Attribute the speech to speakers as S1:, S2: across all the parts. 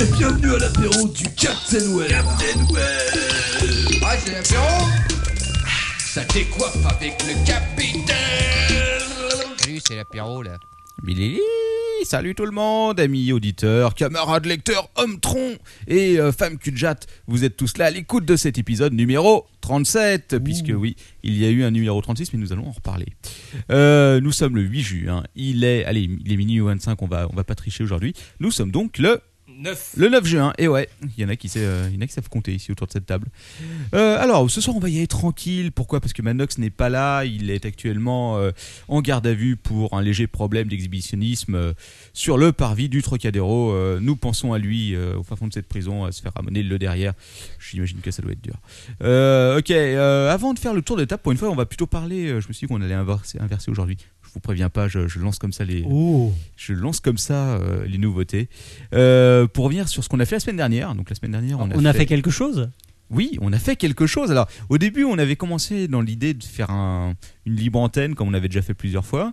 S1: Et bienvenue à l'apéro du Captain Well. Captain Well.
S2: Ah, c'est l'apéro Ça décoiffe avec le capitaine
S3: Salut, c'est l'apéro là.
S1: Billy, salut tout le monde, amis auditeurs, camarades lecteurs, hommes troncs et euh, femmes cul-jatte. Vous êtes tous là à l'écoute de cet épisode numéro 37, puisque oui, il y a eu un numéro 36, mais nous allons en reparler. Euh, nous sommes le 8 juin, il est, allez, il est minuit 25, on va, on va pas tricher aujourd'hui. Nous sommes donc le
S3: 9.
S1: le 9 juin, et ouais, il y en a qui, sait, euh, il y en a qui savent compter ici autour de cette table. Euh, alors, ce soir, on va y aller tranquille. Pourquoi Parce que Manox n'est pas là. Il est actuellement euh, en garde à vue pour un léger problème d'exhibitionnisme euh, sur le parvis du Trocadéro. Euh, nous pensons à lui, euh, au fin fond de cette prison, à se faire ramener le derrière. J'imagine que ça doit être dur. Euh, ok, euh, avant de faire le tour de table, pour une fois, on va plutôt parler. euh, je me suis dit qu'on allait inverser, inverser aujourd'hui. Je vous préviens pas, je, je lance comme ça les, je lance comme ça euh, les nouveautés. Euh, pour revenir sur ce qu'on a fait la semaine dernière, donc la semaine dernière, on a,
S4: On a fait quelque chose
S1: oui, on a fait quelque chose. Alors, au début, on avait commencé dans l'idée de faire un- une libre antenne, comme on avait déjà fait plusieurs fois.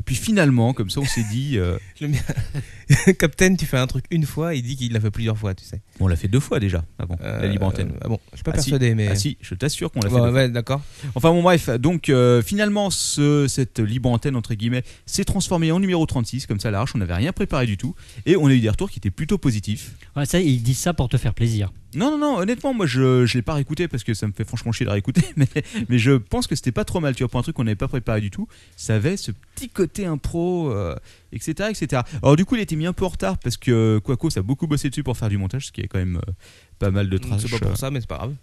S1: Et puis finalement, comme ça, on s'est dit, euh,
S5: J'aime bien. Captain, tu fais un truc une fois, il dit qu'il l'a fait plusieurs fois, tu sais.
S1: on l'a fait deux fois déjà avant la
S5: Euh,
S1: libre antenne.
S5: euh, ah bon, je suis pas
S1: Ah si,
S5: persuadé, mais.
S1: Ah si, je t'assure qu'on l'a fait.
S5: Bon,
S1: deux fois.
S5: Bah, ouais, d'accord.
S1: Enfin bon, bref, donc euh, finalement, ce- cette libre antenne entre guillemets s'est transformée en numéro 36, comme ça, à l'arrache. On n'avait rien préparé du tout, et on a eu des retours qui étaient plutôt positifs.
S4: Ouais, Ça, ils disent ça pour te faire plaisir.
S1: Non, non, non, honnêtement, moi je, je l'ai pas réécouté parce que ça me fait franchement chier de réécouter, mais, mais je pense que c'était pas trop mal. Tu vois, pour un truc qu'on n'avait pas préparé du tout, ça avait ce petit côté impro, euh, etc., etc. Alors, du coup, il était mis un peu en retard parce que euh, Quaco, ça a beaucoup bossé dessus pour faire du montage, ce qui est quand même euh, pas mal de trash.
S5: Mm,
S1: euh.
S5: C'est pas pour ça, mais c'est pas grave.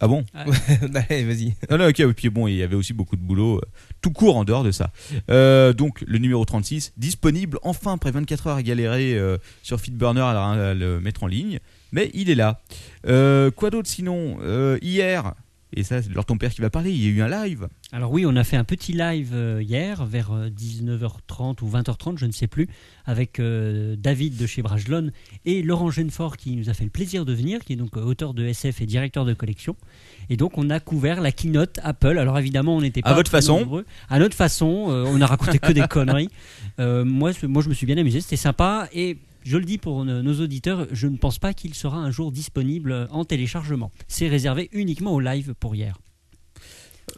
S1: Ah bon
S5: Allez, vas-y.
S1: Ah non, ok, et puis bon, il y avait aussi beaucoup de boulot euh, tout court en dehors de ça. Euh, donc, le numéro 36, disponible enfin après 24 heures à galérer euh, sur Feedburner à, la- à le mettre en ligne, mais il est là. Euh, quoi d'autre sinon Euh, Hier, et ça, c'est leur ton père qui va parler, il y a eu un live.
S4: Alors oui, on a fait un petit live euh, hier vers euh, 19h30 ou 20h30, je ne sais plus, avec euh, David de chez Brajlon et Laurent Genefort qui nous a fait le plaisir de venir, qui est donc euh, auteur de SF et directeur de collection. Et donc on a couvert la keynote Apple. Alors évidemment, on n'était
S1: À
S4: pas
S1: votre
S4: très
S1: façon.
S4: nombreux. À notre façon, euh, on a raconté que des conneries. Euh, moi, ce- moi, je me suis bien amusé, c'était sympa et je le dis pour nos nos auditeurs, je ne pense pas qu'il sera un jour disponible en téléchargement. C'est réservé uniquement au live pour hier.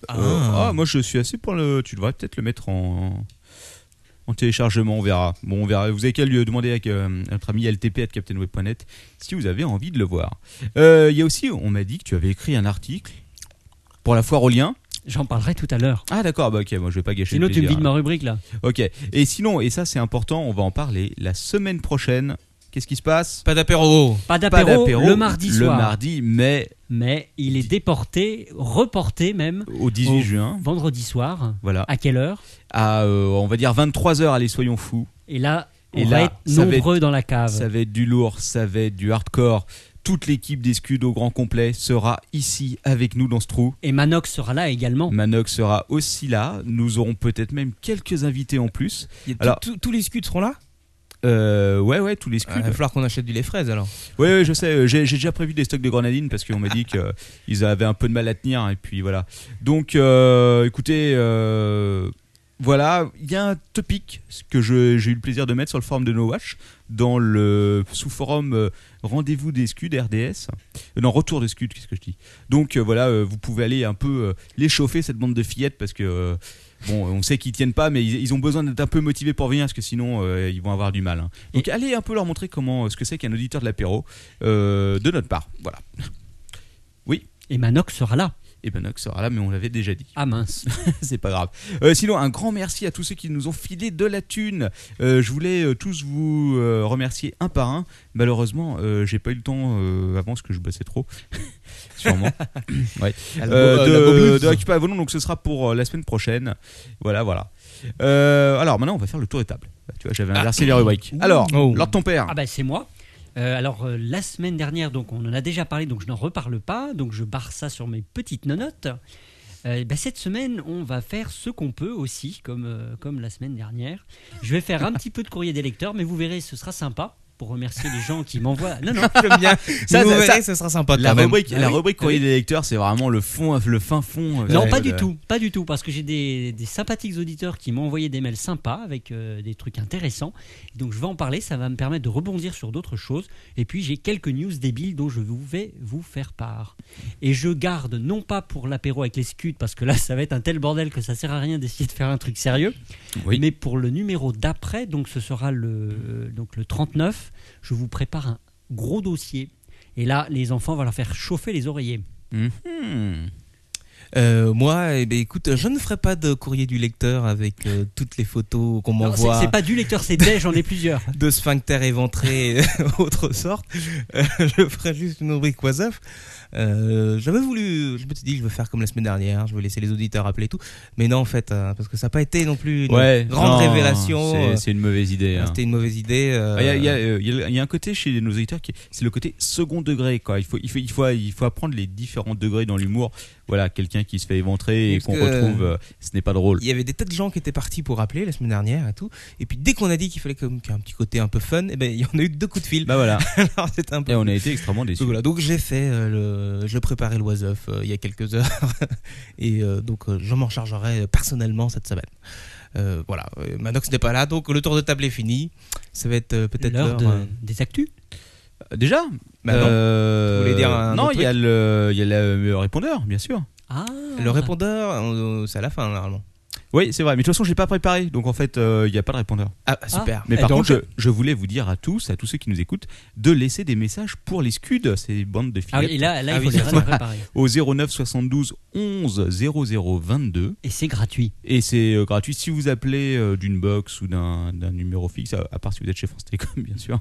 S5: Ah.
S1: Euh, ah, moi je suis assez pour le. Tu devrais peut-être le mettre en. En téléchargement, on verra. Bon, on verra. Vous avez qu'à lui demander à euh, notre ami LTP à captainweb.net si vous avez envie de le voir. Euh, Il y a aussi, on m'a dit que tu avais écrit un article pour la foire aux liens.
S4: J'en parlerai tout à l'heure.
S1: Ah d'accord, bah ok, moi je vais pas gâcher
S4: Sinon,
S1: le
S4: tu me
S1: plaisir.
S4: dis de ma rubrique là.
S1: Ok. Et sinon, et ça c'est important, on va en parler la semaine prochaine. Qu'est-ce qui se passe
S5: Pas d'apéro.
S4: Pas d'apéro
S1: d'apéro
S4: le mardi
S1: Le
S4: soir.
S1: mardi, mais
S4: Mais il est déporté, reporté même,
S1: au 18
S4: Oh.
S1: juin.
S4: vendredi soir.
S1: Voilà.
S4: À quelle heure
S1: À, euh, on va dire 23h, allez, soyons fous.
S4: Et là, on
S1: Et
S4: va
S1: là,
S4: être
S1: ça va
S4: nombreux dans la cave.
S1: Ça va être du lourd, ça va être du hardcore. Toute l'équipe des Scuds au grand complet sera ici avec nous dans ce trou.
S4: Et Manox sera là également.
S1: Manox sera aussi là. Nous aurons peut-être même quelques invités en plus.
S5: Il y a tout-
S1: Alors-
S5: tout- tous les scuds seront là
S1: Euh, ouais, ouais, tous les
S5: Ah, Il
S1: Scuds.
S5: va falloir qu'on achète du lait fraise alors.
S1: Ouais, ouais, je sais. euh, J'ai j'ai déjà prévu des stocks de grenadine parce qu'on m'a dit qu'ils avaient un peu de mal à tenir. hein, Et puis voilà. Donc, euh, écoutez, euh, voilà. Il y a un topic ce que je- j'ai eu le plaisir de mettre sur le forum de No Watch dans le sous-forum euh, Rendez-vous des Scuds RDS. Euh, non, Retour des Scuds, qu'est-ce que je dis Donc euh, voilà, euh, vous pouvez aller un peu euh, l'échauffer cette bande de fillettes parce que. euh, Bon, on sait qu'ils tiennent pas, mais ils, ils ont besoin d'être un peu motivés pour venir, parce que sinon, euh, ils vont avoir du mal. hein. Donc, allez un peu leur montrer comment, euh, ce que c'est qu'un auditeur de l'apéro euh, de notre part. Voilà.
S4: Et Manox sera là.
S1: Et ben Nox sera là, mais on l'avait déjà dit.
S4: Ah mince.
S1: c'est pas grave. Euh, sinon, un grand merci à tous ceux qui nous ont filé de la thune. Euh, je voulais euh, tous vous euh, remercier un par un. Malheureusement, euh, j'ai pas eu le temps euh, avant parce que je bossais trop. Sûrement. Euh, de, de Occupy Avalon, donc ce sera pour euh, la semaine prochaine. Voilà, voilà. Euh, alors maintenant, on va faire le tour des tables. Bah, Tu vois, j'avais inversé les rubriques. Alors,
S5: Oh.
S1: Lord ton père.
S4: Ah bah c'est moi. Euh, alors euh, la semaine dernière, donc on en a déjà parlé, donc je n'en reparle pas, donc je barre ça sur mes petites nonotes. Euh, bah, cette semaine, on va faire ce qu'on peut aussi, comme, euh, comme la semaine dernière. Je vais faire un petit peu de courrier des lecteurs, mais vous verrez, ce sera sympa. pour remercier les gens qui m'envoient. Non, non,
S5: J'aime bien.
S1: Ça,
S5: Ça,
S1: ça,
S5: vous verrez,
S1: ça-
S5: ça, sera sympa.
S1: La
S5: quand même.
S1: rubrique,
S4: Ah
S1: la
S4: oui.
S1: rubrique courrier des lecteurs, c'est vraiment le fond, le fin fond. euh,
S4: Non,
S1: de-
S4: pas du
S1: de-
S4: tout, pas du tout, parce que j'ai des, des sympathiques auditeurs qui m'ont envoyé des mails sympas avec euh, des trucs intéressants. Donc je vais en parler, ça va me permettre de rebondir sur d'autres choses. Et puis j'ai quelques news débiles dont je vous vais vous faire part. Et je garde non pas pour l'apéro avec les scuds, parce que là ça va être un tel bordel que ça sert à rien d'essayer de faire un truc sérieux.
S1: Oui.
S4: Mais pour le numéro d'après, donc ce sera le donc le 39, je vous prépare un gros dossier. Et là, les enfants vont leur faire chauffer les oreillers.
S1: Mhm.
S5: Euh, moi, eh ben, écoute, je ne ferai pas de courrier du lecteur avec euh, toutes les photos qu'on
S4: Non, C'est
S5: m'envoie
S4: c'est pas du lecteur, c'est des, j'en ai plusieurs.
S5: de sphincter éventré et autre sorte. Euh, je ferai juste une rubrique WhatsApp. Euh, J'avais voulu, je me suis dit, je veux faire comme la semaine dernière, je veux laisser les auditeurs appeler et tout. Mais non, en fait, euh, parce que ça n'a pas été non plus une
S1: Ouais,
S5: grande
S1: non,
S5: révélation.
S1: c'est-
S5: Euh,
S1: C'est une mauvaise idée. hein.
S5: C'était une mauvaise idée. euh,
S1: Ah, Il y, a- il y a, euh, il y a- il y a un côté chez nos auditeurs qui c'est le côté second degré quoi. Il faut il faut il faut il faut apprendre les différents degrés dans l'humour. Voilà, quelqu'un qui se fait éventrer et
S5: Parce
S1: qu'on
S5: que-
S1: retrouve, euh, ce n'est pas drôle.
S5: Il y avait des tas de gens qui étaient partis pour appeler la semaine dernière et tout. Et puis dès qu'on a dit qu'il fallait comme- qu'il y ait un petit côté un peu fun, eh ben, il y en a eu deux coups de fil.
S1: Bah voilà.
S5: Alors c'était un peu.
S1: Et on a été extrêmement déçus.
S5: Donc, voilà, donc j'ai fait euh, le, je préparais l'oiseuf euh, il y a quelques heures et euh, donc euh, je m'en chargerai personnellement cette semaine. Euh, voilà, Euh, Manox n'est pas là, donc le tour de table est fini. Ça va être euh, peut-être
S4: l'heure
S5: l'heure.
S4: de-
S5: euh,
S4: des actus.
S1: Déjà
S5: Bah non.
S1: euh,
S5: Vous voulez dire un
S1: Non,
S5: autre
S1: il y a le il y a le, le répondeur, bien sûr.
S4: Ah,
S5: Le répondeur, euh, c'est à la fin normalement.
S1: Oui, c'est vrai. Mais de toute façon, j'ai pas préparé, donc en fait, euh, il n'y a pas de répondeur.
S5: Ah super.
S1: Mais
S4: Et
S1: par
S4: donc-
S1: contre, je, je voulais vous dire à tous, à tous ceux qui nous écoutent, de laisser des messages pour les scuds, ces bandes de filles,
S4: Ah oui, et là, là
S5: Ah
S4: il
S5: oui,
S4: faut
S5: c'est
S4: les
S5: vrai.
S4: préparer.
S1: au 09 72 11 00 22.
S4: Et c'est gratuit.
S1: Et c'est euh, gratuit si vous appelez euh, d'une box ou d'un d'un numéro fixe, à, à part si vous êtes chez France Télécom, bien sûr.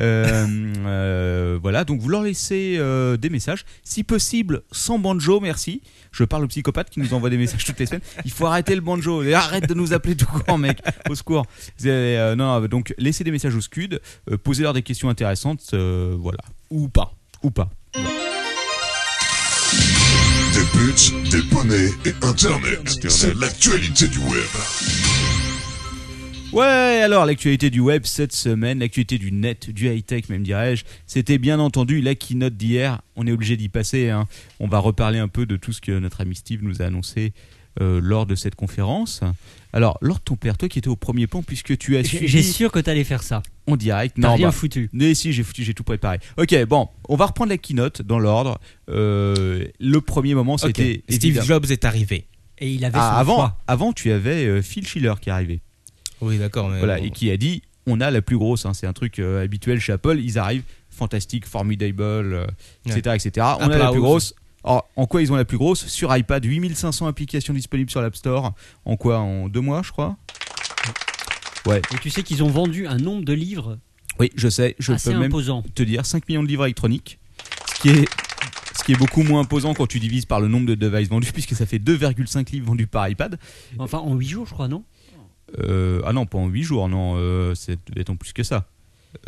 S1: Euh, euh, voilà, donc vous leur laissez euh, des messages, si possible sans banjo, merci. Je parle au psychopathe qui nous envoie des messages toutes les semaines. Il faut arrêter le banjo et arrête de nous appeler tout court, mec. Au secours. C'est, euh, non, non, donc laissez des messages au scud, euh, posez-leur des questions intéressantes, euh, voilà. Ou pas, ou pas.
S2: Des buts, des poneys et Internet. C'est l'actualité du web.
S1: Ouais, alors l'actualité du web cette semaine, l'actualité du net, du high-tech même dirais-je, c'était bien entendu la keynote d'hier, on est obligé d'y passer, hein. on va reparler un peu de tout ce que notre ami Steve nous a annoncé euh, lors de cette conférence. Alors, Lord ton père, toi qui étais au premier plan puisque tu as
S4: J'ai j'ai
S1: suivi
S4: sûr que t'allais faire ça.
S1: en direct,
S4: T'as
S1: non,
S4: rien
S1: bah,
S4: foutu.
S1: mais si, j'ai foutu, j'ai tout préparé. Ok, bon, on va reprendre la keynote dans l'ordre. Euh, le premier moment,
S5: Ok.
S1: c'était...
S5: Steve
S1: évidemment-
S5: Jobs est arrivé.
S4: Et il avait
S1: Ah,
S4: son
S1: avant,
S4: froid.
S1: avant, tu avais euh, Phil Schiller qui est arrivé.
S5: Oui d'accord. mais
S1: Euh, voilà,
S5: bon.
S1: et qui a dit on a la plus grosse. hein. c'est un truc euh, habituel chez Apple. Ils arrivent, fantastique, formidable, euh, etc., etc. On a
S5: Apple
S1: la plus
S5: House.
S1: grosse. Alors, en quoi ils ont la plus grosse Sur iPad, 8500 applications disponibles sur l'App Store. En quoi En deux mois, je crois
S4: Et tu sais qu'ils ont vendu un nombre de livres
S1: Oui, je sais. Je
S4: assez
S1: peux même
S4: Ah, imposant.
S1: te dire 5 millions de livres électroniques. Ce qui est. Ce qui est beaucoup moins imposant quand tu divises par le nombre de devices vendus, puisque ça fait 2,5 livres vendus par iPad.
S4: Enfin, en 8 jours, je crois, non
S1: Euh, ah non, pas en 8 jours, non, euh, c'est en plus que ça.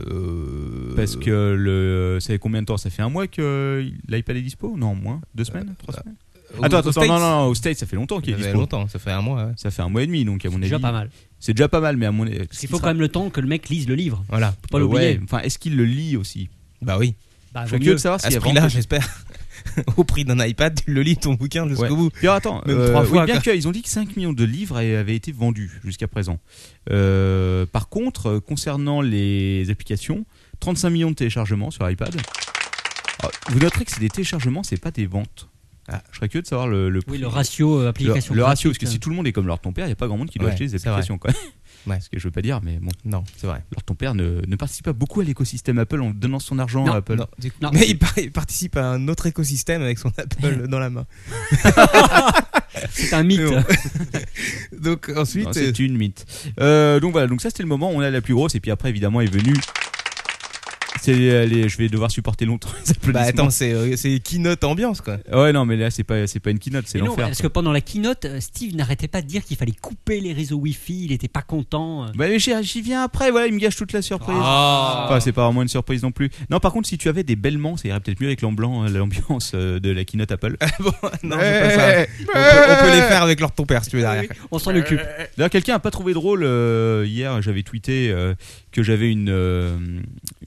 S5: Euh,
S1: Parce que le. Ça fait combien de temps Ça fait un mois que euh, l'iPad est dispo Non, moins Deux semaines Trois semaines
S5: au-
S1: Attends,
S5: aux
S1: attends,
S5: States,
S1: non, non, non, au States, ça fait longtemps qu'il est
S5: ça fait
S1: dispo.
S5: longtemps, ça fait un mois. ouais.
S1: Ça fait un mois et demi, donc à mon
S4: C'est
S1: avis.
S4: déjà pas mal.
S1: C'est déjà pas mal, mais à mon avis.
S4: Parce qu'il faut quand même le temps que le mec lise le livre.
S5: Voilà.
S4: Faut pas l'oublier.
S1: Enfin, est-ce qu'il le lit aussi
S5: Bah oui.
S4: Bah,
S1: Je
S4: vaut
S1: suis curieux
S4: mieux.
S1: de savoir s'il
S5: à
S1: y
S5: ce
S1: a
S5: prix-là,
S1: vraiment-
S5: j'espère. Au prix d'un iPad, tu le lis ton bouquin jusqu'au
S1: Ouais.
S5: bout.
S1: Puis attends,
S5: Même
S1: euh,
S5: trois
S1: oui,
S5: fois,
S1: bien
S5: quoi.
S1: qu'ils ont dit que 5 millions de livres a- avaient été vendus jusqu'à présent. Euh, par contre, euh, concernant les applications, 35 millions de téléchargements sur iPad. Alors, vous noterez que c'est des téléchargements, c'est pas des ventes.
S5: Ah.
S1: Je serais curieux de savoir le, le prix.
S4: Oui, le ratio euh,
S1: le,
S4: application.
S1: le ratio, parce que si
S4: gratuite.
S1: tout le monde est comme leur ton père, il n'y a pas grand monde qui doit
S5: Ouais,
S1: acheter des
S5: c'est vrai.
S1: applications. Quoi.
S5: Ouais.
S1: Ce que je veux pas dire, mais bon,
S5: Non, c'est vrai.
S1: leur ton père ne, ne participe pas beaucoup à l'écosystème Apple en donnant son argent
S4: Non,
S1: à Apple.
S5: Non, du coup-
S4: Non.
S5: Mais il, par- il participe à un autre écosystème avec son Apple dans la main.
S4: euh, C'est un mythe.
S5: Mais bon. Donc
S1: Non,
S5: ensuite, euh,
S1: c'est une mythe. Euh, donc voilà, donc ça c'était le moment où on a la plus grosse et puis après évidemment est venu. C'est euh, les- je vais devoir supporter longtemps les
S5: bah
S1: applaudissements. Ah
S5: attends, c'est euh, c'est keynote ambiance quoi.
S1: ouais non mais là c'est pas c'est pas une keynote, c'est
S4: Mais non,
S1: l'enfer.
S4: parce
S1: quoi.
S4: que pendant la keynote, euh, Steve n'arrêtait pas de dire qu'il fallait couper les réseaux Wi-Fi, il était pas content. euh.
S1: Bah mais j'y j'y viens après, voilà, il me gâche toute la surprise.
S5: Ah.
S1: Enfin, c'est pas vraiment une surprise non plus. Non, par contre, si tu avais des bêlements, ça irait peut-être mieux avec l'ambiance l'ambiance, euh, de la keynote Apple.
S5: bon, non, c'est pas ça. On peut, on peut les faire avec leur ton père si tu veux derrière.
S4: On s'en occupe.
S1: D'ailleurs, quelqu'un a pas trouvé drôle euh, hier. J'avais tweeté euh, que j'avais une, euh,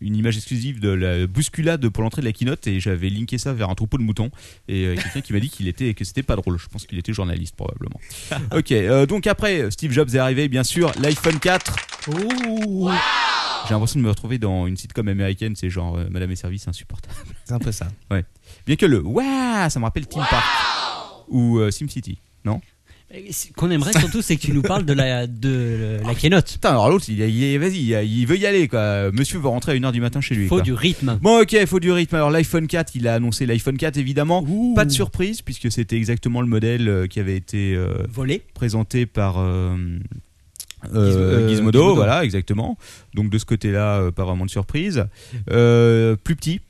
S1: une image exclusive de la bousculade pour l'entrée de la keynote et j'avais linké ça vers un troupeau de moutons et euh, quelqu'un qui m'a dit qu'il était que c'était pas drôle. Je pense qu'il était journaliste probablement. ok, euh, donc après Steve Jobs est arrivé bien sûr l'iPhone 4. J'ai l'impression de me retrouver dans une sitcom américaine, c'est genre euh, Madame et Service insupportable.
S5: C'est un peu ça.
S1: Ouais. Bien que le waouh, ça me rappelle Team Park ou euh, SimCity. Non
S4: Ce qu'on aimerait surtout, c'est que tu nous parles de la, de la keynote.
S1: Putain, alors l'autre, il, il- vas-y, il, il veut y aller quoi. Monsieur veut rentrer à 1h du matin chez lui.
S4: Faut
S1: Ah, quoi.
S4: du rythme.
S1: Bon, ok, faut du rythme. Alors, l'iPhone 4, il a annoncé l'iPhone 4, évidemment.
S4: Ouh.
S1: Pas de surprise, puisque c'était exactement le modèle euh, qui avait été euh,
S4: Voler.
S1: présenté par euh, euh,
S5: Gizmo-
S1: Gizmodo,
S5: Gizmodo.
S1: Voilà, exactement. Donc, de ce côté-là, euh, pas vraiment de surprise. Euh, plus petit,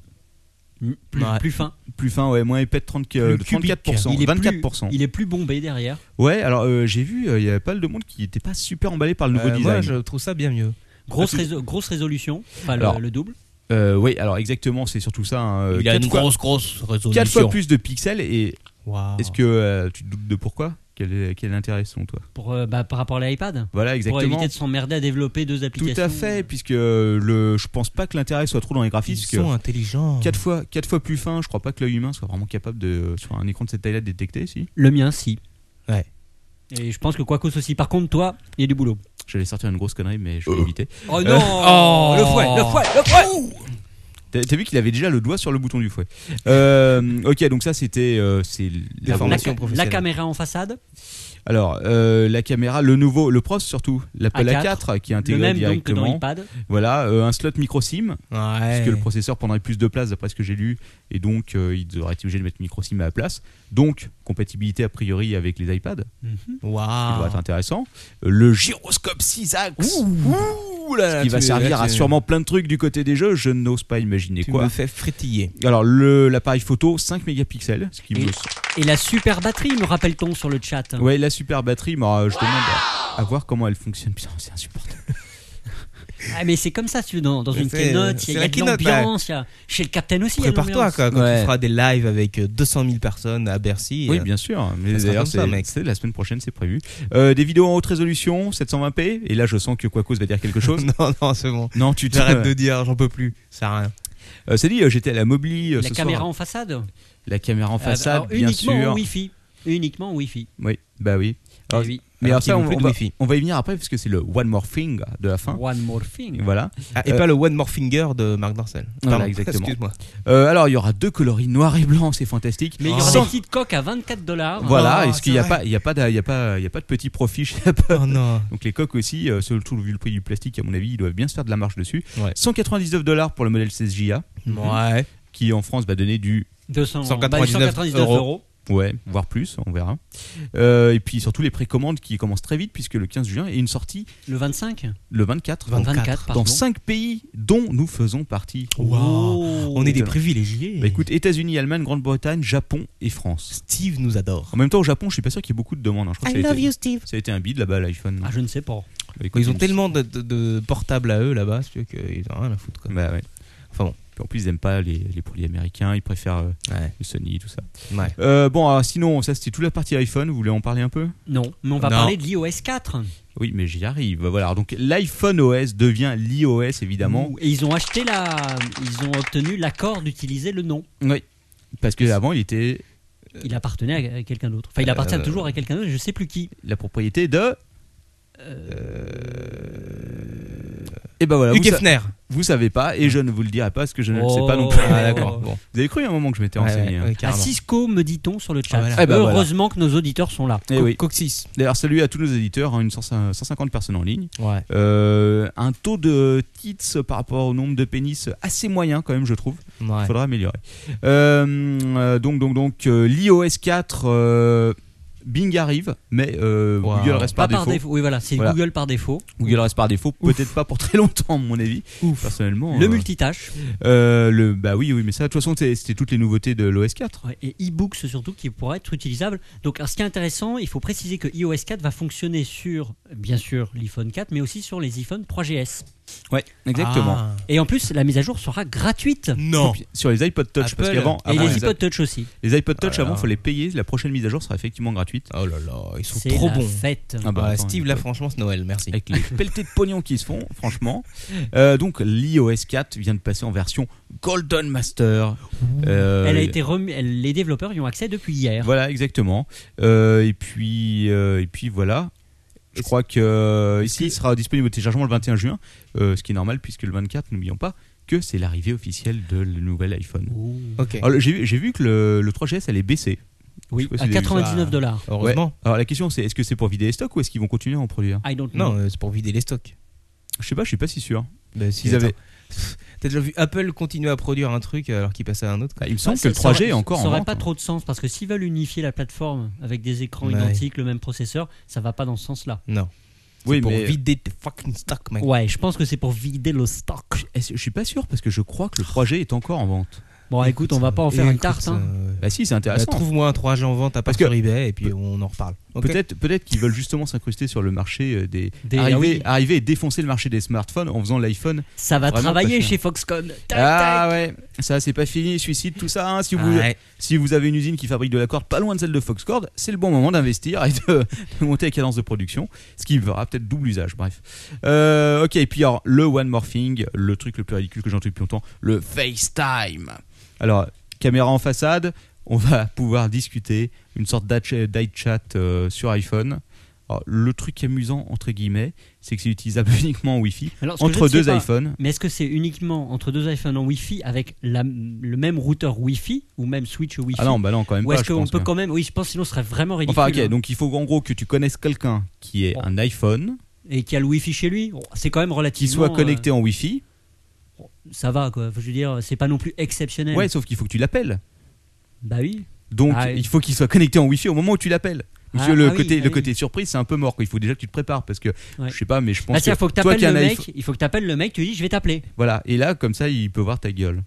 S4: Plus,
S5: Ouais.
S4: plus fin.
S1: plus fin, ouais, moins épais de 30, euh, de
S4: Plus cubique.
S1: 34%.
S4: Il est plus-
S1: 24%.
S4: il est plus bombé derrière.
S1: Ouais, alors, euh, j'ai vu, euh, il y avait pas mal de monde qui n'était pas super emballé par le nouveau
S5: Euh,
S1: design.
S5: moi, je trouve ça bien mieux.
S4: Grosse,
S1: Ah, tu-
S4: réso- grosse résolution. Enfin, le-
S1: Alors,
S4: le, double.
S1: Euh, oui, alors, exactement, c'est surtout ça. hein,
S5: Il a
S1: quatre
S5: une
S1: fois-
S5: grosse, grosse résolution.
S1: quatre fois plus de pixels. Et
S4: Ah.
S5: Waouh.
S1: est-ce que euh, tu te doutes de pourquoi quel, est- quel est l'intérêt, selon toi
S4: Pour, euh, bah, par rapport à l'iPad.
S1: Voilà,
S4: Pour
S1: exactement.
S4: éviter de euh. s'emmerder à développer deux
S1: Tout
S4: applications.
S1: à fait, puisque le, je pense pas que l'intérêt soit trop dans les
S5: Ils
S1: graphismes. puisque
S5: sont
S4: euh,
S5: intelligents.
S1: Quatre fois, quatre fois plus fin, je crois pas que l'œil humain soit vraiment capable de, sur un écran de cette taille-là, de détecter, si.
S4: Le mien, si.
S5: Ouais.
S4: Et je pense que Quacos aussi. Par contre, toi, il y a du boulot.
S1: J'allais sortir une grosse connerie, mais je vais
S2: Euh.
S1: éviter.
S4: Oh
S1: non
S5: Oh.
S4: Le fouet, le fouet, le fouet
S1: T'as t'as vu qu'il avait déjà le doigt sur le bouton du fouet. Euh, ok, donc ça c'était, euh, c'est la
S4: la,
S5: formation
S4: ca- la
S5: professionnelle.
S4: caméra en façade,
S1: Alors euh, la caméra, le nouveau, le pros surtout, l'Apple
S4: A4,
S1: A4, qui est
S4: le
S1: intégré
S4: même donc que dans
S1: directement.
S4: l'iPad.
S1: voilà, euh, un slot micro sim,
S5: Ouais.
S1: puisque le processeur prendrait plus de place d'après ce que j'ai lu, et donc euh, il devrait être obligé de mettre micro sim à la place. Donc compatibilité a priori avec les iPads. qui doit
S5: Waouh.
S1: être intéressant. Euh, Le gyroscope 6 axes. Ah. Ouh là là, qui va
S5: tu-
S1: servir
S5: là,
S1: à
S5: tu-
S1: sûrement plein de trucs du côté des jeux, je n'ose pas imaginer
S5: Tu
S1: quoi.
S5: me fais frétiller.
S1: Alors le- l'appareil photo 5 mégapixels, ce qui
S4: Et-
S1: me...
S4: Et la super batterie, me rappelle-t-on sur le chat.
S1: Ouais, la super batterie, mais, euh, je demande à- à, voir comment elle fonctionne. Putain, c'est insupportable.
S4: Ah, mais c'est comme ça, tu veux, dans, dans
S5: Mais
S4: une
S5: c'est-
S4: keynote, il y
S5: c'est
S4: a,
S5: la
S4: de
S5: keynote,
S4: l'ambiance. il y a- Chez le Captain aussi, il y a de
S5: Prépare-toi
S4: l'ambiance.
S5: quoi, quand
S1: Ouais.
S5: tu feras des lives avec euh, 200 000 personnes à Bercy.
S1: Oui,
S5: euh,
S1: bien sûr. Mais
S5: ça sera
S1: d'ailleurs,
S5: comme ça,
S1: c'est
S5: mec.
S1: c'est la semaine prochaine, c'est prévu. Euh, des vidéos en haute résolution, 720p. Et là, je sens que Quacos va dire quelque chose.
S5: non, non, c'est bon.
S1: non, tu te-
S5: J'arrête de dire, j'en peux plus. Ça a rien.
S1: Euh, c'est dit, euh, j'étais à la Mobli euh,
S4: La
S1: ce
S4: caméra
S1: soir.
S4: en façade
S1: La caméra en façade,
S4: Alors,
S1: bien
S4: uniquement
S1: sûr.
S4: en Wi-Fi. Uniquement en Wi-fi.
S1: Oui, bah oui. Alors,
S4: Eh oui.
S5: Ah
S1: Mais
S5: Alors
S1: alors ça,
S5: qu'ils
S1: on,
S5: n'ont plus
S1: on
S5: de
S1: va,
S5: Wi-Fi.
S1: on va y venir après, parce que c'est le One More Thing de la fin.
S4: One more thing.
S1: Hein Voilà.
S5: Ah, et
S1: Euh,
S5: pas le One More Finger de Marc Dorcel.
S1: Voilà,
S5: Pardon,
S1: exactement.
S5: Excuse-moi.
S1: Euh, alors, il y aura deux coloris, noir et blanc, c'est fantastique.
S4: Mais il y aura
S1: Sans-
S4: des petites coques à 24 dollars.
S1: Voilà,
S5: Ah,
S1: est-ce qu'il n'y a,
S5: c'est
S1: pas- il y a, pas d'a- il y a, pas- il y a pas de petit profit chez Apple
S5: Oh non.
S1: Donc, les coques aussi, euh, surtout vu le prix du plastique, à mon avis, ils doivent bien se faire de la marge dessus.
S5: Ouais.
S1: 199 dollars pour le modèle 16JA,
S5: Ouais.
S1: qui en France va donner du.
S4: 200,
S5: 199
S4: 199 bah, euros.
S5: euros.
S1: Ouais, voire plus, on verra. Euh, et puis surtout les précommandes qui commencent très vite, puisque le 15 juin est une sortie
S4: Le 25
S1: le 24
S5: 24,
S4: 24, pardon. Oh.
S1: dans 5 pays dont nous faisons partie.
S5: Waouh. On est des
S1: Étonnant.
S5: privilégiés.
S1: Bah écoute, États-Unis, Allemagne, Grande-Bretagne, Japon et France.
S5: Steve nous adore.
S1: En même temps, au Japon, je suis pas sûr qu'il y ait beaucoup de demandes. hein. Je crois que ça, a été,
S5: Steve.
S1: ça a été un bid là-bas, l'iPhone.
S4: Ah, je ne sais pas.
S1: Bah, écoute,
S5: Ils ont
S1: on-
S5: tellement de, de- de portables à eux là-bas, si tu veux, qu'ils ont rien à foutre. Quoi.
S1: Bah ouais.
S5: Enfin bon.
S1: Puis en plus, ils aiment pas les, les produits américains, ils préfèrent euh,
S5: Ouais.
S1: le Sony, tout ça.
S5: Ouais.
S1: Euh, bon, alors, sinon, ça c'était toute la partie iPhone, vous voulez en parler un peu
S4: Non, mais on va
S5: Non.
S4: parler de l'iOS 4.
S1: Oui, mais j'y arrive. Voilà, alors, donc l'iPhone OS devient l'iOS évidemment.
S4: Ouh, Et ils ont acheté la. Ils ont obtenu l'accord d'utiliser le nom.
S1: Oui. Parce que avant, il était
S4: Il appartenait à quelqu'un d'autre. Enfin, il appartient
S5: Euh,
S4: toujours à quelqu'un d'autre, je sais plus qui.
S1: la propriété de. Et ben voilà, vous,
S5: Hugh
S1: sa-
S5: Euh, Hefner.
S1: vous savez pas, et je ne vous le dirai pas parce que je ne le sais pas non
S4: Oh.
S1: plus.
S5: Ah, d'accord. Bon.
S1: Vous avez cru à un moment que je m'étais
S5: Ouais,
S1: renseigné.
S5: ouais,
S1: hein.
S5: ouais,
S4: À
S5: carrément.
S4: Cisco, me dit-on sur le chat.
S5: Ah, voilà.
S1: Eh ben, voilà.
S4: Heureusement que nos auditeurs sont là.
S1: Eh
S5: Co-
S1: oui.
S5: Coccyx.
S1: D'ailleurs, salut à tous nos éditeurs, hein, une 100 150 personnes en ligne.
S5: Ouais.
S1: Euh, un taux de tits par rapport au nombre de pénis assez moyen quand même, je trouve. Il
S5: Ouais.
S1: faudra améliorer. Euh, euh, donc, donc, donc, euh, l'iOS 4, euh, Bing arrive, mais euh,
S5: Wow.
S1: Google reste
S4: Pas
S1: par
S4: par
S1: défaut.
S4: défaut. Oui, voilà, c'est
S1: Voilà.
S4: Google par défaut.
S1: Google reste par défaut, peut-être pas pour très longtemps, à mon avis. Personnellement.
S4: Le
S1: euh,
S4: multitâche.
S1: euh, le, bah oui, oui, mais ça, de toute façon, c'est- c'était toutes les nouveautés de l'OS 4.
S4: Ouais, et e-books surtout qui pourraient être utilisables. Donc, alors, ce qui est intéressant, il faut préciser que iOS 4 va fonctionner sur, bien sûr, l'iPhone 4, mais aussi sur les iPhone 3GS.
S1: Ouais, exactement.
S5: Ah.
S4: Et en plus, la mise à jour sera gratuite.
S5: Non.
S1: Ah. Sur les iPod Touch, parce
S5: Apple.
S1: qu'avant,
S4: Et
S1: avant,
S4: les
S1: les, Ah
S4: iPod Touch aussi.
S1: les iPod Touch,
S5: Oh là
S1: avant,
S5: là.
S1: faut les payer. La prochaine mise à jour sera effectivement gratuite.
S5: Oh là là, ils sont
S4: C'est
S5: trop
S4: la
S5: bons.
S4: fête.
S1: Ah bah,
S5: Ouais,
S1: attends,
S5: Steve,
S1: il
S5: là,
S1: faut-
S5: franchement, c'est Noël, merci.
S1: Avec les pelletés de pognon qui se font, franchement. Euh, donc, l'iOS 4 vient de passer en version Golden Master. Euh,
S4: Elle a été remis- elle- les développeurs y ont accès depuis hier.
S1: Voilà, exactement. Euh, et puis, euh, et puis voilà. Je
S5: Est-ce-
S1: crois que euh,
S5: est-ce
S1: ici,
S5: que-
S1: il sera disponible au téléchargement le 21 juin, euh, ce qui est normal puisque le 24, n'oublions pas que c'est l'arrivée officielle de le nouvel iPhone.
S5: Ok.
S1: Alors, le- j'ai vu- j'ai vu que le, le 3GS allait baisser.
S4: Oui,
S1: Je sais pas si
S4: à
S1: vous avez vu
S4: 99
S5: ça.
S4: dollars.
S5: Heureusement.
S1: Ouais. Alors la question c'est est-ce que c'est pour vider les stocks ou est-ce qu'ils vont continuer à en produire
S4: I don't know.
S5: Non, euh, c'est pour vider les stocks.
S1: Je sais pas, je suis pas si sûr.
S5: Bah,
S1: Ils avaient-
S5: T'as déjà vu Apple continuer à produire un truc alors qu'il passait à un autre quoi.
S1: Bah, il me semble
S4: Ça,
S1: que le
S4: ça aurait-
S1: 3G est encore
S4: Ça
S1: en
S4: aurait
S1: vente.
S4: pas trop de sens parce que s'ils veulent unifier la plateforme avec des écrans
S5: Ouais.
S4: identiques, le même processeur, ça va pas dans ce sens-là.
S5: Non. C'est
S1: Oui,
S5: pour
S1: mais
S5: vider tes fucking stocks, mec.
S4: Ouais, je pense que c'est pour vider le stock.
S1: est-ce- je suis pas sûr parce que je crois que le 3G est encore en vente.
S4: Bon, écoute, on va pas en faire
S5: Et
S4: une
S5: écoute,
S4: tarte. hein.
S5: euh,
S1: Bah si, c'est
S5: bah,
S1: intéressant.
S5: Trouve-moi un 3G en vente à part
S1: Parce que-
S5: sur eBay et puis on en reparle. Ok
S1: Peut-être peut-être qu'ils veulent justement s'incruster sur le marché euh, des,
S4: Des-
S1: arriver,
S4: ah oui.
S1: arriver et défoncer le marché des smartphones en faisant l'iPhone.
S4: Ça va
S1: Vraiment
S4: travailler
S1: pas cher.
S4: chez Foxconn. Tac,
S1: Ah ouais, ça c'est pas fini, suicide tout ça hein. si vous
S5: Ouais.
S1: si vous avez une usine qui fabrique de la corde pas loin de celle de Foxcord, c'est le bon moment d'investir et de, de monter les cadences de production, ce qui verra peut-être double usage, bref. Euh, ok, et puis alors, le One Morphing, le truc le plus ridicule que j'ai entendu depuis longtemps, le FaceTime. Alors, caméra en façade, on va pouvoir discuter, une sorte d'i- d'iChat euh, sur iPhone. Alors, le truc amusant, entre guillemets, c'est que c'est utilisable uniquement en Wi-Fi,
S4: tac. Alors, ce que je
S1: entre
S4: ne sais
S1: deux
S4: pas,
S1: iPhones.
S4: Mais est-ce que c'est uniquement entre deux iPhones en Wi-Fi avec la- le même routeur Wi-Fi ou même switch Wi-Fi
S1: Ah non, bah non, quand même
S4: Ou
S1: pas,
S4: est-ce
S1: je
S4: qu'on
S1: pense,
S4: peut
S1: mais-
S4: quand même Oui, je pense sinon ce serait vraiment ridicule.
S1: Enfin, ok,
S4: hein.
S1: donc il faut en gros que tu connaisses quelqu'un qui ait
S4: Bon.
S1: un iPhone,
S4: Et qui a le Wi-Fi chez lui, oh, c'est quand même
S1: qui
S4: relativement.
S1: soit connecté en Wi-Fi.
S4: euh, ça va quoi. Faut- Je veux dire, c'est pas non plus exceptionnel.
S1: Ouais, sauf qu'il faut que tu l'appelles.
S4: Bah oui.
S1: Donc
S4: Ah,
S1: il faut qu'il soit connecté en Wi-Fi au moment où tu l'appelles. Donc, tu
S4: Ah,
S1: vois, le
S4: ah oui,
S1: côté
S4: ah
S1: le
S4: oui.
S1: côté surprise, c'est un peu mort. quoi. Il faut déjà que tu te prépares parce que
S4: Ouais.
S1: je sais pas, mais je pense
S4: Bah tiens,
S1: que
S4: faut que
S1: toi
S4: t'appelles
S1: qui as
S4: le
S1: un
S4: mec.
S1: iPhone-
S4: Il faut que t'appelles le mec. Tu lui dis, je vais t'appeler.
S1: voilà. Et là, comme ça, il peut voir ta gueule.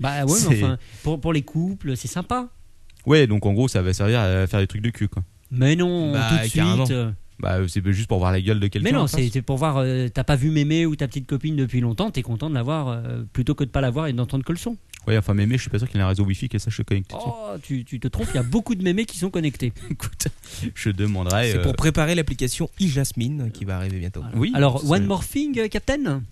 S4: Bah ouais, mais
S1: C'est-
S4: enfin, pour, pour les couples, c'est sympa.
S1: Ouais, donc en gros, ça va servir à faire des trucs de cul. Quoi.
S4: Mais non,
S5: Bah,
S4: tout de suite.
S5: carrément.
S4: euh,
S1: Bah, c'est juste pour voir la gueule de quelqu'un.
S4: Mais
S1: en
S4: non,
S1: face.
S4: c'est c'est pour voir. euh, T'as pas vu mémé ou ta petite copine depuis longtemps. T'es content de la voir euh, plutôt que de pas la voir et d'entendre que le son.
S1: Ouais, enfin, mémé, je suis pas sûr qu'il ait un réseau Wi-Fi qui sache se connecter. dessus.
S4: Oh, tu, tu te trompes. Il y a beaucoup de mémés qui sont connectés.
S1: Écoute, je demanderai.
S5: C'est
S1: euh,
S5: pour préparer l'application iJasmine qui va arriver bientôt.
S1: Oui.
S4: Alors,
S1: c'est-
S4: One More Thing, euh, Captain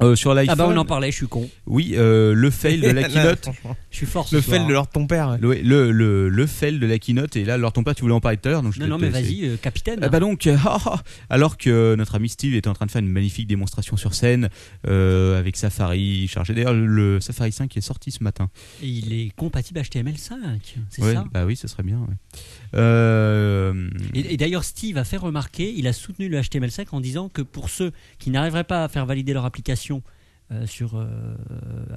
S1: euh, sur l'iPhone.
S4: Ah bah on en parlait. Je suis con.
S1: Oui, euh, le fail de la
S5: Là,
S1: keynote.
S5: franchement.
S4: Je suis fort. ce
S5: Le
S4: soir,
S5: fail
S4: hein.
S5: de leur ton père. ouais.
S1: Le, le, le, le fail de la keynote, et là, alors ton père, tu voulais en parler tout à l'heure, donc je
S4: Non,
S1: vais
S4: non,
S1: te
S4: mais
S1: laisser.
S4: vas-y, euh, Capitaine.
S1: Ah bah donc, ah, ah, alors que notre ami Steve était en train de faire une magnifique démonstration sur scène euh, avec Safari chargé. D'ailleurs, le Safari 5 est sorti ce matin.
S4: Et Il est compatible HTML5, c'est
S1: Ouais,
S4: ça
S1: Bah oui, ce serait bien. ouais. Euh,
S4: Et, et d'ailleurs, Steve a fait remarquer, il a soutenu le HTML5 en disant que pour ceux qui n'arriveraient pas à faire valider leur application euh, sur euh,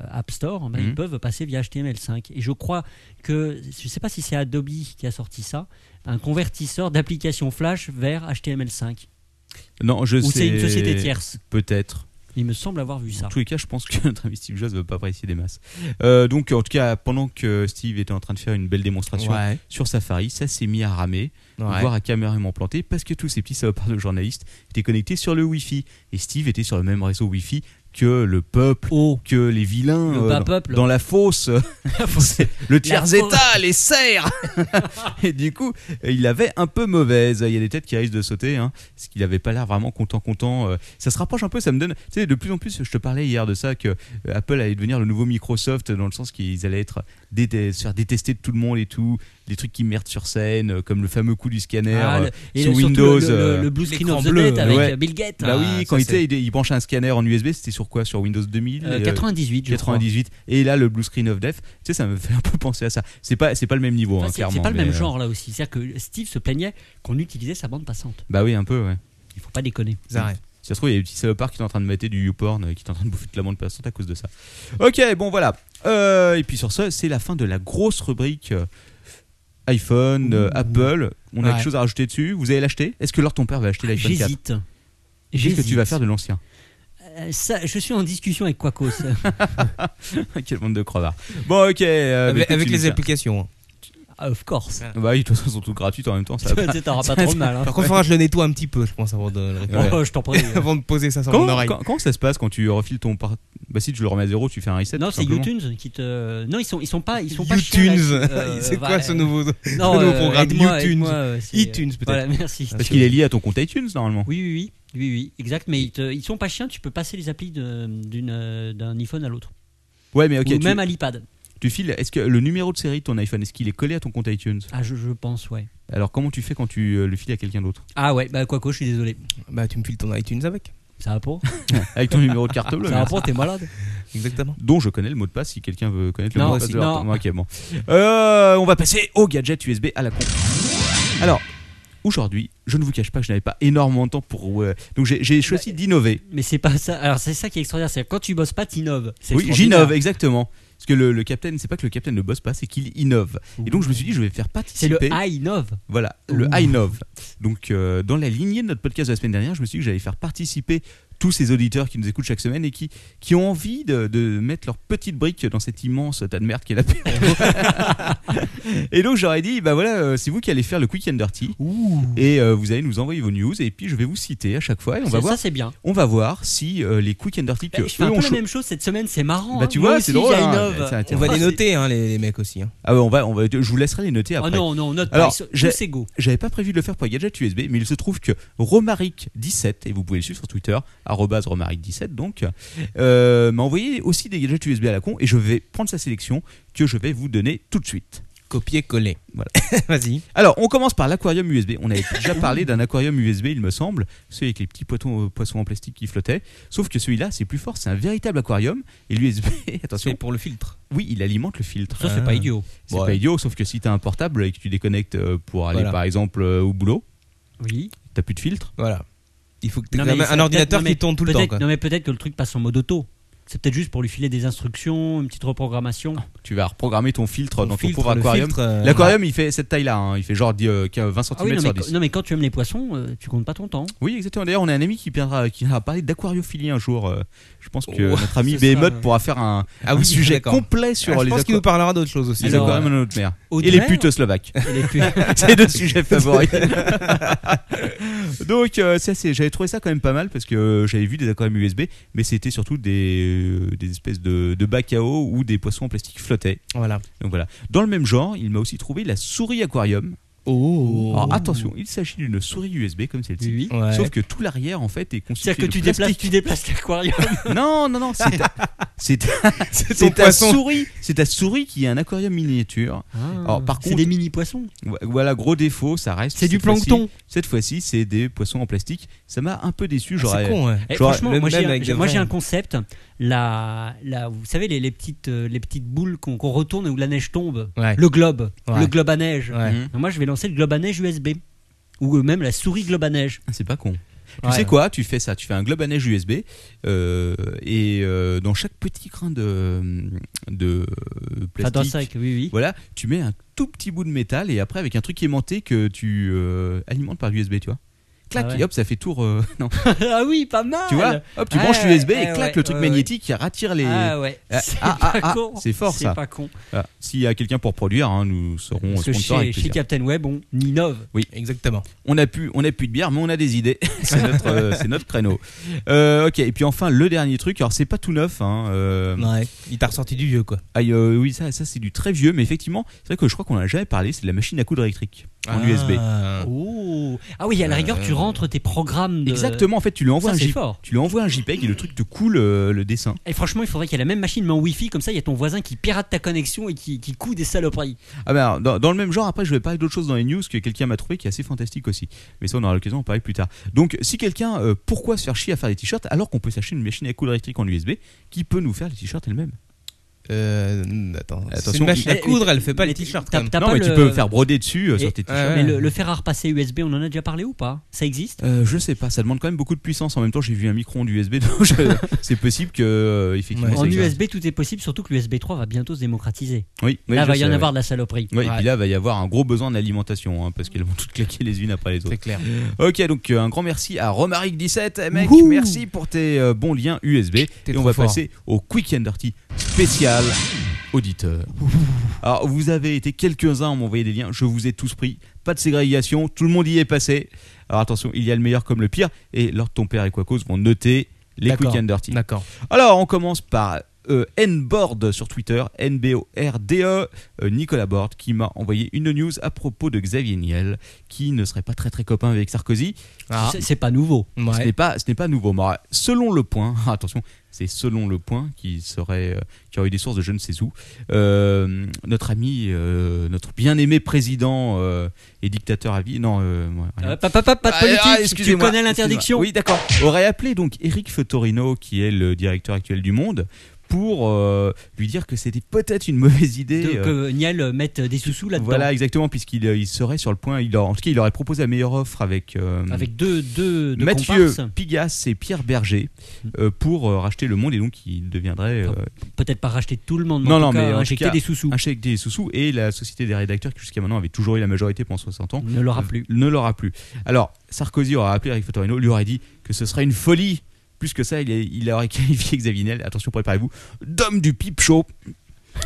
S4: App Store, ben,
S1: Mhm.
S4: ils peuvent passer via HTML5. Et je crois que, je ne sais pas si c'est Adobe qui a sorti ça, un convertisseur d'applications Flash vers HTML5.
S1: Non, je
S4: Ou
S1: sais.
S4: c'est une société tierce.
S1: Peut-être.
S4: Il me semble avoir vu ça.
S1: En tous les cas, je pense que notre ami Steve Jobs ne veut pas apprécier des masses. Euh, donc, en tout cas, pendant que Steve était en train de faire une belle démonstration
S5: Ouais.
S1: sur Safari, ça s'est mis à ramer.
S5: Ouais.
S1: voire à carrément planté parce que tous ces petits salopards de journalistes étaient connectés sur le Wi-Fi et Steve était sur le même réseau Wi-Fi que le peuple,
S4: Oh,
S1: que les vilains
S4: Le
S1: euh,
S4: bas
S1: dans-
S4: peuple.
S1: dans la fosse, C'est le tiers
S4: fosse.
S1: état, les serfs. et du coup, il avait un peu mauvaise. Il y a des têtes qui risquent de sauter, hein, parce qu'il n'avait pas l'air vraiment content, content. Euh, Ça se rapproche un peu, ça me donne. Tu sais, de plus en plus, je te parlais hier de ça que euh, Apple allait devenir le nouveau Microsoft dans le sens qu'ils allaient être déte- se faire détester de tout le monde et tout, des trucs qui merdent sur scène, euh, comme le fameux coup du scanner.
S4: Ah,
S1: euh,
S4: le- et
S1: sous
S4: surtout
S1: Windows,
S4: le, le-
S1: euh,
S4: le blue screen
S5: l'écran
S4: of the
S5: bleu,
S4: dead avec
S1: ouais.
S4: euh, Bill Gates.
S1: bah oui,
S5: Ah, ça,
S1: quand il, était, il, il branchait un scanner en USB, c'était sur quoi Sur Windows 2000
S4: Euh,
S1: et, euh,
S4: 98, je crois.
S1: 98 et là le blue screen of death tu sais ça me fait un peu penser à ça c'est pas c'est pas le même niveau
S4: Enfin,
S1: hein,
S4: c'est-
S1: clairement
S4: c'est pas le
S1: mais,
S4: même
S1: euh,
S4: genre là aussi. C'est-à-dire que Steve se plaignait qu'on utilisait sa bande passante.
S1: bah oui un peu ouais
S4: Il faut pas déconner.
S5: Ils arrêtent.
S1: si ça se trouve il y a des petits salopards qui sont en train de mater du YouPorn euh, qui sont en train de bouffer de la bande passante à cause de ça ok bon voilà Euh, et puis sur ce c'est la fin de la grosse rubrique euh, iPhone euh, Apple on a
S5: Ouais.
S1: quelque chose à rajouter dessus vous allez l'acheter est-ce que Lord ton père va acheter l'iPhone 4
S4: J'hésite.
S1: qu'est-ce que tu
S4: J'hésite.
S1: vas faire de l'ancien
S4: Euh, ça, Je suis en discussion avec Quacos.
S1: quel monde de crevards bon ok euh, bah,
S5: Avec,
S1: écoute,
S5: avec
S1: tu nous
S5: les
S1: tiens.
S5: applications. hein.
S4: Ah, of course.
S1: Bah oui, de toute façon, elles sont toutes gratuites en même temps. Ça va
S4: Tu sais, T'auras pas trop de mal. hein.
S5: Par contre, faudra que je le nettoie un petit peu, je pense, avant de, le récupérer.
S1: Ouais.
S4: Oh, je t'en prie.
S5: avant de poser ça sur mon
S1: Comment,
S5: oreille.
S1: quand- comment ça se passe quand tu refiles ton par... Bah si tu le remets à zéro, tu fais un reset.
S4: Non,
S1: tout
S4: c'est
S1: simplement.
S4: YouTunes qui te. Non, ils sont, ils sont pas, Ah, ils sont pas. chiants
S5: YouTunes,
S4: là-dessus. Euh,
S5: c'est
S4: voilà.
S5: quoi ce nouveau
S4: non,
S5: nouveau
S4: euh,
S5: programme
S4: aide-moi,
S5: YouTunes.
S4: aide-moi, euh, c'est-
S5: iTunes peut-être
S4: Voilà, merci.
S1: E Parce qu'il est lié à ton compte iTunes normalement.
S4: Oui, oui, oui, oui, oui, exact. Mais ils, te- ils sont pas chiens. Tu peux passer les applis de- d'une euh, d'un iPhone à l'autre,
S1: Ouais, mais ok.
S4: ou
S1: tu,
S4: même à l'iPad.
S1: tu files. Est-ce que le numéro de série de ton iPhone est-ce qu'il est collé à ton compte iTunes
S4: Ah, je, je pense, ouais.
S1: Alors comment tu fais quand tu euh, le files à quelqu'un d'autre
S4: Ah ouais, bah quoi que, je suis désolé.
S5: Bah, tu me files ton iTunes avec.
S4: Ça va pas
S1: avec ton numéro de carte bleue
S4: Ça va
S1: merci.
S4: pas T'es malade
S5: Exactement.
S1: dont je connais le mot de passe si quelqu'un veut connaître le
S4: Non,
S1: mot de passe.
S4: si,
S1: de leur-
S4: non.
S1: Ok, bon. Euh, on va passer au gadget USB à la con. Alors aujourd'hui, je ne vous cache pas que je n'avais pas énormément de temps pour euh, donc j'ai- j'ai
S4: Bah,
S1: choisi d'innover.
S4: Mais c'est pas ça. Alors c'est ça qui est extraordinaire. C'est quand tu bosses pas, t'innoves. C'est
S1: Oui,
S4: extraordinaire.
S1: j'innove, exactement. Parce que le, le capitaine, c'est pas que le capitaine ne bosse pas, c'est qu'il innove. Et donc je me suis dit, je vais faire
S4: C'est
S1: participer.
S4: le I innove.
S1: Voilà, le
S4: Ouh.
S1: I innove. Donc euh, dans la lignée de notre podcast de la semaine dernière, je me suis dit que j'allais faire participer tous ces auditeurs qui nous écoutent chaque semaine et qui, qui ont envie de, de mettre leur petite brique dans cet immense tas de merde qui est la Pérémo. et donc j'aurais dit, bah voilà, euh, c'est vous qui allez faire le quick and dirty. Et euh, vous allez nous envoyer vos news et puis je vais vous citer à chaque fois et on va
S4: Ça,
S1: voir,
S4: c'est bien.
S1: on va voir si euh, les quick and dirty que
S4: Eh, Je fais
S1: eux
S4: un
S1: ont
S4: peu la
S1: cho-
S4: même chose cette semaine. C'est marrant.
S1: Bah,
S4: hein.
S1: tu
S4: Moi
S1: vois,
S4: aussi,
S1: c'est drôle, hein.
S4: j'innove.
S1: Ça
S5: On
S1: intéresse.
S5: va
S4: Oh,
S5: les
S4: c'est-
S5: noter, hein, les, les mecs aussi. hein.
S1: Ah ouais, on va, on va, je vous laisserai les noter
S4: Oh
S1: après.
S4: non, non, note
S1: Alors,
S4: pas. Ils sont
S1: j'ai-
S4: tous égaux.
S1: J'avais pas prévu de le faire pour les gadgets USB, mais il se trouve que Romaric17, et vous pouvez le suivre sur Twitter, arobase Romaric17 donc, euh, m'a envoyé aussi des gadgets USB à la con, et je vais prendre sa sélection que je vais vous donner tout de suite.
S5: Copier-coller.
S1: Voilà.
S5: Vas-y.
S1: Alors, on commence par l'aquarium USB. On avait déjà parlé d'un aquarium USB, il me semble, celui avec les petits poitons- euh, poissons en plastique qui flottaient, sauf que celui-là, c'est plus fort, c'est un véritable aquarium, et l'USB,
S5: C'est
S1: attention,
S5: pour le filtre.
S1: oui, il alimente le filtre.
S4: Ça, c'est
S5: Ah.
S4: pas idiot.
S1: C'est
S5: Ouais.
S1: pas idiot, sauf que si t'as un portable et que tu déconnectes euh, pour aller
S5: Voilà.
S1: par exemple euh, au boulot,
S4: Oui.
S1: t'as plus de filtre.
S5: Voilà. Il faut que tu
S4: Non, mais
S5: un,
S4: ça-
S5: ordinateur
S4: peut-être-
S5: qui tourne tout le temps.
S4: Peut-être-
S5: quoi.
S4: Non, mais peut-être que le truc passe en mode auto. C'est peut-être juste pour lui filer des instructions, une petite reprogrammation.
S1: Tu vas reprogrammer ton filtre
S5: Ton
S1: dans
S5: filtre,
S1: ton pauvre
S5: le
S1: aquarium.
S5: filtre, euh,
S1: L'aquarium, il fait cette taille-là, hein. il fait genre 10, euh, 20 cm
S4: Ah oui, non,
S1: sur
S4: mais,
S1: 10.
S4: non, mais quand tu aimes les poissons, euh, tu comptes pas ton temps.
S1: Oui, exactement. D'ailleurs, on a un ami qui viendra, qui a parlé d'aquariophilie un jour. euh, Je pense que
S5: Oh,
S1: notre ami
S4: c'est ça,
S1: Behemoth
S4: euh.
S1: pourra faire un,
S5: Ah
S1: un
S5: oui,
S1: sujet
S5: d'accord.
S1: complet sur
S5: Ah, je
S1: les,
S5: pense qu'il nous
S1: aqua-
S5: parlera d'autres choses aussi.
S1: les
S4: Alors, euh,
S1: aquariums de notre mer. Et
S4: Audrey,
S1: les putes slovaques.
S4: et les putes.
S1: C'est deux sujets favoris. Donc, euh, ça, c'est- j'avais trouvé ça quand même pas mal parce que euh, j'avais vu des aquariums USB, mais c'était surtout des, euh, des espèces de, de bacs à eau où des poissons en plastique flottaient.
S5: Voilà.
S1: Donc voilà. Dans le même genre, il m'a aussi trouvé la souris aquarium.
S5: Oh.
S1: Alors attention, il s'agit d'une souris USB comme celle-ci.
S4: Oui.
S5: Ouais.
S1: Sauf que tout l'arrière en fait est constitué
S4: C'est-à-dire que
S1: de
S4: tu déplaces,
S1: plastique.
S4: tu déplaces l'aquarium.
S1: Non, non, non, c'est ta, c'est ta-
S5: c'est
S1: c'est
S5: ton
S1: ta
S5: poisson.
S1: souris, c'est ta souris qui a un aquarium miniature. Alors, par
S4: c'est
S1: contre-
S4: des mini poissons.
S1: Voilà, gros défaut, ça reste.
S4: C'est du
S1: cette fois-ci-
S4: plancton.
S1: Cette fois-ci, c'est des poissons en plastique. Ça m'a un peu déçu,
S5: Ah,
S1: j'aurais.
S5: C'est con, ouais.
S4: Eh,
S1: Genre,
S4: franchement,
S5: le
S4: moi j'ai
S5: même
S4: un-
S5: avec
S4: j'ai-
S5: des
S4: moi,
S5: vrais.
S4: j'ai un concept. La, la, vous savez les, les petites euh, les petites boules qu'on qu'on retourne et où la neige tombe.
S5: Ouais.
S4: Le globe,
S5: Ouais.
S4: le globe à neige.
S5: Ouais.
S1: Mhm.
S4: Moi je vais lancer le globe à neige USB ou euh, même la souris globe à neige.
S1: C'est pas con.
S4: Ouais.
S1: Tu sais quoi Tu fais ça, tu fais un globe à neige USB euh, et euh, dans chaque petit grain de, de euh,
S4: Enfin, dans le
S1: plastique,
S4: sac, oui oui.
S1: Voilà, tu mets un tout petit bout de métal et après avec un truc aimanté que tu euh, alimentes par USB, tu vois. Clac,
S4: Ah ouais.
S1: et hop, ça fait tour. euh, non,
S4: ah oui, pas mal.
S1: tu vois, hop, tu
S4: Ah
S1: branches
S4: ouais,
S1: l'USB et
S4: ah
S1: clac,
S4: ouais,
S1: le truc
S4: ouais,
S1: magnétique qui rattire les.
S4: Ah ouais.
S1: Ah,
S4: C'est
S1: ah,
S4: pas
S1: ah, ah,
S4: con.
S1: c'est fort,
S4: C'est
S1: ça.
S4: pas con.
S1: Voilà. S'il y a quelqu'un pour produire, hein, nous serons
S4: Parce que
S1: sponsors
S4: chez,
S1: avec
S4: chez
S1: plaisir.
S4: Captain Web, on innove.
S5: Exactement.
S1: On a pu, on a plus de bière, mais on a des idées. c'est notre, euh, c'est notre créneau. Euh, ok, et puis enfin le dernier truc. Alors c'est pas tout neuf. Hein, euh,
S5: Ouais. Il t'a ressorti du vieux, quoi.
S1: aïe, euh, oui, ça, ça c'est du très vieux, mais effectivement, c'est vrai que je crois qu'on en a jamais parlé. C'est de la machine à coudre électrique en
S5: Ah.
S1: USB.
S4: Euh, Oh. Ah oui, à la rigueur, tu rentres tes programmes. De...
S1: Euh, Exactement. En fait, tu lui envoies
S4: Ça,
S1: un
S4: c'est
S1: JPEG.
S4: fort.
S1: Tu lui envoies un JPEG et le truc te coule euh, le dessin.
S4: Et franchement, il faudrait qu'il y ait la même machine, mais en Wi-Fi, comme ça, il y a ton voisin qui pirate ta connexion et qui, qui coud des saloperies.
S1: Ah ben, alors, dans, dans le même genre, après je vais parler d'autres choses dans les news que quelqu'un m'a trouvé qui est assez fantastique aussi. Mais ça on aura l'occasion d'en parler plus tard. Donc si quelqu'un, euh, pourquoi se faire chier à faire des t-shirts alors qu'on peut s'acheter une machine à coudre électrique en USB qui peut nous faire les t-shirts elle-même
S5: Euh, attends. C'est
S1: Attention,
S5: une machine à
S4: il-
S5: coudre, elle fait pas
S4: Mais
S5: les t-shirts.
S4: t'as-
S5: quand même.
S4: t'as
S1: Non
S4: pas
S1: mais tu
S4: le-
S1: peux faire broder dessus euh, sur
S4: Et-
S1: tes
S5: Ouais,
S1: t-shirts.
S5: ouais.
S4: Mais le, le fer à repasser USB, on en a déjà parlé ou pas Ça existe
S1: Euh, je sais pas, ça demande quand même beaucoup de puissance. En même temps, j'ai vu un micro-ondes USB, donc je- c'est possible que euh, effectivement.
S5: Ouais,
S1: ça
S4: En
S1: existe.
S4: USB, tout est possible, surtout que l'USB 3 va bientôt se démocratiser.
S1: Oui, oui, je
S4: Là, Ah, va y en
S1: sais,
S4: avoir de la saloperie.
S1: ouais. Ouais, Et
S5: Ouais.
S1: puis là, va y avoir un gros besoin d'alimentation hein, parce qu'elles vont toutes claquer les unes après les autres.
S5: C'est clair.
S1: Ok, donc euh, un grand merci à Romaric17, mec.
S4: Wouhou.
S1: Merci pour tes euh, bons liens USB.
S5: T'es
S1: Et on
S5: trop
S1: va
S5: fort.
S1: passer au Quick and Dirty spécial auditeurs. Alors, vous avez été quelques-uns à m'envoyer des liens. Je vous ai tous pris. Pas de ségrégation. Tout le monde y est passé. Alors, attention, il y a le meilleur comme le pire. Et Lord Ton Père et Quacos vont noter les
S5: D'accord.
S1: Quick and Dirty.
S5: D'accord.
S1: Alors, on commence par euh, Nbord sur Twitter, N-B-O-R-D-E, euh, Nicolas Bord, qui m'a envoyé une news à propos de Xavier Niel, qui ne serait pas très très copain avec Sarkozy.
S5: Ah,
S4: C'est- C'est pas nouveau.
S1: Ce
S5: ouais.
S1: n'est pas, ce n'est pas nouveau. Mais, euh, selon le point, attention, c'est selon le point qui serait, euh, qui aurait eu des sources de je ne sais où. euh, notre ami, euh, notre bien-aimé président euh, et dictateur à vie, non, euh, ouais, rien.
S4: Euh, pas, pas- pas- pas de
S1: Ah,
S4: politique,
S1: ah,
S4: tu
S1: excusez-moi,
S4: connais
S1: excusez-moi.
S4: l'interdiction.
S1: Oui, d'accord. Aurait appelé donc Eric Feutorino, qui est le directeur actuel du Monde, pour euh, lui dire que c'était peut-être une mauvaise idée.
S4: De-
S1: euh,
S4: que Niel euh, mette des sous-sous là-dedans.
S1: voilà, exactement, puisqu'il euh, il serait sur le point. Il, aurait- en tout cas, il aurait proposé la meilleure offre avec. euh,
S4: Avec deux, deux, deux
S1: Mathieu
S4: comparses.
S1: Pigas et Pierre Berger euh, pour euh, racheter le monde et donc il deviendrait euh,
S4: Peut-être pas racheter tout le monde, mais
S1: Non,
S4: en tout
S1: non,
S4: cas,
S1: mais en tout
S4: injecter
S1: cas,
S4: des sous-sous.
S1: un chèque des sous-sous et la société des rédacteurs qui jusqu'à maintenant avait toujours eu la majorité pendant 60 ans
S4: Ne l'aura plus.
S1: ne l'aura plus. Alors, Sarkozy aura appelé Eric Fattorino, lui aurait dit que ce serait une folie. Plus que ça, il, est- il aurait qualifié Xavier Niel, attention, préparez-vous, d'homme du pipe show.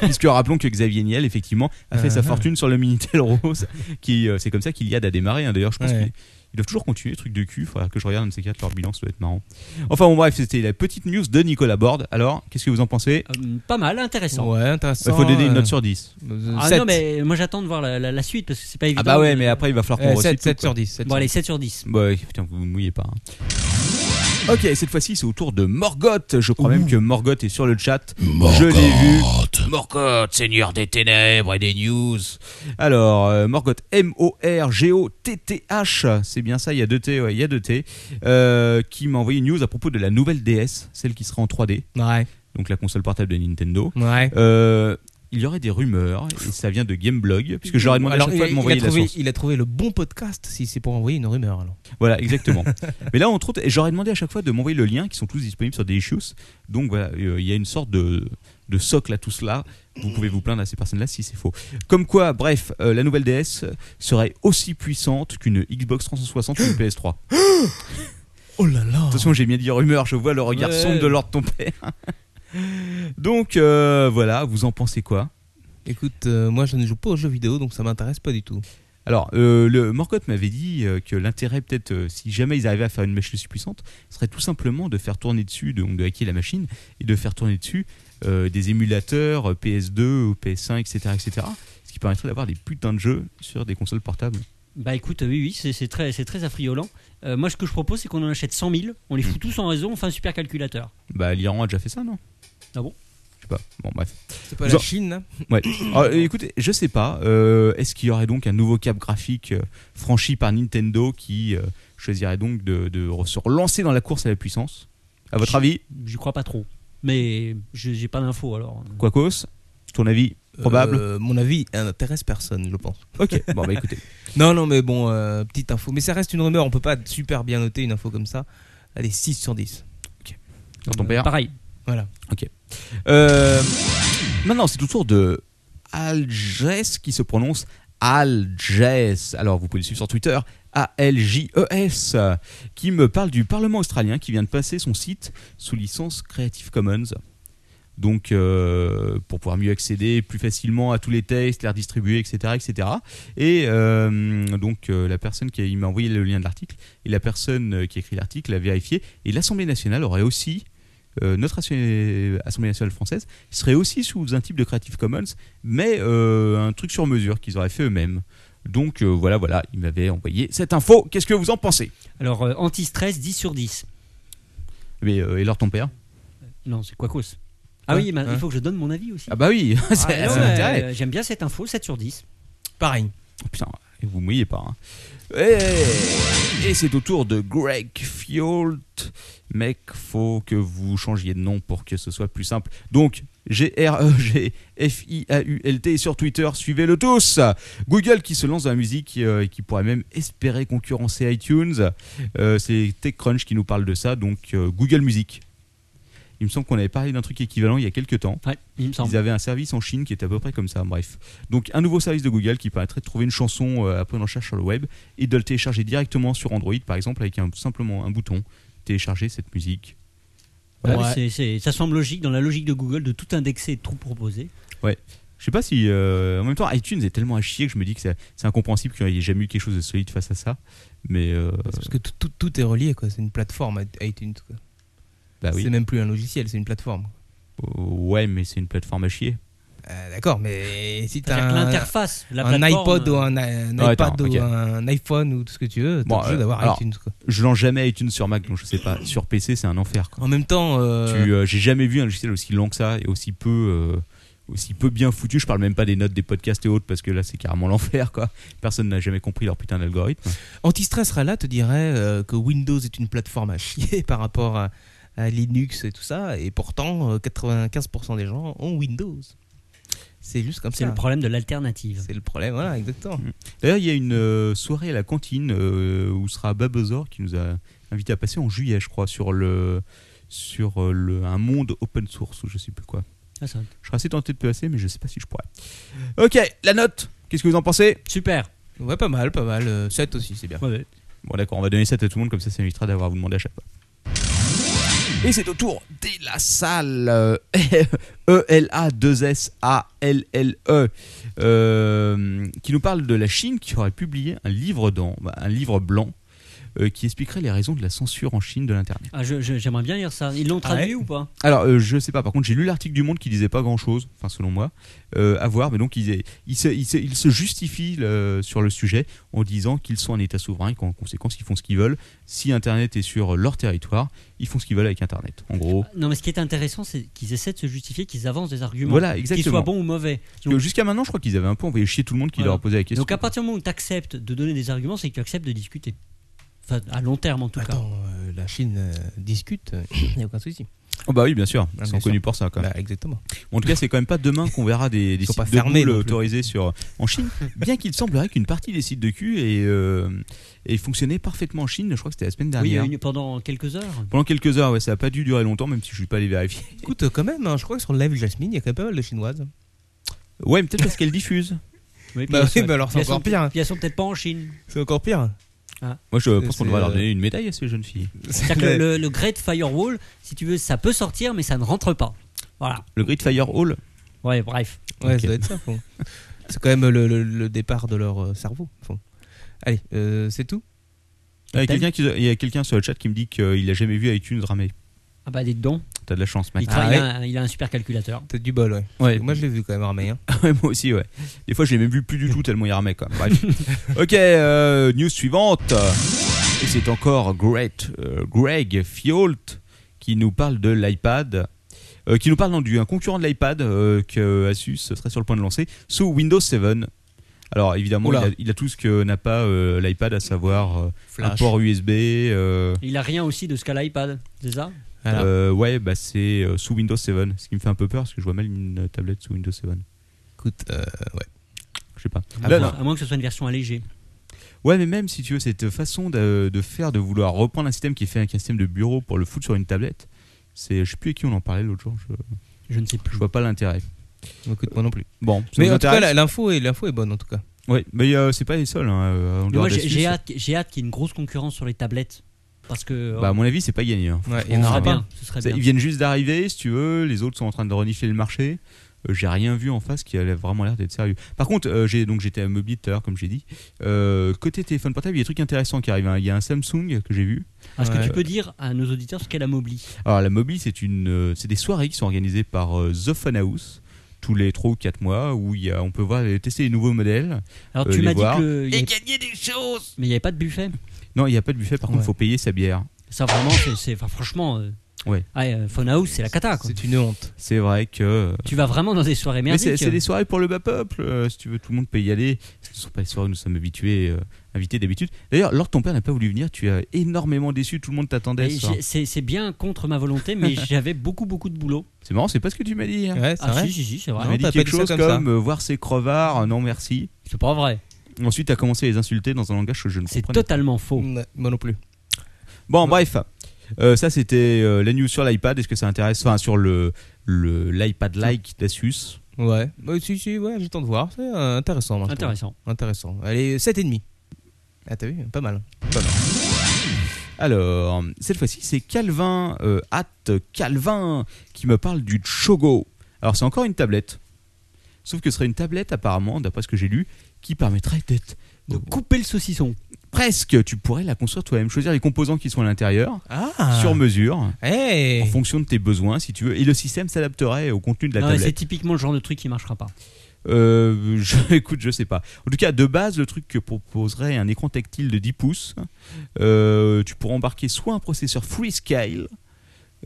S1: Puisque rappelons que Xavier Niel, effectivement, a fait
S5: Ah,
S1: sa
S5: ah.
S1: fortune sur le Minitel Rose. qui euh, C'est comme ça qu'il y a à démarrer. hein. D'ailleurs, je pense
S5: Ouais.
S1: qu'ils ils doivent toujours continuer les trucs de cul. Faudra que je regarde un de ces quatre, leur bilan, ça doit être marrant. Enfin, bon, bref, c'était la petite news de Nicolas Borde. Alors, qu'est-ce que vous en pensez
S4: Euh, pas mal, intéressant.
S5: Ouais,
S1: Il
S5: intéressant.
S1: faut donner une
S5: euh,
S1: note sur 10.
S5: euh,
S4: Ah
S5: sept.
S4: non, mais moi j'attends de voir la, la- la suite parce que c'est pas évident.
S1: Ah bah ouais,
S4: de-
S1: mais après, il va falloir qu'on
S5: Euh, 7,
S1: recite tout,
S5: 7
S1: quoi.
S5: sur 10. 7
S4: Bon, allez, 7 sur 10.
S1: Bah ouais, putain, vous ne mouillez pas. hein. Ok, cette fois-ci, c'est au tour de Morgoth. Je crois même que Morgoth est sur le chat. Je l'ai vu. Morgoth, seigneur des ténèbres et des news. Alors, euh, Morgoth, M-O-R-G-O-T-T-H. C'est bien ça, il y a deux T, ouais, il y a deux T. Euh, qui m'a envoyé une news à propos de la nouvelle DS, celle qui sera en 3D,
S5: Ouais.
S1: donc la console portable de Nintendo.
S5: Ouais.
S1: Euh, il y aurait des rumeurs, et ça vient de Gameblog, puisque j'aurais demandé
S5: Alors,
S1: à chaque fois
S5: il-
S1: de m'envoyer
S5: il a
S1: la
S5: trouvé-
S1: source.
S5: Il a trouvé le bon podcast si c'est pour envoyer une rumeur alors.
S1: Voilà, exactement. Mais là, on trouve. Et j'aurais demandé à chaque fois de m'envoyer le lien, qui sont tous disponibles sur des issues. Donc voilà, euh, il y a une sorte de, de socle à tout cela. Vous pouvez vous plaindre à ces personnes-là si c'est faux. Comme quoi, bref, euh, la nouvelle DS serait aussi puissante qu'une Xbox 360 ou une PS3.
S5: Oh là là.
S1: Attention, j'ai bien dit rumeur, je vois le regard
S4: Ouais.
S1: sombre de l'ordre de ton père. Donc euh, voilà, vous en pensez quoi
S5: Écoute, euh, moi je ne joue pas aux jeux vidéo donc ça m'intéresse pas du tout.
S1: Alors, euh, le Morgoth m'avait dit euh, que l'intérêt, peut-être, euh, si jamais ils arrivaient à faire une machine aussi puissante, serait tout simplement de faire tourner dessus, de- donc de hacker la machine, et de faire tourner dessus euh, des émulateurs euh, PS2 ou PS5, etc., etc., ce qui permettrait d'avoir des putains de jeux sur des consoles portables.
S4: Bah écoute, euh, oui, oui, c'est c'est très, c'est très affriolant. Euh, moi, ce que je propose, c'est qu'on en achète 100 000, on les
S5: Mm.
S4: fout tous en réseau, on fait un super calculateur.
S1: Bah, l'Iran a déjà fait ça, non
S4: Ah bon
S1: Je sais pas. Bon, bref.
S5: C'est pas
S1: Genre-
S5: la Chine hein. là
S1: Ouais. Alors, euh, écoutez, je sais pas. euh, Est-ce qu'il y aurait donc un nouveau cap graphique euh, franchi par Nintendo qui euh, choisirait donc de, de re- se relancer dans la course à la puissance À votre avis
S4: J'y crois pas trop. Mais je- j'ai pas d'infos alors.
S1: Quacos, ton avis Probable.
S5: Euh, mon avis elle n'intéresse personne, je pense.
S1: Ok, bon bah écoutez.
S5: Non, non, mais bon, euh, petite info. Mais ça reste une rumeur, on peut pas super bien noter une info comme ça. Allez, 6 sur 10.
S1: Dans ton père.
S4: Euh, Pareil.
S5: Voilà.
S1: Euh, maintenant, c'est au tour de Alges qui se prononce Alges. Alors, vous pouvez le suivre sur Twitter. A-L-J-E-S, E qui me parle du Parlement australien qui vient de passer son site sous licence Creative Commons. Donc, euh, pour pouvoir mieux accéder plus facilement à tous les textes, les redistribuer, etc. etc. Et euh, donc, euh, la personne qui a- il m'a envoyé le lien de l'article, et la personne euh, qui a écrit l'article l'a vérifié, et l'Assemblée nationale aurait aussi euh, notre assi- Assemblée nationale française serait aussi sous un type de Creative Commons, mais euh, un truc sur mesure qu'ils auraient fait eux-mêmes. Donc euh, voilà, voilà, ils m'avaient envoyé cette info. Qu'est-ce que vous en pensez
S4: Alors, euh, anti-stress, 10 sur 10.
S1: Mais, euh, Et leur ton père
S4: Non, c'est quoi cause Ah
S5: Ouais,
S4: oui, mais
S5: ouais.
S4: il faut que je donne mon avis aussi.
S1: Ah bah oui, c'est
S4: Ah, non,
S1: c'est
S4: mais,
S1: l'intérêt.
S4: euh, J'aime bien cette info, 7 sur 10.
S5: Pareil.
S1: Oh, Putain, et vous mouillez pas. hein. Eh, Et, et c'est au tour de Greg Fiolt. Mec, faut que vous changiez de nom pour que ce soit plus simple. Donc, E G-R-E-G-F-I-A-U-L-T sur Twitter, suivez-le tous. Google qui se lance dans la musique euh, et qui pourrait même espérer concurrencer iTunes. Euh, c'est TechCrunch qui nous parle de ça, donc euh, Google Music. Il me semble qu'on avait parlé d'un truc équivalent il y a quelques temps.
S4: Ouais, il me
S1: Ils
S4: semble.
S1: avaient un service en Chine qui était à peu près comme ça, bref. Donc un nouveau service de Google qui permettrait de trouver une chanson euh, après une recherche sur le web et de le télécharger directement sur Android par exemple avec un, simplement un bouton télécharger cette musique.
S4: Ouais,
S5: Ouais.
S4: c'est- c'est- ça semble logique, dans la logique de Google, de tout indexer et de tout proposer.
S1: Ouais. Je sais pas si. euh, en même temps, iTunes est tellement à chier que je me dis que c'est c'est incompréhensible qu'il n'y ait jamais eu quelque chose de solide face à ça. Mais. euh,
S5: Parce que tout, tout- tout est relié, quoi. C'est une plateforme, iTunes. quoi.
S1: bah oui.
S5: C'est même plus un logiciel, c'est une plateforme.
S1: Ouais, mais c'est une plateforme à chier.
S5: Euh, D'accord, mais si t'as
S4: C'est-à-dire que
S5: un,
S4: l'interface, la
S5: un
S4: plateforme,
S5: iPod ou
S4: euh,
S5: un, un
S1: Ah,
S5: iPad
S1: attends, ok.
S5: ou un iPhone ou tout ce que tu veux, t'es
S1: Bon,
S5: obligé
S1: euh,
S5: d'avoir
S1: alors-
S5: iTunes. Quoi.
S1: Je lance jamais iTunes sur Mac, donc je sais pas. Sur PC, c'est un enfer. Quoi.
S5: En même temps, euh,
S1: Tu, euh, J'ai jamais vu un logiciel aussi lent que ça et aussi peu. euh, aussi peu bien foutu, je parle même pas des notes des podcasts et autres parce que là c'est carrément l'enfer quoi. Personne n'a jamais compris leur putain d'algorithme.
S5: Antistress Rala te dirait euh, que Windows est une plateforme à chier par rapport à, à Linux et tout ça, et pourtant euh, 95% des gens ont Windows. C'est juste comme
S4: c'est
S5: ça.
S4: le problème de l'alternative.
S5: C'est le problème, voilà, exactement.
S1: D'ailleurs, il y a une euh, soirée à la cantine euh, où sera Babozor qui nous a invité à passer en juillet, je crois, sur le sur euh, le, un monde open source ou je sais plus quoi.
S4: Ah, ça-
S1: Je serais assez tenté de passer, mais je sais pas si je pourrais. Ok, la note. Qu'est-ce que vous en pensez
S4: Super.
S5: Ouais, pas mal, pas mal. Euh, 7 aussi, c'est bien.
S4: Ouais, ouais.
S1: Bon d'accord, on va donner 7 à tout le monde, comme ça ça évitera d'avoir à vous demander à chaque fois. Et c'est au tour de la salle euh, E-L-A-2-S-A-L-L-E E. euh, qui nous parle de la Chine qui aurait publié un livre, dans, bah, un livre blanc euh, qui expliquerait les raisons de la censure en Chine de l'Internet.
S4: Ah, je- je- J'aimerais bien lire ça. Ils l'ont traduit
S5: Ah ouais
S4: ou pas
S1: Alors, euh, je sais pas, par contre, j'ai lu l'article du Monde qui disait pas grand chose, enfin, selon moi, euh, à voir, mais donc il, il se, il se- il se justifie le- sur le sujet en disant qu'ils sont un État souverain et qu'en conséquence, ils font ce qu'ils veulent. Si Internet est sur leur territoire, ils font ce qu'ils veulent avec Internet, en gros.
S4: Non, mais ce qui est intéressant, c'est qu'ils essaient de se justifier, qu'ils avancent des arguments,
S1: Voilà,
S4: qu'ils soient
S1: exactement.
S4: bons ou mauvais.
S1: Parce que Jusqu'à maintenant, je crois qu'ils avaient un peu envoyé chier tout le monde qui
S4: Voilà.
S1: leur posait la question.
S4: Donc à partir du moment où tu acceptes de donner des arguments, c'est que tu acceptes de discuter. Enfin, à long terme en tout cas.
S5: Attends, euh, la Chine euh, discute, il n'y a aucun souci.
S1: Oh bah oui, bien sûr,
S5: Ah,
S1: ils sont
S5: bien sûr.
S1: connus pour ça, quand même.
S5: Bah, exactement.
S1: En tout cas, c'est quand même pas demain qu'on verra des, des
S5: Ils sont
S1: sites
S5: pas
S1: de
S5: fermés
S1: boules
S5: non plus.
S1: autorisés sur, en Chine, bien qu'il semblerait qu'une partie des sites de cul ait, euh, ait fonctionné parfaitement en Chine, je crois que c'était la semaine
S4: Oui,
S1: dernière.
S4: une- pendant quelques heures.
S1: Pendant quelques heures, ouais, ça a pas dû durer longtemps, même si je suis pas allé vérifier.
S5: Écoute, euh, quand même, hein, je crois que sur le live Jasmine, il y a quand même pas mal de chinoises.
S1: Ouais, mais peut-être parce qu'elle diffuse.
S4: Oui, puis
S5: Bah
S4: elles
S5: oui,
S4: sont-
S5: mais alors, c'est
S4: puis elles
S5: encore
S4: sont-
S5: pire.
S4: Puis elles sont peut-être pas en Chine.
S5: C'est encore pire.
S1: Moi, je pense
S5: C'est-
S1: qu'on devrait
S5: c'est,
S1: leur
S5: euh,
S1: donner une médaille à ces jeunes filles.
S4: C'est-à-dire que le, le Great Firewall, si tu veux, ça peut sortir, mais ça ne rentre pas. Voilà.
S1: Le Great Fire Hall
S4: Ouais, bref.
S5: Ouais,
S1: Ok.
S5: ça doit être ça. faut- C'est quand même le, le- le départ de leur euh, cerveau. faut- Allez, euh, c'est tout
S1: Ah, Il y a
S4: Captain
S1: quelqu'un qui- il y a quelqu'un sur le chat qui me dit qu'il a jamais vu iTunes ramer.
S4: Ah bah, dites donc.
S1: T'as de la chance,
S4: Il,
S1: mec.
S5: Ah
S4: travaille- il a un, il a un super calculateur.
S5: T'as du bol, ouais.
S1: Ouais.
S5: Moi, je l'ai vu quand même, armé. hein.
S1: Ouais, moi aussi, ouais. Des fois, je l'ai même vu plus du tout tellement il ramait, quoi. Bref. ok, euh, news suivante. Et c'est encore Great, euh, Greg Fiolt qui nous parle de l'iPad. euh, qui nous parle d'un concurrent de l'iPad euh, que Asus serait sur le point de lancer sous Windows 7. Alors évidemment, il
S5: Oula.
S1: a, il a tout ce que n'a pas euh, l'iPad, à savoir euh, un
S5: Flash.
S1: port USB. euh,
S4: Il a rien aussi de ce qu'a l'iPad, c'est ça
S5: Voilà.
S1: euh, ouais, bah c'est euh, sous Windows 7, ce qui me fait un peu peur parce que je vois mal une euh, tablette sous Windows 7.
S5: Écoute, euh,
S1: Je sais pas.
S4: à,
S1: Là,
S4: moins, à moins que ce soit une version allégée.
S1: Ouais, mais même si tu veux, cette façon de, de faire, de vouloir reprendre un système qui est fait avec un système de bureau pour le foutre sur une tablette, c'est, je sais plus à qui on en parlait l'autre jour, je,
S4: Je ne sais
S1: je
S4: plus.
S1: vois pas l'intérêt.
S5: écoute, moi non plus.
S1: Bon, ça
S5: Mais
S1: vous
S5: en tout
S1: intéresse
S5: cas, la- l'info est, l'info est bonne, en tout cas.
S1: Ouais, mais euh, c'est pas les seuls. hein, euh, en
S4: Mais
S1: dehors
S4: moi,
S1: de la
S4: j'ai
S1: Suisse.
S4: j'ai hâte, j'ai hâte qu'il y ait une grosse concurrence sur les tablettes. Parce que.
S1: Bah, à mon avis, c'est pas gagné. hein.
S5: Ouais,
S4: oh,
S5: il y en
S4: ce
S5: aura
S4: serait
S5: pas.
S4: bien, Ce serait
S1: Ça,
S4: bien.
S1: Ils viennent juste d'arriver, si tu veux. Les autres sont en train de renifler le marché. Euh, j'ai rien vu en face qui avait vraiment l'air d'être sérieux. Par contre, euh, j'ai donc j'étais à Mobile tout à l'heure, comme j'ai dit. Euh, côté téléphone portable, il y a des trucs intéressants qui arrivent. hein. Il y a un Samsung que j'ai vu.
S4: Est-ce que
S5: Ouais.
S4: tu peux dire à nos auditeurs ce qu'est la Mobli
S1: Alors la Mobile, c'est une, euh, c'est des soirées qui sont organisées par euh, The Fun House tous les 3 ou 4 mois où il y a, on peut voir tester les nouveaux modèles.
S4: Alors,
S1: Euh,
S4: tu
S1: les
S4: m'as dit
S1: voir.
S4: que. le- il y avait- Mais il n'y avait pas de buffet.
S1: Non, il n'y a pas de buffet, par contre,
S5: Ouais.
S1: il faut payer sa bière.
S4: Ça, vraiment, c'est. c'est- Enfin, franchement. euh,
S1: Ouais.
S4: euh, Phone House, c'est la cata, quoi.
S5: C'est une honte.
S1: C'est vrai que.
S4: Tu vas vraiment dans des soirées
S1: Mais c'est
S4: merdiques. euh.
S1: c'est des soirées pour le bas peuple, euh, si tu veux, tout le monde peut y aller. Ce ne sont pas les soirées où nous sommes habitués, euh, invités d'habitude. D'ailleurs, lors ton père n'a pas voulu venir, tu as énormément déçu, tout le monde t'attendait.
S4: Et
S1: ce
S4: j'ai-
S1: soir.
S4: C'est c'est bien contre ma volonté, mais j'avais beaucoup, beaucoup de boulot.
S1: C'est marrant, c'est pas ce que tu m'as dit. hein.
S5: Ouais, c'est
S4: Ah,
S5: vrai.
S4: si, si, si, c'est
S1: Tu
S4: vrai.
S5: Non,
S1: m'as dit
S5: t'as pas
S1: quelque
S5: dit ça
S1: chose comme,
S5: comme ça.
S1: euh, voir ses crevards, euh, non merci.
S4: C'est pas vrai.
S1: Ensuite, tu as commencé à les insulter dans un langage que je ne
S4: C'est
S1: comprenais pas.
S4: totalement faux.
S5: Mm, Ouais, Moi non plus.
S1: Bon,
S5: Ouais.
S1: bref, Euh, ça c'était euh, la news sur l'iPad. Est-ce que ça intéresse Enfin, sur le le- l'iPad like d'Asus.
S5: Ouais. Bah, si, si, ouais, j'attends de voir. C'est euh, intéressant. moi, je trouve.
S4: Intéressant.
S5: Intéressant. Allez, 7,5. Ah, t'as vu Pas mal.
S1: Alors, cette fois-ci, c'est Calvin, euh, at Calvin, qui me parle du Chogo. Alors, c'est encore une tablette. Sauf que ce serait une tablette, apparemment, d'après ce que j'ai lu, qui permettrait d'être.
S4: De couper le saucisson.
S1: Presque, tu pourrais la construire toi-même, choisir les composants qui sont à l'intérieur,
S5: Ah
S1: sur mesure,
S5: Hey
S1: en fonction de tes besoins, si tu veux, et le système s'adapterait au contenu de la
S4: Non, mais
S1: tablette.
S4: c'est typiquement le genre de truc qui marchera pas.
S1: Euh, je, écoute, je sais pas. En tout cas, de base, le truc que proposerait un écran tactile de 10 pouces, euh, tu pourras embarquer soit un processeur Freescale,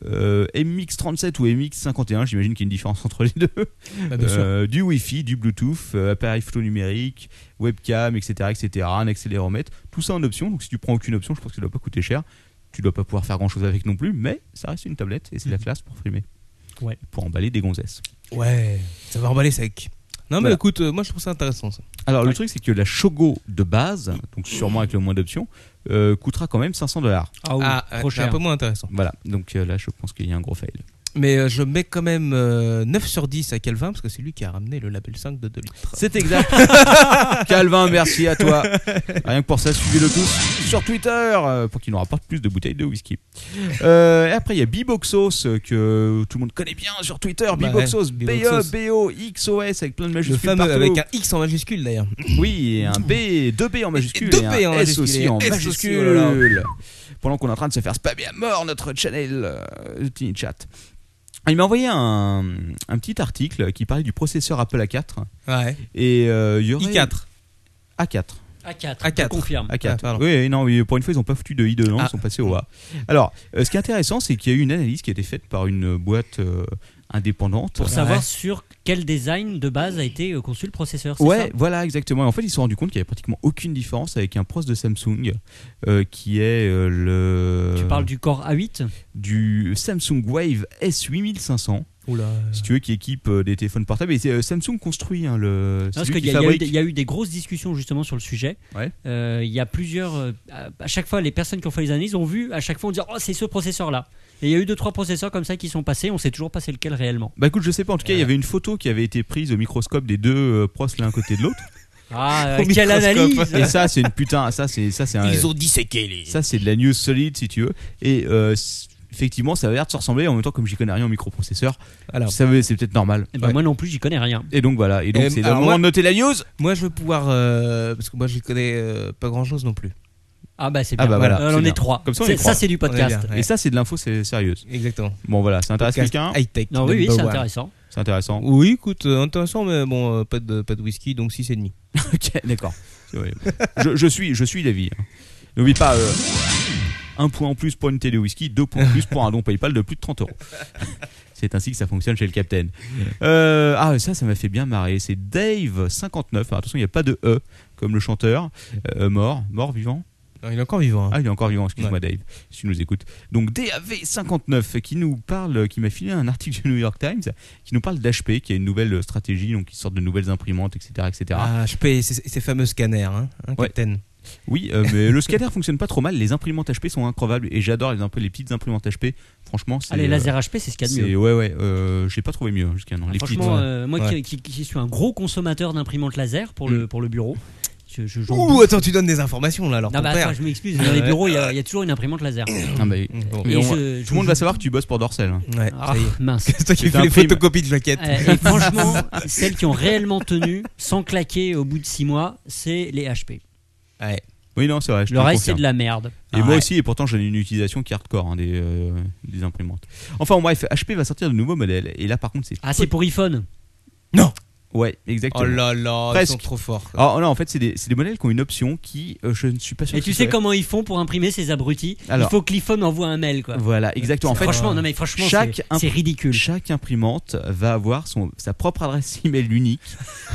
S1: euh, MX37 ou MX51, j'imagine qu'il y a une différence entre les deux,
S5: Bah, bien sûr.
S1: euh, du Wi-Fi, du Bluetooth, euh, appareil photo numérique, webcam, etc., etc., un accéléromètre, tout ça en option. Donc si tu prends aucune option, je pense que ça doit pas coûter cher. Tu dois pas pouvoir faire grand chose avec non plus, mais ça reste une tablette et c'est la
S4: Mhm.
S1: classe pour frimer.
S4: Ouais.
S1: Pour emballer des gonzesses.
S5: Ouais, ça va emballer sec. Non, mais
S1: Voilà.
S5: écoute, euh, moi je trouve ça intéressant ça.
S1: Alors le
S4: Ouais.
S1: truc c'est que la Shogo de base, donc sûrement avec le moins d'options, euh, coûtera quand même 500 dollars.
S4: oui,
S5: euh,
S4: trop
S5: c'est un
S4: cher.
S5: peu moins intéressant.
S1: Voilà, donc euh, là je pense qu'il y a un gros fail.
S5: Mais euh, je mets quand même euh, 9 sur 10 à Calvin parce que c'est lui qui a ramené le label 5 de 2 litres.
S1: C'est exact. Calvin, merci à toi. Rien que pour ça, suivez-le tous sur Twitter euh, pour qu'il nous rapporte plus de bouteilles de whisky. Euh, et après il y a Biboxos euh, que tout le monde connaît bien sur Twitter. E
S5: Bah
S1: Biboxos,
S5: ouais, Biboxos.
S1: B-O, B-O-X-O-S avec plein de
S5: Le
S1: majuscules
S5: fameux
S1: partout.
S5: avec un X en majuscule d'ailleurs.
S1: Oui, et un B, deux B en majuscule,
S5: deux
S1: et,
S5: B en
S1: un S
S5: majuscule, et
S1: aussi
S5: un
S1: en
S5: S aussi,
S1: majuscule.
S5: oh là
S1: Pendant qu'on est en train de se faire spammer à mort notre channel euh, Tiny Chat. Il m'a envoyé un, un petit article qui parlait du processeur Apple A4
S5: Ouais.
S1: et euh, il y aurait
S5: I4.
S1: A4.
S4: A4.
S5: A4.
S4: je confirme.
S1: A4.
S5: Ah, pardon.
S1: oui, non, oui, pour une fois, ils n'ont pas foutu de i de non,
S5: Ah.
S1: ils sont passés au A. Alors, euh, ce qui est intéressant, c'est qu'il y a eu une analyse qui a été faite par une boîte euh, indépendante.
S4: Pour savoir
S5: Ouais.
S4: sur quel design de base a été euh, conçu le processeur. c'est
S1: Ouais,
S4: ça
S1: voilà, exactement. Et en fait, ils se sont rendus compte qu'il n'y avait pratiquement aucune différence avec un pros de Samsung euh, qui est euh, le.
S4: Tu parles du Core A8
S1: du Samsung Wave S8500,
S5: Oula.
S1: si tu veux, qui équipe euh, des téléphones portables. Et c'est euh, Samsung construit hein, le. c'est
S4: Parce
S1: lui
S4: qu'il
S1: qui
S4: y, a- il y a eu
S1: fabrique.
S4: des- il y a eu des grosses discussions justement sur le sujet.
S1: Ouais.
S4: Euh, il y a plusieurs. euh, à à chaque fois, les personnes qui ont fait les analyses ont vu à chaque fois on dit oh c'est ce processeur là. Et il y a eu deux trois processeurs comme ça qui sont passés. On sait toujours pas c'est lequel réellement.
S1: Bah écoute, je sais pas, en tout cas, il y avait une photo qui avait été prise au microscope des deux euh, pros l'un à côté de l'autre.
S4: Ah
S5: Au
S4: quelle
S5: microscope.
S4: analyse
S1: Et ça, c'est une putain, ça, c'est ça, c'est un.
S5: ont disséqué les.
S1: Ça, c'est de la news solide, si tu veux. Et euh, c- effectivement, ça a l'air de se ressembler. En même temps, comme j'y connais rien en microprocesseur,
S5: Alors,
S1: ça veut- c'est peut-être normal.
S4: Eh ben,
S5: Ouais.
S4: Moi non plus j'y connais rien.
S1: Et donc voilà, et donc
S5: Euh,
S1: c'est le
S5: alors
S1: moment
S5: moi-
S1: de noter la news.
S5: moi je veux pouvoir. euh, parce que moi je connais euh, pas grand chose non plus.
S4: Ah bah c'est
S1: Ah
S4: bien.
S1: bah voilà,
S4: Alors,
S1: c'est
S4: on
S1: bien.
S4: est trois.
S1: Comme ça, on
S4: C'est-
S1: est trois.
S4: c'est du podcast.
S5: On est bien. Ouais.
S1: Et ça, c'est de l'info c'est sérieuse.
S5: Exactement.
S1: Bon voilà, ça intéresse
S5: Podcast
S1: quelqu'un, Bah,
S5: High-tech.
S4: Non oui oui
S5: number
S4: c'est
S5: one.
S4: intéressant.
S1: c'est intéressant.
S5: Oui, écoute, euh, intéressant, mais bon, euh, pas, de, pas de whisky, donc 6,5.
S1: Ok, d'accord. Ouais. Je, je suis, je suis d'avis. hein. N'oublie pas, euh, un point en plus pour une télé whisky, deux points en plus pour un don PayPal de plus de 30 euros. C'est ainsi que ça fonctionne chez le Capitaine. Euh, ah, ça, ça m'a fait bien marrer. C'est Dave59. Alors, attention, il n'y a pas de E, comme le chanteur. Euh, mort, mort, vivant.
S5: Non, il est encore vivant. hein.
S1: Ah, il est encore vivant, excuse-moi, Dave, si tu nous écoutes. Donc, DAV59, qui nous parle, qui m'a filé un article du New York Times, qui nous parle d'HP, qui a une nouvelle euh, stratégie, donc qui sort de nouvelles imprimantes, etc. etc.
S5: Ah, je paye ces, ces fameux scanners, hein, hein,
S1: Ouais.
S5: Captain.
S1: Oui, euh, mais le scanner fonctionne pas trop mal. Les imprimantes HP sont incroyables et j'adore les, impr- les petites imprimantes HP. Franchement, c'est.
S4: Allez
S1: euh,
S4: laser HP c'est ce qu'il y a de mieux.
S1: c'est- Ouais, ouais, euh, j'ai pas trouvé mieux jusqu'à maintenant. Les petites.
S4: Franchement,
S5: ouais.
S4: euh, moi
S5: Ouais.
S4: qui, qui- qui suis un gros consommateur d'imprimantes laser pour
S1: Mm.
S4: le, pour le bureau, je, je, j'en
S5: Ouh,
S4: bouffe.
S5: attends, tu donnes des informations là, alors
S4: Non,
S5: ton
S4: bah,
S5: père.
S4: attends, je m'excuse, dans les bureaux, il y, a il y a toujours une imprimante laser.
S1: Ah, bah,
S4: euh,
S1: oui.
S5: Mmh, Bon.
S1: Mais
S4: Et
S1: on-
S4: je-
S1: Tout le monde
S4: je-
S1: va savoir que tu bosses pour Dorsal. hein.
S5: Ouais, ça
S4: Ah,
S5: y est.
S4: mince.
S5: C'est toi qui
S1: C'est
S5: fais
S1: un
S5: les
S1: film.
S5: photocopies de jaquette.
S4: Euh, Et franchement, celles qui ont réellement tenu, sans claquer au bout de 6 mois, c'est les HP.
S5: Ouais.
S1: Oui, non, c'est vrai. je te
S4: Le reste, c'est
S1: confirme.
S4: de la merde.
S1: Et
S5: Ah
S1: moi
S5: ouais.
S1: aussi, et pourtant j'en ai une utilisation qui est hardcore hein, des, euh, des imprimantes. Enfin bon, bref, HP va sortir de nouveaux modèles et là par contre c'est.
S4: Ah, c'est pour iPhone
S1: Ouais,
S5: Oh
S1: exactement.
S5: là là, ils sont
S1: Presque.
S5: trop forts.
S1: Alors, non, en fait, c'est des, c'est des modèles qui ont une option qui, euh, je ne suis pas sûr.
S4: Et
S1: que
S4: tu
S1: ce
S4: sais
S1: soit-
S4: comment ils font pour imprimer ces abrutis
S1: Alors.
S4: Il faut que l'iPhone envoie un mail, quoi.
S1: Voilà, exactement. En fait,
S4: franchement, non, mais franchement,
S1: chaque
S4: c'est-
S1: imp-
S4: c'est ridicule.
S1: Chaque imprimante va avoir son, sa propre adresse email unique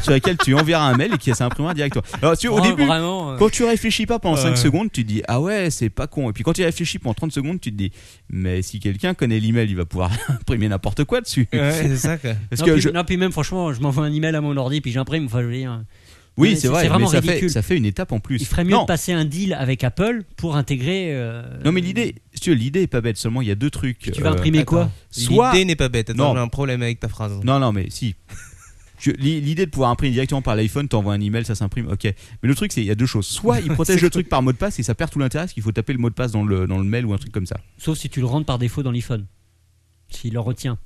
S1: sur laquelle tu enverras un mail et qui s'imprimera directement. Alors, tu, au
S4: Oh,
S1: début,
S4: vraiment, euh,
S1: quand tu réfléchis pas pendant 5
S5: Ouais.
S1: secondes, tu te dis Ah ouais, c'est pas con. Et puis quand tu réfléchis pendant 30 secondes, tu te dis Mais si quelqu'un connaît l'email, il va pouvoir imprimer n'importe quoi dessus.
S5: Ouais, c'est ça quoi.
S1: Parce
S4: non,
S1: que
S4: puis,
S1: je-
S4: non, puis même, franchement, je m'envoie un email à mon ordi, puis j'imprime. Enfin, je veux dire,
S1: Oui,
S4: mais
S1: c'est
S4: c'est-
S1: vrai,
S4: c'est
S1: mais
S4: vraiment
S1: ça fait,
S4: ridicule.
S1: ça fait une étape en plus.
S4: il ferait mieux
S1: non,
S4: de passer un deal avec Apple pour intégrer. euh,
S1: non, mais l'idée, si tu veux, l'idée est pas bête. Seulement, il y a deux trucs.
S4: Tu vas
S1: euh,
S4: imprimer quoi
S1: Soit.
S5: L'idée n'est pas bête.
S1: Non.
S5: Attends, j'ai un problème avec ta phrase.
S1: Non, non, mais si. Tu- l'i- L'idée de pouvoir imprimer directement par l'iPhone, t'envoies un email, ça s'imprime, ok. Mais le truc, c'est il y a deux choses. Soit il protège le truc par mot de passe et ça perd tout l'intérêt parce qu'il faut taper le mot de passe dans le, dans le mail ou un truc comme ça.
S4: Sauf si tu le rentres par défaut dans l'iPhone. S'il le retient.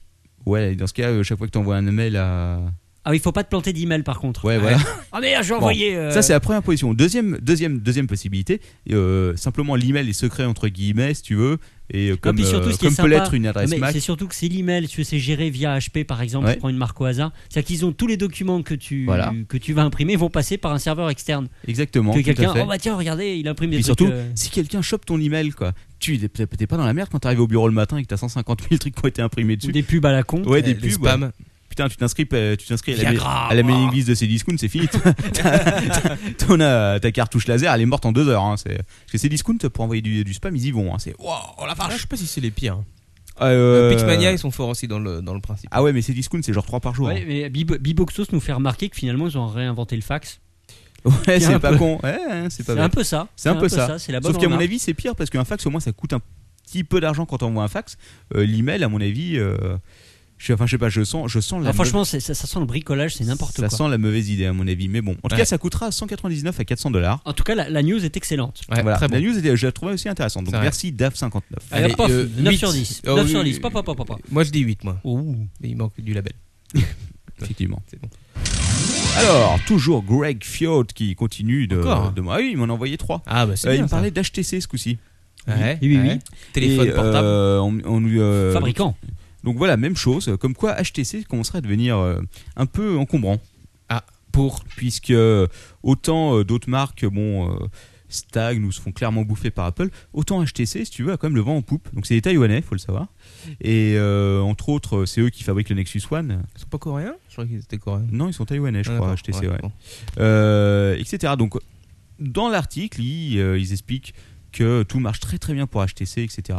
S1: Ouais, dans ce cas, euh, chaque fois que t'envoies un mail à.
S4: Ah oui, il faut pas te planter d'email par contre.
S1: Ouais, voilà.
S4: Ah merde, j'ai
S1: Bon,
S4: envoyé. euh,
S1: Ça, c'est la première position. Deuxième, deuxième, deuxième possibilité, euh, simplement l'email est secret, entre guillemets, si tu veux, et euh,
S4: Ah,
S1: comme,
S4: puis surtout,
S1: euh,
S4: ce qui est
S1: comme peut
S4: sympa,
S1: l'être une adresse
S4: mais
S1: MAC.
S4: c'est surtout que c'est l'email, si tu veux, c'est géré via HP par exemple,
S1: Ouais.
S4: je prends une marque au hasard. C'est-à-dire qu'ils ont tous les documents que tu,
S1: Voilà.
S4: que tu vas imprimer vont passer par un serveur externe.
S1: Exactement.
S4: que
S1: tout à
S4: quelqu'un,
S1: fait.
S4: oh bah tiens, regardez, il imprime des
S1: Puis
S4: trucs.
S1: surtout,
S4: euh,
S1: si quelqu'un chope ton email, quoi, tu t'es t'es pas dans la merde quand t'arrives au bureau le matin et que t'as 150 000 trucs qui ont été imprimés
S4: ou
S1: dessus.
S4: des pubs à la con.
S1: Ouais, des
S5: les
S1: pubs.
S5: spams.
S1: ouais. Putain, tu t'inscris, euh, tu t'inscris à la,
S4: Viagra,
S1: à la mailing
S4: moi.
S1: list de Cdiscount, c'est fini. T'as- t'as- ton, euh, ta cartouche laser, elle est morte en deux heures. Hein. C'est, parce que Cdiscount pour envoyer du, du spam, ils y vont. Hein. C'est waouh la
S5: Ah, je
S1: vache.
S5: sais pas si c'est les pires.
S4: Ah,
S1: Euh,
S5: Pitchmania, ils sont forts aussi dans le, dans le principe.
S1: Ah ouais, mais Cdiscount, c'est genre trois par jour. hein.
S4: Ouais, mais Bib- Biboxos nous fait remarquer que finalement ils ont réinventé le fax.
S1: Ouais,
S4: C'est un
S1: c'est pas
S4: peu-
S1: con. Ouais, hein, c'est pas
S4: C'est
S1: bête.
S4: un peu ça.
S1: C'est un peu ça.
S4: C'est la bonne
S1: Sauf qu'à mon
S4: remarque.
S1: avis, c'est pire parce qu'un fax, au moins, ça coûte un petit peu d'argent quand on envoie un fax. Euh, L'email, à mon avis, euh, je, sais- enfin, je sais pas, je sens, je sens la.
S4: Ah, franchement, c'est- ça, ça sent le bricolage, c'est n'importe
S1: ça
S4: quoi.
S1: sent la mauvaise idée, à mon avis. Mais bon, en tout
S5: Ouais.
S1: cas, ça coûtera 199 à 400 dollars.
S4: En tout cas, la, la news est excellente.
S5: Ouais,
S1: Voilà.
S5: très bon.
S1: La news, était- je la trouvais aussi intéressante. Donc
S5: C'est vrai.
S1: merci DAF59.
S4: Allez,
S5: Allez,
S4: pof,
S5: euh,
S4: 9
S5: huit.
S4: sur 10.
S1: Ah
S5: Oh,
S4: 9 sur
S5: oui,
S4: 10. Papa, papa, papa.
S5: Moi, je dis 8, moi.
S4: Ouh.
S5: Mais il manque du label.
S1: Effectivement.
S5: C'est bon.
S1: Alors, toujours Greg Fiot qui continue de.
S5: Encore
S1: de- Ah oui, il m'en a envoyé 3.
S5: Ah, bah c'est
S1: il
S5: bien.
S1: me
S5: ça.
S1: parlait d'HTC ce coup-ci.
S5: Ouais,
S4: Oui, oui,
S5: ouais. Téléphone
S1: Et,
S5: portable.
S1: euh, on, on nous, euh,
S4: Fabricant.
S1: Donc voilà, même chose, comme quoi HTC commencerait à devenir euh, un peu encombrant.
S5: Ah.
S1: Pour, puisque euh, autant euh, d'autres marques, bon, euh, stagnent ou se font clairement bouffer par Apple, autant HTC, si tu veux, a quand même le vent en poupe. Donc c'est des Taïwanais, faut le savoir. Et euh, entre autres, c'est eux qui fabriquent le Nexus One.
S5: Ils sont pas coréens Je crois qu'ils étaient coréens.
S1: Non, ils sont Taïwanais, je
S5: Ah,
S1: crois,
S5: d'accord,
S1: HTC, ouais.
S5: bon.
S1: Euh, etc. Donc, dans l'article, ils, euh, ils expliquent que tout marche très très bien pour HTC, etc.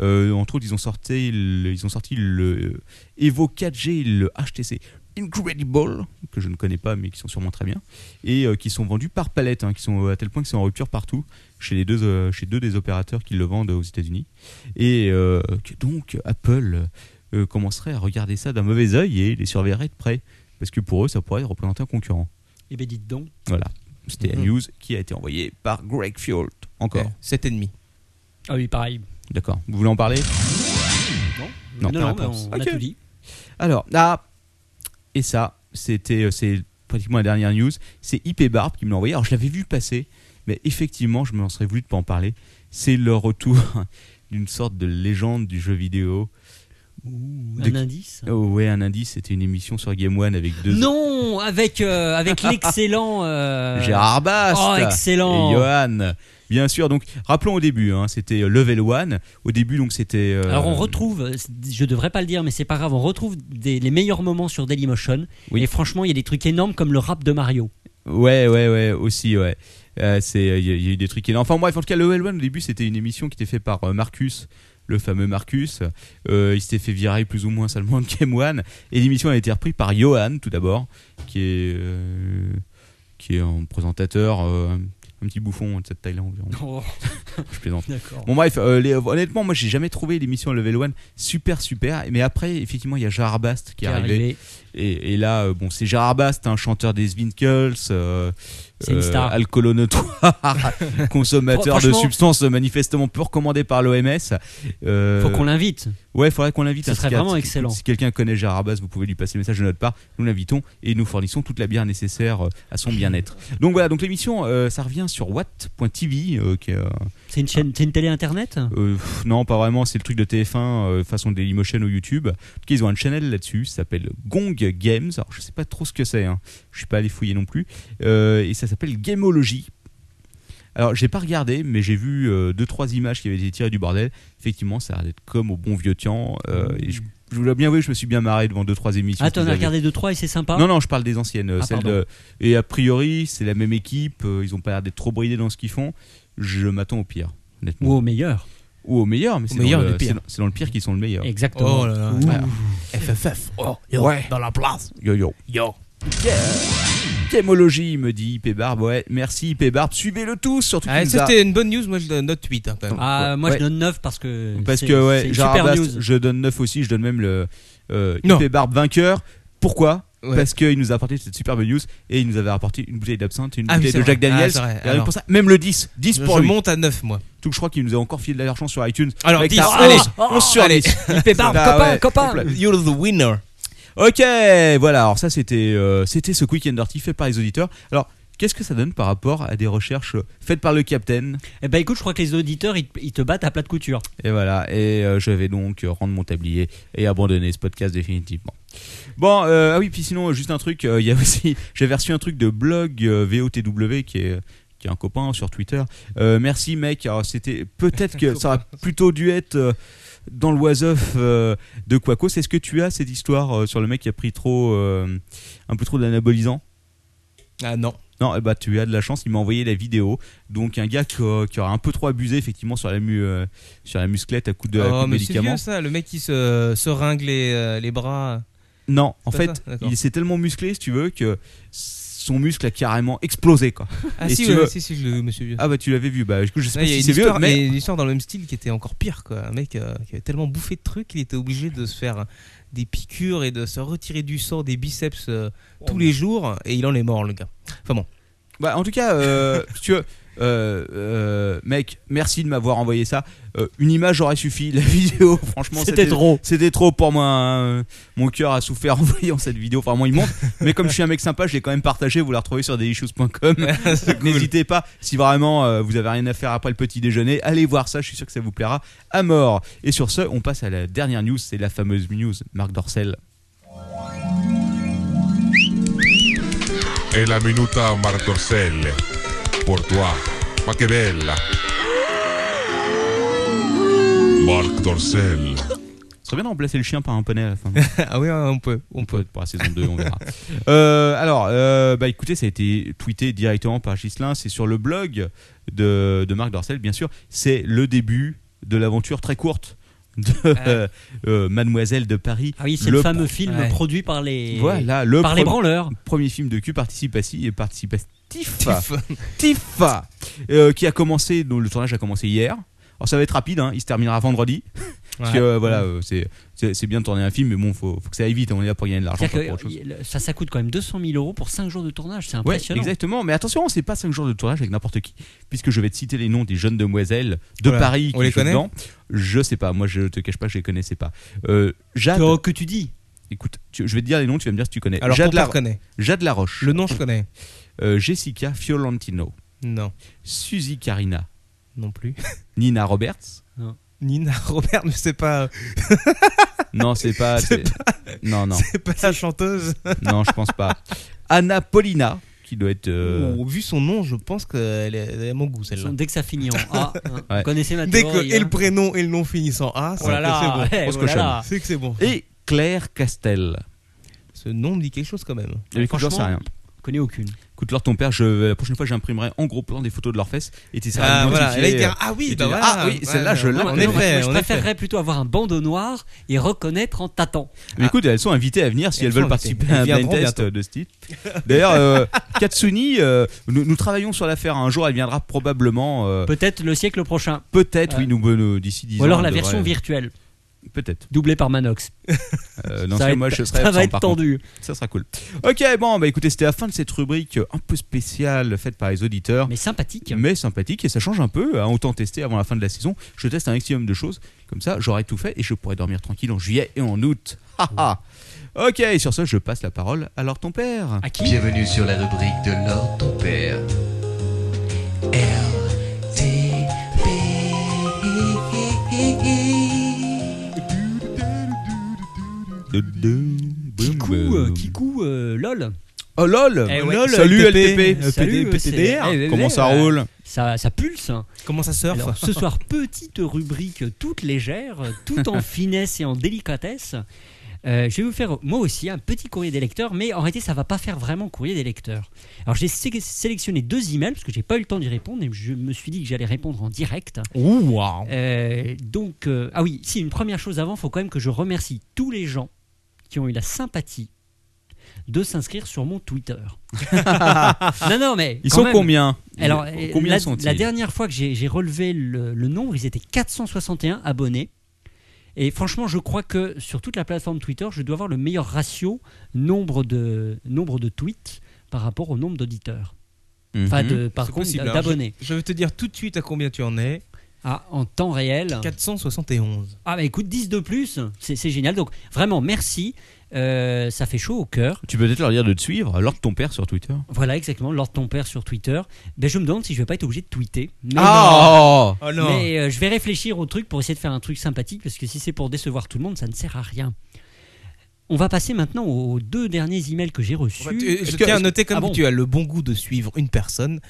S1: Euh, entre autres, ils ont sorti, le- ils ont sorti le euh, Evo 4G, le HTC Incredible, que je ne connais pas, mais qui sont sûrement très bien, et euh, qui sont vendus par palette, hein, qui sont à tel point que c'est en rupture partout chez les deux, euh, chez deux des opérateurs qui le vendent aux États-Unis, et euh, que donc Apple euh, commencerait à regarder ça d'un mauvais œil et les surveillerait de près, parce que pour eux, ça pourrait représenter un concurrent.
S4: Eh ben, dites donc.
S1: Voilà. C'était la
S5: Mhm.
S1: news qui a été envoyée par Greg Fiolt. Encore.
S5: Ouais, 7,5.
S4: Ah oui, pareil.
S1: D'accord. Vous voulez en parler
S4: Non,
S1: Non,
S4: non,
S1: pas
S4: mais
S1: réponse.
S4: on a
S1: Ok.
S4: tout dit.
S1: Alors, ah Et ça, c'était euh, c'est pratiquement la dernière news. C'est IP Barb qui me l'a envoyé. Alors, je l'avais vu passer, mais effectivement, je m'en serais voulu de pas en parler. C'est le retour d'une sorte de légende du jeu vidéo. De
S4: Un
S1: qui-
S4: indice
S1: Oh, ouais, un indice, c'était une émission sur Game One avec deux.
S4: Non, avec, euh, avec l'excellent. euh,
S1: Gérard Bast
S4: Oh, excellent.
S1: et Johan. euh, Bien sûr, donc rappelons au début, hein, c'était Level One. Au début, donc c'était. euh,
S4: Alors on retrouve, euh, je devrais pas le dire, mais c'est pas grave, on retrouve des- les meilleurs moments sur Dailymotion.
S1: Oui.
S4: Et franchement, il y a des trucs énormes comme le rap de Mario.
S1: Ouais, ouais, ouais, aussi, ouais. Euh, c'est, euh, il y, a- il y a eu des trucs énormes. Enfin bref, en tout cas, le L1 au début, c'était une émission qui était faite par euh, Marcus, le fameux Marcus. Euh, il s'était fait virer plus ou moins seulement de Game One. Et l'émission a été reprise par Johan, tout d'abord, qui est, euh, qui est un présentateur, euh, un petit bouffon de cette taille-là environ. Je plaisante.
S4: d'accord.
S1: Bon bref, euh, les- honnêtement, moi j'ai jamais trouvé l'émission Level One super super, mais après effectivement il y a Gérard Bast qui est arrivé, et, et là euh, bon c'est Gérard Bast, un chanteur des Svinkels, euh,
S4: C'est une star.
S1: alcoolo notoire, consommateur de
S4: Franchement-
S1: substances manifestement peu recommandées par l'OMS.
S4: Faut qu'on l'invite.
S1: Euh, Ouais, faudrait qu'on l'invite.
S4: Ce
S1: un
S4: serait
S1: psychiatre.
S4: vraiment excellent.
S1: Si quelqu'un connaît Gérard Bass, vous pouvez lui passer le message de notre part. Nous l'invitons et nous fournissons toute la bière nécessaire euh, à son bien-être. Donc voilà, donc l'émission, euh, ça revient sur watt.tv, euh, qui est euh,
S4: C'est une chaîne, c'est une télé internet Ah,
S1: euh, pff, non, pas vraiment. C'est le truc de TF1 euh, façon Dailymotion ou YouTube. En tout cas, ils ont un channel là-dessus. Ça s'appelle Gong Games. Alors, je sais pas trop ce que c'est. Hein. Je suis pas allé fouiller non plus. Euh, et ça s'appelle Gamology. Alors, j'ai pas regardé, mais j'ai vu euh, deux trois images qui avaient été tirées du bordel. Effectivement, ça a l'air d'être comme au bon vieux temps. Euh, et je, je vous l'ai bien avoué, je me suis bien marré devant deux trois émissions.
S4: Ah, t'en
S1: qu'ils
S4: as
S1: avaient.
S4: regardé 2-3 et c'est sympa.
S1: Non, non, je parle des anciennes. euh,
S4: Ah,
S1: celles
S4: pardon.
S1: de- Et a priori, c'est la même équipe. euh, ils ont pas l'air d'être trop bridés dans ce qu'ils font. Je m'attends au pire, honnêtement
S4: Ou au meilleur.
S1: ou au meilleur, mais c'est dans,
S5: meilleur
S1: le-
S5: du pire.
S1: c'est dans- c'est dans le pire qu'ils sont le meilleur.
S4: Exactement.
S5: Oh là là.
S4: Ouh.
S1: Voilà.
S5: FFF. Oh,
S1: Ouais.
S5: Dans la place.
S1: Yo yo.
S5: Yo.
S1: Gamologie, me dit IP Barbe. Ouais, merci IP Barbe. Suivez-le tous, surtout
S5: Ah,
S1: qu'il nous
S5: ça,
S1: a-
S5: c'était une bonne news. Moi, je donne note 8. hein, quand même.
S4: Ah,
S1: Ouais.
S4: moi
S1: Ouais.
S4: je donne 9 parce que.
S1: Parce
S4: c'est-
S1: que,
S4: c'est
S1: ouais,
S4: une
S1: Gérard
S4: super
S1: Bast,
S4: news.
S1: je donne 9 aussi, je donne même le euh,
S5: Non.
S1: IP Barbe vainqueur. Pourquoi
S5: Ouais.
S1: Parce qu'il nous a apporté cette superbe news et il nous avait apporté une bouteille d'absinthe, une
S5: Ah oui,
S1: bouteille
S5: c'est
S1: de
S5: vrai.
S1: Jack
S5: Ah,
S1: Daniels.
S5: c'est vrai.
S1: Et rien que
S5: Alors.
S1: pour ça, même le 10, 10
S5: Je
S1: pour lui.
S5: Ah, monte à 9, moi.
S1: Tout je crois qu'il nous a encore filé de l'argent sur iTunes.
S5: Alors,
S1: Mec,
S5: 10.
S1: t'as-
S5: Allez.
S1: on se sur
S5: Allez.
S1: dix.
S4: Il fait barbe,
S1: Ah,
S4: copain,
S1: ouais,
S4: copain
S1: complet.
S5: You're the winner.
S1: Ok, voilà. Alors ça, c'était euh, c'était ce quick and dirty fait par les auditeurs. Alors, qu'est-ce que ça donne par rapport à des recherches faites par le capitaine
S4: Eh ben écoute, je crois que les auditeurs, ils, te- ils te battent à plat de couture.
S1: Et voilà. Et euh, je vais donc rendre mon tablier et abandonner ce podcast définitivement. Bon, euh, ah oui. Puis sinon, euh, juste un truc. euh, Il y a aussi, j'avais reçu un truc de blog euh, VOTW qui est qui est un copain sur Twitter. Euh, merci mec. Alors c'était peut-être que ça aurait plutôt dû être euh, dans le was-of euh, de Quaco. C'est ce que tu as cette histoire euh, sur le mec qui a pris trop euh, un peu trop d'anabolisant
S5: Ah non.
S1: non, eh bah, tu as de la chance, il m'a envoyé la vidéo. Donc un gars qui, euh, qui aura un peu trop abusé effectivement sur la, mu- euh, sur la musclette à coups de, à coups
S5: oh,
S1: de
S5: mais c'est
S1: médicaments.
S5: vieux ça, le mec qui se, se ringle les, euh, les bras.
S1: Non, en
S5: pas
S1: fait,
S5: ça D'accord.
S1: il s'est tellement musclé, si tu veux, que son muscle a carrément explosé. Quoi.
S5: Ah
S1: Et
S5: si,
S1: si tu
S5: ouais,
S1: veux-
S5: si, si, je l'ai vu, monsieur vieux.
S1: Ah bah tu l'avais vu, bah du coup je sais
S5: Là,
S1: pas
S5: il y a une
S1: si c'est vieux,
S5: histoire, il y
S1: mais...
S5: a une histoire dans le même style qui était encore pire. Quoi. Un mec euh, qui avait tellement bouffé de trucs qu'il était obligé de se faire des piqûres et de se retirer du sang des biceps euh, tous les jours. Et il en est mort, le gars. Enfin bon.
S1: Bah, en tout cas, euh, si tu veux... euh, euh, mec, merci de m'avoir envoyé ça. Euh, une image aurait suffi. La vidéo, franchement,
S4: C'était trop.
S1: C'était trop pour moi. hein. Mon cœur a souffert en voyant cette vidéo. Enfin, moi, il monte. Mais comme je suis un mec sympa, je l'ai quand même partagé. Vous la retrouvez sur delishoes.com.
S5: C'est cool.
S1: N'hésitez pas, si vraiment euh, vous avez rien à faire après le petit déjeuner, allez voir ça, je suis sûr que ça vous plaira à mort. Et sur ce, on passe à la dernière news, c'est la fameuse news Marc Dorcel.
S2: E la minuta Martorcelle. Pour toi, ma que bella. Marc Dorcel.
S1: Ce serait bien de remplacer le chien par un poney à la fin.
S5: Ah oui, ouais, on peut. On
S1: On
S5: peut.
S1: peut pour la saison 2, on verra. Euh, alors, euh, bah écoutez, ça a été tweeté directement par Ghislain, c'est sur le blog de, de Marc Dorcel, bien sûr. C'est le début de l'aventure très courte de euh, euh, Mademoiselle de Paris.
S4: Ah oui, c'est le,
S1: Le
S4: fameux
S1: pro-
S4: film
S5: Ouais.
S4: produit par les
S1: voilà, le
S4: par les
S1: pro-
S4: branleurs.
S1: premier film de cul participatif et participatif
S5: Tif.
S1: Tifa, euh, qui a commencé, dont le tournage a commencé hier. Alors ça va être rapide, hein, il se terminera vendredi. Parce que
S5: Ouais.
S1: euh, voilà, euh, c'est- c'est c'est bien de tourner un film, mais bon, faut, faut que ça aille vite. On est là pour gagner de l'argent.
S4: C'est-à-dire
S1: pas pour
S4: que
S1: autre chose.
S4: il- ça, ça coûte quand même 200 000 euros pour 5 jours de tournage, c'est
S1: Ouais,
S4: impressionnant.
S1: exactement. Mais attention, c'est pas 5 jours de tournage avec n'importe qui, puisque je vais te citer les noms des jeunes demoiselles de
S5: Voilà.
S1: Paris
S5: On
S1: qui
S5: les
S1: jouent
S5: connaît
S1: dedans. Je sais pas, moi je te cache pas, je les connaissais pas. Euh, Jade,
S4: Oh, que tu dis
S1: écoute, tu- je vais te dire les noms, tu vas me dire si tu connais.
S5: Alors,
S1: Jade,
S5: je
S1: la,
S5: connais.
S1: Jade Laroche,
S5: Le nom, je connais.
S1: euh, Jessica Fiolentino,
S5: Non.
S1: Suzy Carina,
S5: Non plus.
S1: Nina Roberts.
S5: Nina Robert, mais c'est pas,
S1: Non, c'est pas.
S5: C'est
S1: c'est- Non, non,
S5: c'est pas la chanteuse.
S1: non, je pense pas. Anna Paulina, qui doit être. euh,
S5: Oh, vu son nom, je pense qu'elle est, elle est à mon goût, celle-là.
S4: Dès que ça finit en A, hein,
S1: Ouais.
S4: vous connaissez ma
S5: Dès
S4: théorie,
S5: que et
S4: hein.
S5: le prénom et le nom finissent en A, c'est
S4: Oh là là,
S5: que c'est bon.
S4: ouais,
S1: on se
S4: oh là
S1: cochonne.
S4: là.
S5: C'est que c'est bon.
S1: Et Claire Castel.
S5: Ce nom me dit quelque chose quand même.
S1: Et écoute, j'en sais
S4: franchement-
S1: rien.
S4: Je connais aucune.
S1: Écoute, leur ton père, je, la prochaine fois, j'imprimerai en gros plan des photos de leurs fesses et tu seras
S5: Ah, voilà.
S1: identifié,
S5: Là, il dira,
S1: euh,
S5: ah
S1: et
S5: oui,
S1: tu
S5: bah
S1: dis,
S5: voilà.
S1: ah oui, celle-là, je l'ai.
S5: En
S1: En
S4: Non, moi,
S5: effet,
S4: je
S5: en
S4: préférerais
S5: effet.
S4: plutôt avoir un bandeau noir et reconnaître en tâtant.
S1: Mais écoute, elles sont invitées à venir si
S5: Elles
S1: elles veulent
S5: sont invitées.
S1: participer à un
S5: Elles
S1: blind
S5: viendront
S1: test
S5: bientôt.
S1: de ce type. D'ailleurs, euh, Katsuni, euh, nous, nous travaillons sur l'affaire. Un jour, elle viendra probablement. euh,
S4: Peut-être le siècle prochain.
S1: Peut-être,
S4: Ouais.
S1: oui, nous, nous- d'ici 10 ans.
S4: Ou alors la
S1: elle devrait-
S4: version virtuelle,
S1: Peut-être.
S4: doublée par Manox.
S1: Euh, non,
S4: ça va
S1: moi,
S4: être,
S1: je serai
S4: ça
S1: absent,
S4: va être
S1: par contre.
S4: tendu.
S1: Ça sera cool. Ok, bon, bah écoutez, c'était la fin de cette rubrique euh, un peu spéciale faite par les auditeurs,
S4: Mais sympathique.
S1: mais, sympathique et ça change un peu. hein. Autant tester avant la fin de la saison. Je teste un maximum de choses, comme ça j'aurai tout fait et je pourrai dormir tranquille en juillet et en août. Ha, ha. ok, et sur ce, je passe la parole à alors ton père.
S4: À qui
S3: Bienvenue sur la rubrique de Lord ton père.
S4: Kikou, euh, Kikou, euh, lol.
S1: Oh lol,
S4: Eh ouais.
S1: Salut
S5: LTP.
S1: LTP,
S4: Salut,
S1: Euh, PTDR.
S4: c'est- eh, eh,
S1: Comment
S4: eh,
S1: ça
S4: ouais.
S1: roule
S4: Ça, ça pulse.
S5: Comment ça surfe
S4: Alors, ce soir, petite rubrique toute légère, tout en finesse et en délicatesse. Euh, je vais vous faire moi aussi un petit courrier des lecteurs, mais en réalité ça va pas faire vraiment courrier des lecteurs. Alors j'ai sé- sélectionné deux emails parce que j'ai pas eu le temps d'y répondre et je me suis dit que j'allais répondre en direct.
S5: Ouh, waouh.
S4: Euh, donc, euh, ah oui, si une première chose avant, faut quand même que je remercie tous les gens qui ont eu la sympathie de s'inscrire sur mon Twitter. non, non,
S1: Ah,
S4: mais
S1: Ils
S4: quand
S1: sont
S4: même.
S1: combien
S4: Alors,
S1: Ils-
S4: euh,
S1: combien
S4: la,
S1: sont-ils
S4: la dernière fois que j'ai j'ai relevé le, le nombre, ils étaient 461 abonnés. Et franchement, je crois que sur toute la plateforme Twitter, je dois avoir le meilleur ratio nombre de, nombre de tweets par rapport au nombre d'auditeurs. Enfin,
S1: Mhm.
S4: de, par
S5: C'est
S4: contre,
S5: possible, hein.
S4: d'abonnés.
S5: Je vais te dire tout de suite à combien tu en es.
S4: Ah, en temps réel.
S5: 471.
S4: Ah bah écoute, 10 de plus, c'est c'est génial. Donc vraiment, merci. Euh, ça fait chaud au cœur.
S1: Tu peux peut-être leur dire de te suivre, Lord ton père sur Twitter.
S4: Voilà, exactement, Lord ton père sur Twitter. Ben, je me demande si je vais pas être obligé de tweeter. Mais
S1: Ah
S5: Oh
S4: non.
S5: non
S4: Mais euh, je vais réfléchir au truc pour essayer de faire un truc sympathique, parce que si c'est pour décevoir tout le monde, ça ne sert à rien. On va passer maintenant aux deux derniers emails que j'ai reçus.
S5: Bah, tu- Je
S1: Est-ce euh, que-
S5: tiens à noter comme
S4: Ah bon
S5: tu as le bon goût de suivre une personne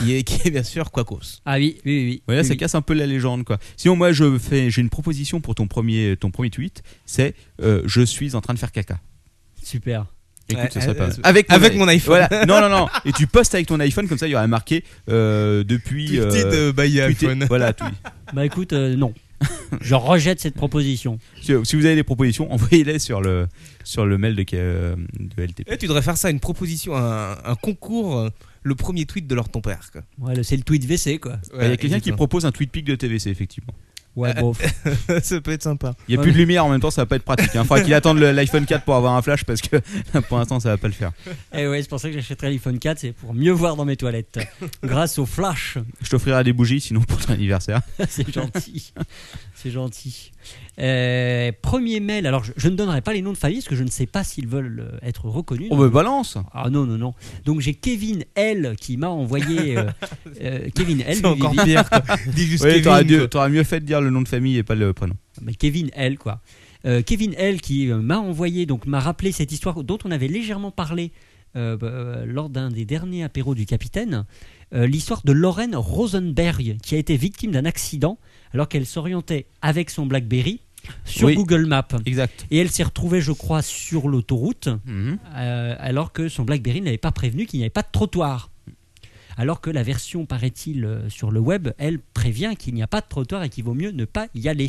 S5: qui est, qui est bien sûr Quacos.
S4: Ah oui, oui, oui, oui.
S1: Voilà,
S4: Oui,
S1: ça
S4: oui.
S1: casse un peu la légende, quoi. Sinon, moi, je fais, j'ai une proposition pour ton premier, ton premier tweet. C'est, euh, je suis en train de faire caca.
S4: Super.
S1: Écoute,
S5: Ouais,
S1: ça serait
S5: euh,
S1: pas mal.
S5: euh,
S1: Avec
S5: Avec mon iPhone.
S1: Voilà. Non, non, non. Et tu postes avec ton iPhone, comme ça, il y aura marqué euh, depuis. euh,
S5: Tweeté de by
S1: tweeté.
S5: iPhone.
S1: Voilà, tweet.
S4: Bah écoute, euh, non. Je rejette cette proposition.
S1: Si si vous avez des propositions, envoyez-les sur le, sur le mail de, euh, de LTP.
S5: Eh, tu devrais faire ça, une proposition, un, un concours, euh, le premier tweet de leur ton père. quoi.
S4: Ouais, le- c'est le tweet VC, quoi.
S5: Ah,
S1: Il y a quelqu'un qui propose un tweet pic de TVC, effectivement.
S5: Euh,
S4: Ouais, bon.
S5: ça peut être sympa.
S1: Il n'y a
S4: Ouais,
S1: plus de lumière en même temps, ça va pas être pratique. Il faudra qu'il attende le- l'iPhone 4 pour avoir un flash parce que pour l'instant, ça va pas le faire.
S4: Eh ouais, c'est pour ça que j'achèterai l'iPhone 4, c'est pour mieux voir dans mes toilettes. Grâce au flash.
S1: Je t'offrirai des bougies sinon pour ton anniversaire.
S4: c'est gentil. C'est gentil. Euh, premier mail. Alors, je, je ne donnerai pas les noms de famille parce que je ne sais pas s'ils veulent euh, être reconnus.
S5: Oh, bah.
S1: On me balance
S4: Ah non, non, non. Donc, j'ai Kevin L qui m'a envoyé. euh, euh, Kevin L.
S5: C'est
S4: de
S5: encore
S4: Vivi.
S5: pire. quoi. Dis juste
S1: Oui,
S5: Kevin,
S1: t'aurais dû-
S5: quoi.
S1: t'aurais mieux fait de dire le nom de famille et pas le prénom.
S4: Mais Kevin L, quoi. Euh, Kevin L qui euh, m'a envoyé, donc m'a rappelé cette histoire dont on avait légèrement parlé euh, bah, euh, lors d'un des derniers apéros du capitaine. Euh, L'histoire de Lorraine Rosenberg qui a été victime d'un accident alors qu'elle s'orientait avec son Blackberry sur
S1: Oui.
S4: Google Maps.
S1: Exact.
S4: Et elle s'est retrouvée, je crois, sur l'autoroute euh, alors que son BlackBerry n'avait pas prévenu qu'il n'y avait pas de trottoir. Alors que la version, paraît-il, euh, sur le web, elle prévient qu'il n'y a pas de trottoir et qu'il vaut mieux ne pas y aller.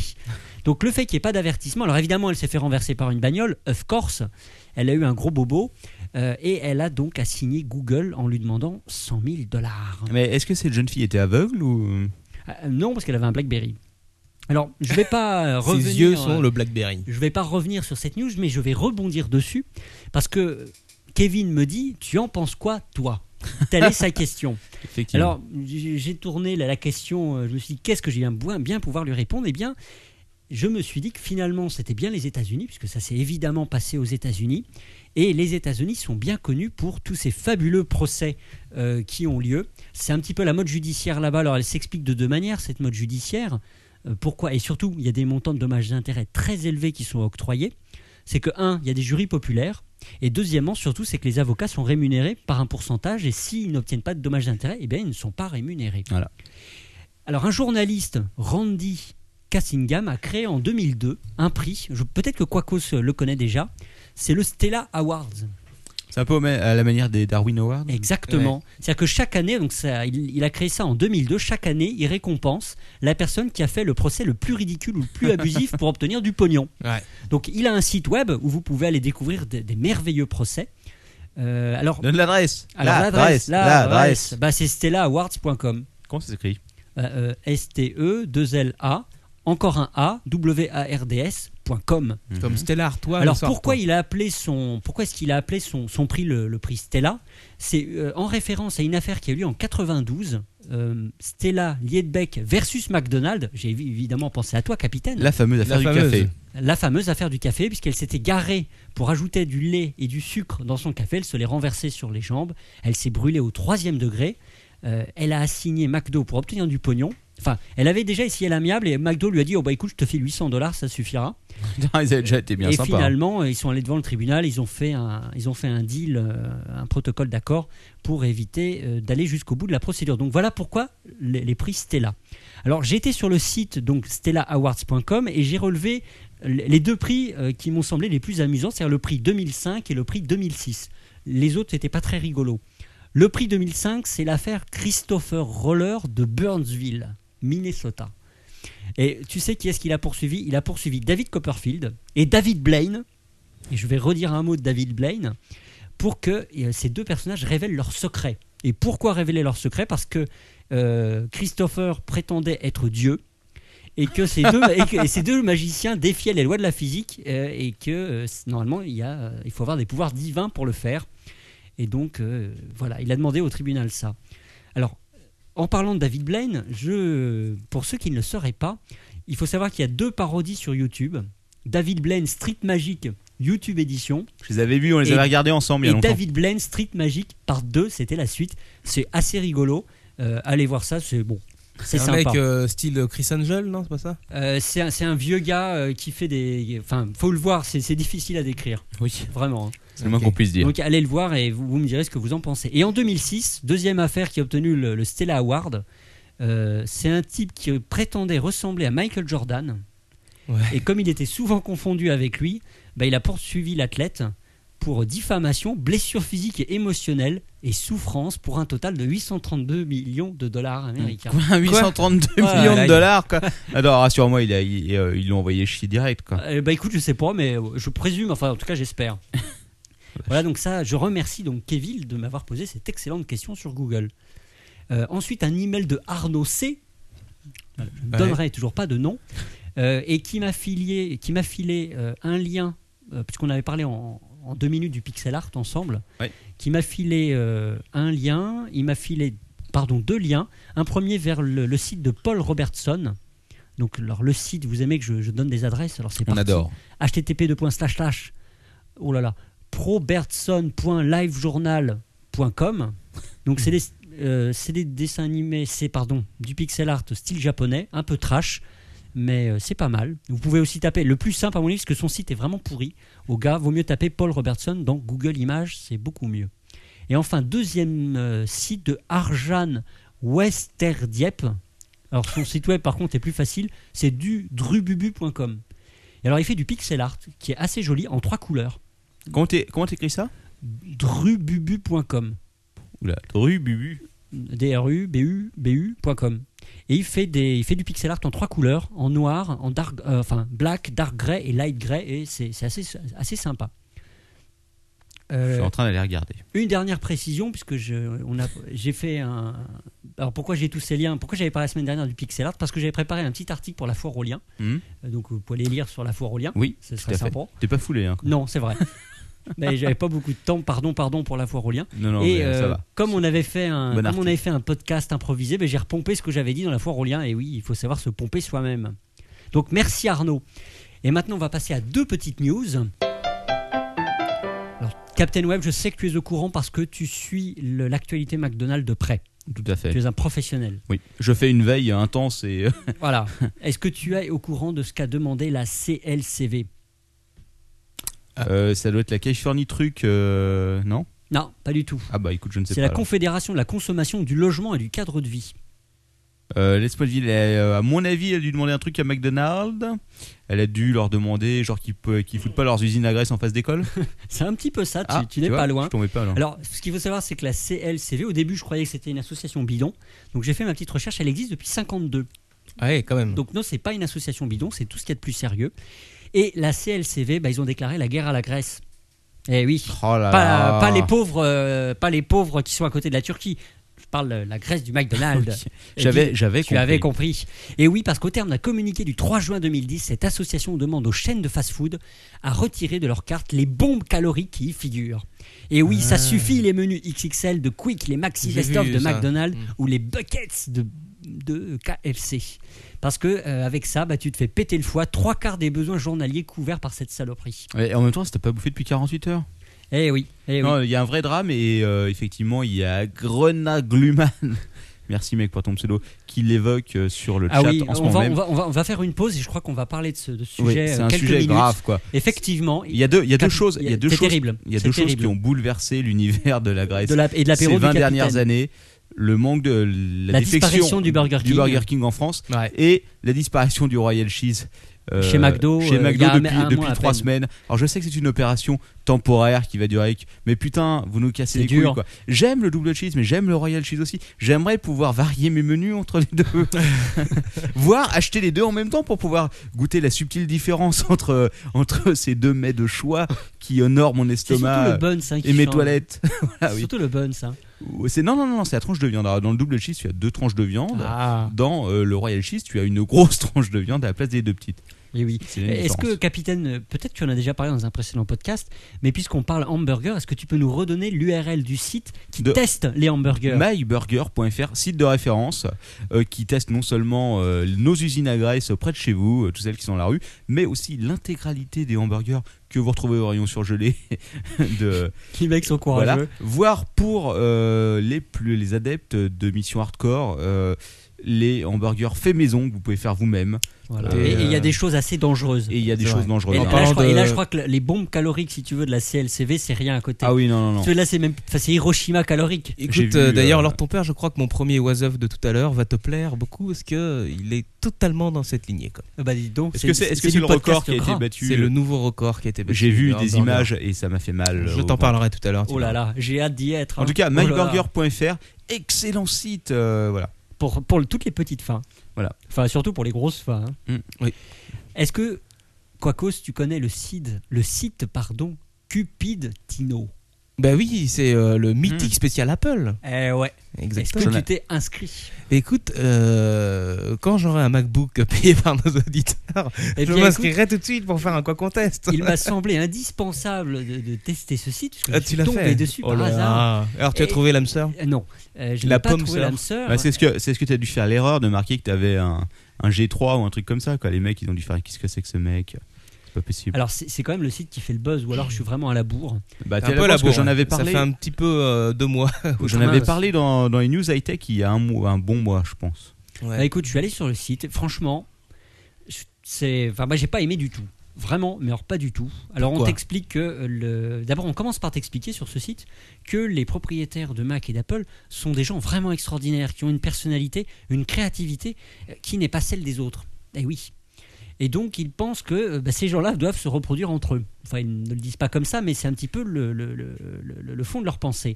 S4: Donc le fait qu'il n'y ait pas d'avertissement, alors évidemment elle s'est fait renverser par une bagnole, of course, elle a eu un gros bobo, euh, et elle a donc assigné Google en lui demandant 100 000 dollars. Euh,
S1: Mais est-ce que cette jeune fille était aveugle ou
S4: non, parce qu'elle avait un BlackBerry. Alors je ne vais pas euh, revenir...
S5: Ses yeux sont
S4: euh,
S5: le Blackberry.
S4: je ne vais pas revenir sur cette news, mais je vais rebondir dessus parce que Kevin me dit Tu en penses quoi, toi Telle est sa question.
S1: Effectivement.
S4: Alors, j'ai j'ai tourné la, la question, euh, je me suis dit Qu'est-ce que j'ai bien, bien pouvoir lui répondre Eh bien, je me suis dit que finalement, c'était bien les États-Unis, puisque ça s'est évidemment passé aux États-Unis. Et les États-Unis sont bien connus pour tous ces fabuleux procès euh, qui ont lieu. C'est un petit peu la mode judiciaire là-bas. Alors, elle s'explique de deux manières, cette mode judiciaire. Euh, pourquoi Et surtout, il y a des montants de dommages d'intérêt très élevés qui sont octroyés. C'est que, un, il y a des jurys populaires. Et deuxièmement, surtout, c'est que les avocats sont rémunérés par un pourcentage. Et s'ils n'obtiennent pas de dommages d'intérêt, eh bien, ils ne sont pas rémunérés.
S1: Voilà.
S4: Alors, un journaliste, Randy Cassingham, a créé en 2002 un prix. Je- Peut-être que Quacos euh, le connaît déjà. C'est le Stella Awards.
S1: c'est un peu au ma- à la manière des Darwin Awards.
S4: Exactement. C'est-à-dire que chaque année, donc ça, il, il a créé ça en 2002, chaque année, il récompense la personne qui a fait le procès le plus ridicule ou le plus abusif pour obtenir du pognon.
S5: Ouais.
S4: Donc il a un site web où vous pouvez aller découvrir des, des merveilleux procès. Euh, alors,
S1: Donne l'adresse.
S4: alors l'adresse, l'adresse, bah, c'est stellaAwards.com.
S1: Comment ça s'écrit
S4: Euh, E S-T-E-2-L-A, encore un A, W-A-R-D-S.com.
S1: Mhm.
S5: Comme Stella Artois.
S4: Alors
S5: le soir,
S4: pourquoi
S5: quoi.
S4: il a appelé son pourquoi est-ce qu'il a appelé son, son prix le, le prix Stella C'est euh, en référence à une affaire qui a eu lieu en 92. euh, Stella Liedbeck versus McDonald. J'ai évi- évidemment pensé à toi, capitaine.
S1: La fameuse affaire du
S5: fameuse.
S1: café.
S4: La fameuse affaire du café, puisqu'elle s'était garée pour ajouter du lait et du sucre dans son café. Elle se l'est renversée sur les jambes. Elle s'est brûlée au troisième degré. Euh, elle a assigné McDo pour obtenir du pognon. Enfin, elle avait déjà essayé l'amiable et McDo lui a dit Oh bah écoute, je te fais 800 dollars, ça suffira
S1: Ils avaient déjà été bien
S4: et
S1: sympas. hein.
S4: finalement, euh, ils sont allés devant le tribunal, ils ont fait un, ils ont fait un deal, euh, un protocole d'accord pour éviter euh, d'aller jusqu'au bout de la procédure. Donc voilà pourquoi les, les prix Stella. Alors j'étais sur le site donc stellaAwards.com et j'ai relevé l- les deux prix euh, qui m'ont semblé les plus amusants, c'est-à-dire le prix 2005 et le prix 2006. Les autres n'étaient pas très rigolos. Le prix 2005, c'est l'affaire Christopher Roller de Burnsville, Minnesota. Et tu sais qui est-ce qu'il a poursuivi Il a poursuivi David Copperfield et David Blaine. Et je vais redire un mot de David Blaine pour que euh, ces deux personnages révèlent leurs secrets. Et pourquoi révéler leurs secrets Parce que euh, Christopher prétendait être Dieu et que ces deux, et que- et ces deux magiciens défiaient les lois de la physique euh, et que euh, c- normalement il, y a, euh, il faut avoir des pouvoirs divins pour le faire. Et donc euh, voilà, il a demandé au tribunal ça. Alors En parlant de David Blaine, je, pour ceux qui ne le sauraient pas, il faut savoir qu'il y a deux parodies sur YouTube. David Blaine Street Magic YouTube Edition
S1: Je les avais vus, on les
S4: Et-
S1: avait regardés ensemble il y a
S4: et
S1: longtemps.
S4: David Blaine Street Magic par deux, c'était la suite. C'est assez rigolo. Euh, allez voir ça, c'est bon. C'est
S5: un
S4: sympa.
S5: mec euh, style Chris Angel, non C'est pas ça
S4: Euh, c'est un, c'est un vieux gars euh, qui fait des. Enfin, faut le voir, c'est c'est difficile à décrire.
S5: Oui.
S4: Vraiment. hein.
S1: C'est le moins qu'on puisse dire.
S4: Donc allez le voir et vous, vous me direz ce que vous en pensez. Et en 2006, deuxième affaire qui a obtenu le, le Stella Award, euh, c'est un type qui prétendait ressembler à Michael Jordan.
S5: Ouais.
S4: Et comme il était souvent confondu avec lui, bah, il a poursuivi l'athlète pour diffamation, blessure physique et émotionnelle et souffrance pour un total de 832 millions de dollars américains.
S5: Ah,
S1: Quoi,
S5: Ouais,
S1: 832
S5: là,
S1: millions de
S5: il-
S1: dollars quoi. Alors rassure-moi, il a- il- euh, ils l'ont envoyé chier direct quoi.
S4: Euh, bah écoute, je sais pas, mais euh, je présume, enfin en tout cas j'espère. voilà, donc ça, je remercie donc Kevin de m'avoir posé cette excellente question sur Google. Euh, ensuite, un email de Arnaud C. Voilà, je ne
S5: Ouais.
S4: donnerai toujours pas de nom. euh, et qui m'a filé, qui m'a filé euh, un lien, euh, puisqu'on avait parlé en, en deux minutes du pixel art ensemble,
S1: Ouais.
S4: qui m'a filé euh, un lien, il m'a filé, pardon, deux liens. Un premier vers le, le site de Paul Robertson. Donc, alors, le site, vous aimez que je, je donne des adresses Alors, c'est
S1: On
S4: parti.
S1: adore.
S4: http deux points slash slash, oh là là probertson.livejournal.com donc c'est des, euh, c'est des dessins animés c'est pardon du pixel art style japonais un peu trash mais euh, c'est pas mal vous pouvez aussi taper le plus simple à mon avis parce que son site est vraiment pourri au gars vaut mieux taper Paul Robertson dans Google Images c'est beaucoup mieux et enfin deuxième euh, site de Arjan Westerdiep alors son site web par contre est plus facile c'est du drububu.com et alors il fait du pixel art qui est assez joli en trois couleurs.
S1: Comment t'é- comment t'écris ça
S4: drububu.com.
S1: Oula, rue Bubu.
S4: d r u b u b u.com. Et il fait des il fait du pixel art en trois couleurs, en noir, en dark euh, enfin black, dark gray et light gray et c'est c'est assez assez sympa.
S1: Je
S4: Euh,
S1: suis en train d'aller regarder.
S4: Une dernière précision, puisque je- on a- j'ai fait un. Alors pourquoi j'ai tous ces liens Pourquoi j'avais parlé la semaine dernière du pixel art Parce que j'avais préparé un petit article pour la foire aux liens.
S1: Mhm.
S4: Euh, Donc vous pouvez les lire sur la foire aux liens.
S1: Oui,
S4: ce
S1: à
S4: serait
S1: fait.
S4: sympa.
S1: T'es pas foulé hein.
S4: Non, c'est vrai. Mais j'avais pas beaucoup de temps. Pardon, pardon pour la foire aux liens.
S1: Non non,
S4: et
S1: mais
S4: euh,
S1: ça va.
S4: comme on avait fait un,
S1: Bon
S4: comme on
S1: article.
S4: avait fait un podcast improvisé, ben, j'ai repompé ce que j'avais dit dans la foire aux liens. Et oui, il faut savoir se pomper soi-même. Donc merci Arnaud. Et maintenant, on va passer à deux petites news. Alors, Captain Web, je sais que tu es au courant parce que tu suis le- l'actualité McDonald's de près.
S1: Tout à
S4: Tu
S1: fait.
S4: es un professionnel.
S1: Oui, je fais une veille intense et euh,
S4: Voilà. Est-ce que tu es au courant de ce qu'a demandé la CLCV Ah.
S1: euh, ça doit être la Californie truc euh, non
S4: Non, pas du tout.
S1: Ah bah écoute, je ne sais
S4: C'est
S1: pas.
S4: la
S1: alors.
S4: Confédération de la consommation du logement et du cadre de vie.
S1: Euh, Laisse-moi dire, elle a, euh, à mon avis, elle a dû demander un truc à McDonald's. Elle a dû leur demander, genre, qu'ils pe- qu'ils foutent pas leurs usines à graisse en face d'école.
S4: C'est un petit peu ça, tu,
S1: Ah,
S4: tu n'es
S1: vois,
S4: pas loin.
S1: Je tombais pas loin.
S4: Alors, ce qu'il faut savoir, c'est que la CLCV, au début, je croyais que c'était une association bidon. Donc, j'ai fait ma petite recherche, elle existe depuis 52.
S5: Ah ouais, quand même.
S4: Donc, non, c'est pas une association bidon, c'est tout ce qu'il y a de plus sérieux. Et la CLCV, bah, ils ont déclaré la guerre à la Grèce. Eh oui,
S1: Oh là
S4: pas,
S1: là.
S4: pas les pauvres, euh, pas les pauvres qui sont à côté de la Turquie. Je parle de la Grèce du McDonald's. Et
S1: J'avais,
S4: qui-
S1: j'avais
S4: Tu avais compris. Et oui, parce qu'au terme d'un communiqué du 3 juin 2010, cette association demande aux chaînes de fast-food à retirer de leurs cartes les bombes caloriques qui y figurent. Et oui,
S1: Ah.
S4: ça suffit les menus XXL de Quick, les Maxi
S5: J'ai
S4: Best-of
S5: vu
S4: de
S5: ça.
S4: McDonald's
S5: Mm.
S4: ou les Buckets de, de KFC. Parce que euh, avec ça, bah, tu te fais péter le foie, trois quarts des besoins journaliers couverts par cette saloperie.
S1: Et en même temps, c'était pas bouffé depuis 48 heures.
S4: Eh oui, eh oui.
S1: Non, il y a un vrai drame et euh, effectivement, il y a Grenagluman. Merci mec pour ton pseudo qui l'évoque euh, sur le
S4: Ah
S1: chat
S4: oui,
S1: en ce
S4: on
S1: moment
S4: va,
S1: même.
S4: on, va, on va- on va faire une pause et je crois qu'on va parler de ce, de ce
S1: Oui,
S4: sujet
S1: c'est
S4: euh,
S1: un
S4: quelques
S1: sujet
S4: minutes.
S1: grave quoi.
S4: Effectivement,
S1: Il y a deux, il y a deux choses, il y a deux
S4: c'est
S1: choses,
S4: terrible.
S1: il y a
S4: C'est
S1: deux choses
S4: terrible.
S1: qui ont bouleversé l'univers de la Grèce.
S4: de la, et de l'apéro
S1: ces
S4: du
S1: 20
S4: capitaine.
S1: dernières années, le manque de la,
S4: La
S1: défection
S4: disparition du Burger King.
S1: King en France
S5: Ouais.
S1: et la disparition du Royal Cheese. euh,
S4: Chez McDo,
S1: chez
S4: euh, il y
S1: McDo
S4: a un-
S1: depuis,
S4: un
S1: depuis
S4: mois à
S1: trois
S4: peine.
S1: semaines. Alors je sais que c'est une opération temporaire qui va durer, mais putain, vous nous cassez
S4: C'est
S1: les
S4: dur.
S1: couilles quoi. J'aime le double cheese, mais j'aime le Royal Cheese aussi. J'aimerais pouvoir varier mes menus entre les deux, voire acheter les deux en même temps pour pouvoir goûter la subtile différence entre entre ces deux mets de choix qui honorent mon
S4: C'est surtout le
S1: estomac
S4: buns hein, qui
S1: et mes
S4: change.
S1: toilettes.
S4: C'est
S1: Voilà, Ah oui.
S4: Surtout le buns. hein.
S1: Ou- C'est non non non, non, c'est la tranche de viande. Alors, dans le double cheese, tu as deux tranches de viande.
S5: Ah.
S1: Dans euh, le royal cheese, tu as une grosse tranche de viande à la place des deux petites.
S4: Et Eh oui.
S1: C'est la
S4: Est-ce
S1: différence.
S4: que, capitaine, euh, peut-être tu en as déjà parlé dans un précédent podcast, mais puisqu'on parle hamburger, est-ce que tu peux nous redonner l'URL du site qui
S1: De-
S4: teste les hamburgers
S1: myburger.fr, site de référence euh, qui teste non seulement euh, nos usines à graisse près de chez vous, euh, toutes celles qui sont dans la rue, mais aussi l'intégralité des hamburgers que vous retrouvez au rayon surgelé de,
S4: Les mecs sont courageux.
S1: voilà. Voire pour euh, les, plus, les adeptes de Mission Hardcore, euh, les hamburgers faits maison que vous pouvez faire vous-même.
S4: Voilà.
S1: Et,
S4: Et et il y
S5: euh,
S4: a des choses assez dangereuses.
S1: Et il y a des
S5: C'est
S1: choses
S5: vrai.
S1: dangereuses.
S4: Et
S5: en
S1: hein.
S4: là,
S5: parlant
S4: je crois, et là,
S5: de-
S4: je crois que les bombes caloriques, si tu veux, de la CLCV, c'est rien à côté.
S1: Ah oui, non, non, non.
S4: Parce que là, c'est même, enfin, c'est Hiroshima calorique.
S1: J'ai
S5: Écoute,
S1: vu,
S5: euh, d'ailleurs,
S1: euh,
S5: Lord ton père, je crois que mon premier was-of de tout à l'heure va te plaire beaucoup parce que euh, il est totalement dans cette lignée. quoi.
S4: Ah Bah, dis donc.
S1: Est-ce que c'est est -ce que
S4: du
S1: c'est le
S4: podcast
S1: record qui a été
S4: gras.
S1: battu
S5: C'est le nouveau record qui a été battu.
S1: J'ai vu
S5: Alors,
S1: des
S5: dans-
S1: images et ça m'a fait mal.
S5: Je
S1: au
S5: t'en
S1: ventre.
S5: parlerai tout à l'heure. tu
S4: Oh
S5: verras.
S4: là là, j'ai hâte d'y être.
S1: En
S4: hein.
S1: tout cas,
S4: Oh là là.
S1: myburger.fr, excellent site. euh, voilà.
S4: pour, pour le- toutes les petites fins.
S1: Voilà.
S4: Enfin, surtout pour les grosses fins. hein.
S1: Mm,
S5: oui.
S4: Est-ce que, Quacos, tu connais le site, le site pardon, Cupid Tino
S5: Bah oui, c'est euh, le mythique
S1: Hmm.
S5: spécial Apple.
S4: Eh ouais. Est-ce
S5: Exactement.
S4: que
S1: J'en ai-
S4: tu t'es inscrit
S5: Écoute, euh, quand j'aurai un MacBook payé par nos auditeurs, je
S4: Eh bien, écoute,
S5: m'inscrirai tout de suite pour faire un quoi contest.
S4: il m'a semblé indispensable de, de tester ce site puisque
S5: Ah,
S4: je
S5: tu
S4: suis
S5: l'as
S4: tombé
S5: fait
S4: dessus
S5: Oh
S4: par
S5: là
S4: hasard.
S5: là. Alors, tu as
S4: Et-
S5: trouvé l'âme sœur
S4: Euh, Non, euh, je
S5: La
S4: n'ai pas
S5: pomme
S4: trouvé
S5: sœur.
S4: l'âme sœur.
S1: Bah, c'est ce que c'est ce que t'as dû faire l'erreur de marquer que t'avais un un G3 ou un truc comme ça quoi. Les mecs ils ont dû faire qu'est-ce que c'est que ce mec C'est pas possible.
S4: alors c'est c'est quand même le site qui fait le buzz, ou alors je suis vraiment à la bourre.
S1: bah
S5: Un
S1: t'es
S5: peu
S1: là parce que
S5: labour,
S1: j'en
S5: hein.
S1: avais parlé.
S5: Ça fait un petit peu euh, deux mois.
S1: J'en
S4: Mince.
S1: avais parlé dans, dans les news high tech il y a un mois, un bon mois je pense.
S4: Bah, écoute, je suis allé sur le site. Franchement, je- c'est. Enfin, moi, j'ai pas aimé du tout. Vraiment, mais alors pas du tout. Alors, on
S5: Pourquoi
S4: t'explique que. euh, Le... D'abord, on commence par t'expliquer sur ce site que les propriétaires de Mac et d'Apple sont des gens vraiment extraordinaires, qui ont une personnalité, une créativité euh, qui n'est pas celle des autres. Eh oui. Et donc, ils pensent que euh, bah, ces gens-là doivent se reproduire entre eux. Enfin, ils ne le disent pas comme ça, mais c'est un petit peu le- le- le- le- le fond de leur pensée.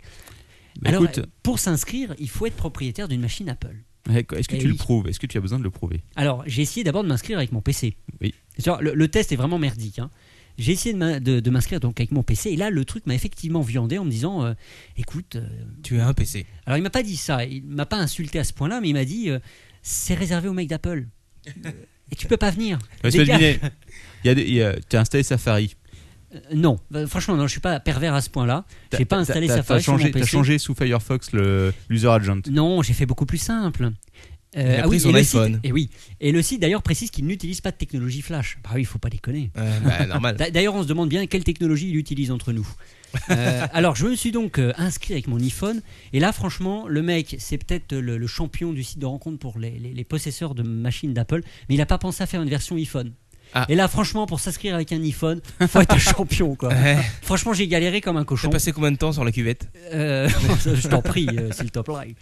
S1: Bah,
S4: Alors,
S1: écoute,
S4: euh, pour s'inscrire, il faut être propriétaire d'une machine Apple.
S1: est-ce que
S4: eh
S1: tu le
S4: oui.
S1: prouves Est-ce que tu as besoin de le prouver
S4: Alors, j'ai essayé d'abord de m'inscrire avec mon PC.
S1: Oui.
S4: C'est-à-dire, Le, le test est vraiment merdique. hein. J'ai essayé de m'in- de de m'inscrire donc avec mon PC et là le truc m'a effectivement viandé en me disant euh, écoute euh,
S5: Tu as un PC.
S4: alors il m'a pas dit ça il m'a pas insulté à ce point-là mais il m'a dit euh, c'est réservé aux mecs d'Apple Euh, et tu peux pas venir
S1: Parce que
S4: Dégage.
S1: devinez, il y a des- il y a- T'as installé Safari.
S4: Euh, non Bah, franchement non je suis pas pervers à ce point-là
S1: T'as-
S4: j'ai pas
S1: t'as-
S4: installé
S1: t'as-
S4: Safari
S1: T'as
S4: sur mon
S1: changé, t'as
S4: PC
S1: changé sous Firefox le- l'user agent.
S4: Non, j'ai fait beaucoup plus simple. Euh,
S5: Il a pris son
S4: et le
S5: iPhone.
S4: site- et oui. Et le site d'ailleurs précise qu'il n'utilise pas de technologie flash. Bah oui, faut pas déconner.
S5: Euh, bah, normal.
S4: D'a- D'ailleurs, on se demande bien quelle technologie il utilise entre nous. Euh, alors, je me suis donc euh, inscrit avec mon iPhone. Et là, franchement, le mec, c'est peut-être le, le champion du site de rencontre pour les, les- les possesseurs de machines d'Apple. Mais il n'a pas pensé à faire une version iPhone.
S5: Ah.
S4: Et là, franchement, pour s'inscrire avec un iPhone, faut être un champion, quoi.
S5: Ouais.
S4: Franchement, j'ai galéré comme un
S5: T'as
S4: cochon.
S5: passé combien de temps sur la cuvette
S4: Euh, je t'en prie, euh, s'il te plaît.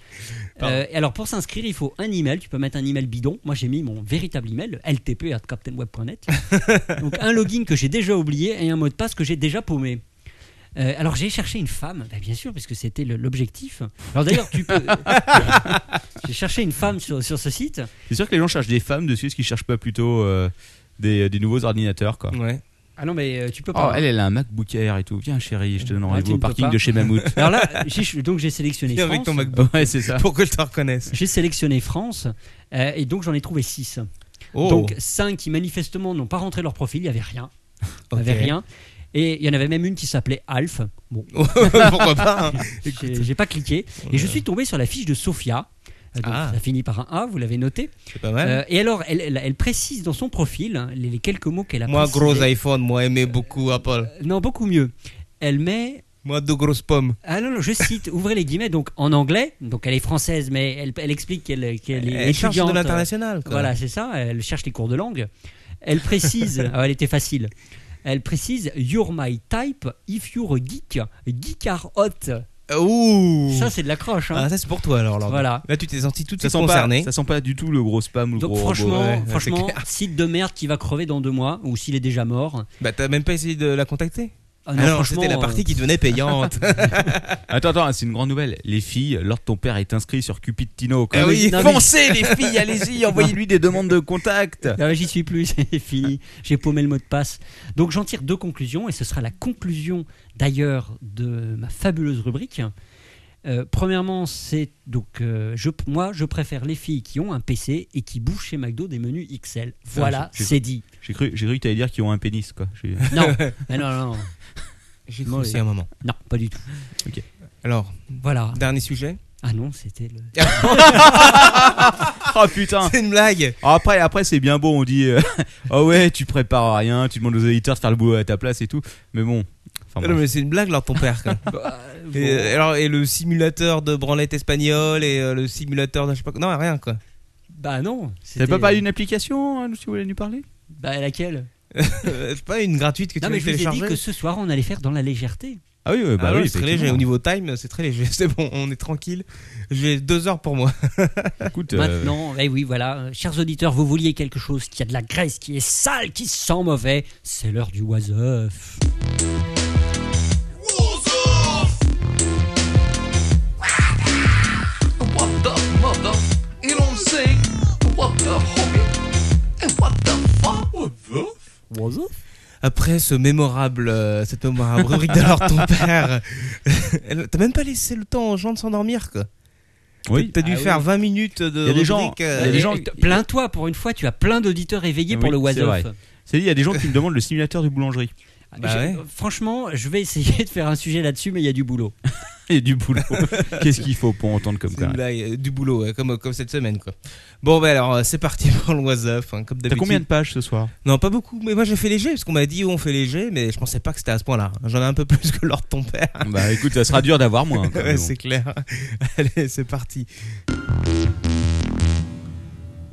S5: Pardon.
S4: Euh, alors pour s'inscrire, il faut un email. Tu peux mettre un email bidon. Moi j'ai mis mon véritable email, ltp@captainweb.net. Donc un login que j'ai déjà oublié et un mot de passe que j'ai déjà paumé. Euh, alors j'ai cherché une femme, Bah, bien sûr, parce que c'était le- l'objectif. Alors d'ailleurs, tu peux. j'ai cherché une femme sur, sur ce site.
S1: C'est sûr que les gens cherchent des femmes dessus, ce qu'ils cherchent pas plutôt euh, des, des nouveaux ordinateurs quoi.
S5: Ouais.
S4: Ah non, mais euh, tu peux
S1: Oh,
S4: pas.
S1: elle, elle a un MacBook Air et tout. Viens, chérie, je te donne
S4: Ah, tu
S1: rendez-vous
S4: ne
S1: au
S4: peux
S1: parking
S4: pas.
S1: de chez Mammouth.
S4: Alors là, j'ai- donc j'ai sélectionné.
S5: Viens avec
S4: France.
S5: ton MacBook.
S1: ouais, c'est ça.
S5: Pour que je te reconnaisse.
S4: J'ai sélectionné France euh, et donc j'en ai trouvé 6.
S5: Oh,
S4: Donc 5 qui manifestement n'ont pas rentré leur profil, il n'y avait rien. Il n'y
S5: ok.
S4: avait rien. Et il y en avait même une qui s'appelait Alf. Bon,
S5: Oh, Pourquoi pas hein.
S4: j'ai j'ai pas cliqué. Et je suis tombé sur la fiche de Sophia. Euh, donc,
S5: Ah.
S4: Ça finit par un A, vous l'avez noté.
S5: C'est pas mal.
S4: Euh, et alors, elle, elle- elle précise dans son profil hein, les, les quelques mots qu'elle a
S5: moi,
S4: précisés.
S5: gros iPhone, moi, aimé beaucoup Apple.
S4: Non, beaucoup mieux. Elle met
S5: Moi, deux grosses pommes.
S4: Ah non, non, je cite, ouvrez les guillemets, donc en anglais, donc elle est française, mais elle, elle explique qu'elle qu'elle est
S5: Elle cherche Eh, de
S4: étudiante. euh,
S5: l'international. quoi.
S4: Voilà, c'est ça, elle cherche les cours de langue. Elle précise, ah, elle était facile, elle précise, You're my type if you're a geek, geek are hot.
S5: Euh, Ouh
S4: Ça, c'est de l'accroche. hein.
S5: Ah, ça, c'est pour toi alors. Lord.
S4: Voilà.
S5: Là, tu t'es senti tout de
S1: Ça
S5: suite
S1: sent, pas,
S5: concerné.
S1: ça sent pas du tout le gros spam ou le
S4: donc
S1: gros
S4: franchement,
S5: ouais, ouais, c'est
S4: franchement
S5: clair.
S4: site de merde qui va crever dans deux mois, ou s'il est déjà mort.
S5: Bah, t'as même pas essayé de la contacter
S4: Ah
S5: Ah
S4: non,
S5: non,
S4: franchement,
S5: c'était la
S4: euh,
S5: partie qui devenait payante.
S1: robot. Attends, attends, c'est une grande nouvelle. Les filles, lors de ton père est inscrit sur Cupid Tino. quoi.
S5: Ah oui.
S4: Eh Non, mais-
S1: Foncez les filles, allez-y, envoyez-lui des demandes de contact.
S4: Ah ouais, J'y suis plus, c'est fini. J'ai paumé le mot de passe. Donc j'en tire deux conclusions, et ce sera la conclusion d'ailleurs de ma fabuleuse rubrique. Euh, premièrement, c'est donc euh, je, moi je préfère les filles qui ont un PC et qui bouffent chez McDo des menus XL.
S5: Ah,
S4: Voilà,
S1: j'ai- j'ai-
S4: c'est dit.
S1: J'ai cru, j'ai cru que t'allais dire qu'ils ont un pénis, quoi. J'ai-
S4: Non, mais non, non, non,
S5: J'ai
S4: Bon,
S5: cru aussi
S4: les-
S5: un moment.
S4: non, pas du tout.
S5: Alors,
S4: Voilà.
S5: dernier sujet.
S4: Ah non, c'était le.
S1: Ah putain
S5: C'est une blague.
S1: Alors Après, après c'est bien beau, on dit euh, Ah ouais, tu prépares rien, tu demandes aux éditeurs de faire le boulot à ta place et tout. Mais bon.
S4: Ah,
S1: Enfin,
S5: Non,
S1: bon.
S5: mais c'est une blague, alors ton père. quoi. et,
S4: Bon.
S5: euh, alors, et le simulateur de branlette espagnole et euh, le simulateur de je sais pas quoi. Non, rien quoi.
S4: Bah non.
S1: T'as
S4: c'était-
S1: pas parlé d'une application hein, dont tu voulais nous parler
S4: Bah laquelle
S5: Euh, C'est pas une gratuite que tu
S4: Non,
S5: veux
S4: mais je vous ai dit
S5: télécharger.
S4: que ce soir on allait faire dans la légèreté.
S1: Ah oui, ouais, bah
S5: Ah ouais,
S1: oui,
S5: c'est très léger. Au niveau time, c'est très léger. C'est bon, on est tranquille. J'ai deux heures pour moi.
S1: Écoute, euh,
S4: Maintenant, eh oui, voilà. Chers auditeurs, vous vouliez quelque chose qui a de la graisse, qui est sale, qui sent mauvais. C'est l'heure du was off.
S3: What the mother? It don't sing. What the hobby? And what the fuck?
S5: Après ce mémorable, euh, cette mémorable rubrique d'alors ton père, elle- t'as même pas laissé le temps aux gens de s'endormir quoi.
S1: oui.
S5: T'as dû
S4: Ah oui.
S5: faire 20 minutes de
S1: Y a des gens-
S5: rubrique. euh,
S1: y a des
S4: Et-
S1: gens-
S4: et- Plains-toi pour une fois, tu as plein d'auditeurs éveillés
S1: Oui,
S4: pour le was
S1: c'est vrai.
S4: off.
S1: C'est dit, il y a des gens qui me demandent le simulateur de boulangerie.
S5: Bah
S4: Je-
S5: ouais.
S4: Franchement, je vais essayer de faire un sujet là-dessus, mais il y a du boulot.
S1: Et du boulot. Qu'est-ce qu'il faut pour entendre comme
S5: c'est une
S1: ça
S5: blague, euh, du boulot, ouais, comme, comme cette semaine quoi. Bon bah alors euh, c'est parti pour le WhatsApp, hein, comme
S1: T'as
S5: d'habitude.
S1: combien de pages ce soir
S5: Non pas beaucoup, mais moi j'ai fait léger parce qu'on m'a dit oh, on fait léger, mais je pensais pas que c'était à ce point-là. J'en ai un peu plus que l'or de ton père.
S1: Bah écoute, ça sera dur d'avoir moins. quoi, mais
S5: Ouais,
S1: bon.
S5: c'est clair. Allez, c'est parti.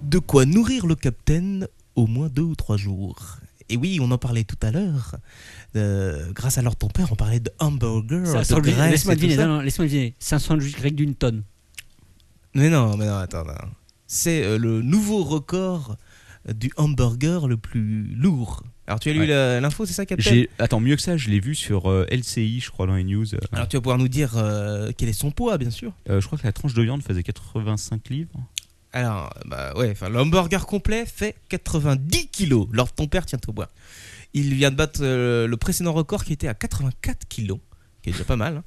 S5: De quoi nourrir le capitaine au moins deux ou trois jours. Et oui, on en parlait tout à l'heure. Euh, grâce à leur ton père, on parlait de hamburger,
S4: C'est un
S5: de
S4: sandwich-
S5: graisse
S4: Laisse-moi
S5: et tout
S4: deviner,
S5: ça.
S4: non, non, laisse-moi deviner. C'est un sandwich grec d'une tonne.
S5: Mais non, mais non, attends. non. C'est euh, le nouveau record du hamburger le plus lourd. Alors tu as lu
S1: Ouais.
S5: la- l'info, c'est ça, capitaine
S1: J'ai- Attends, mieux que ça, je l'ai vu sur euh, LCI, je crois, dans les news. Euh,
S5: Alors tu vas pouvoir nous dire euh, quel est son poids, bien sûr.
S1: euh, je crois que la tranche de viande faisait 85 livres.
S5: Alors, bah ouais, enfin, le hamburger complet fait 90 kilos. Lors de ton père, tient au bois. Il vient de battre euh, le précédent record qui était à 84 kilos, qui est déjà pas mal. hein.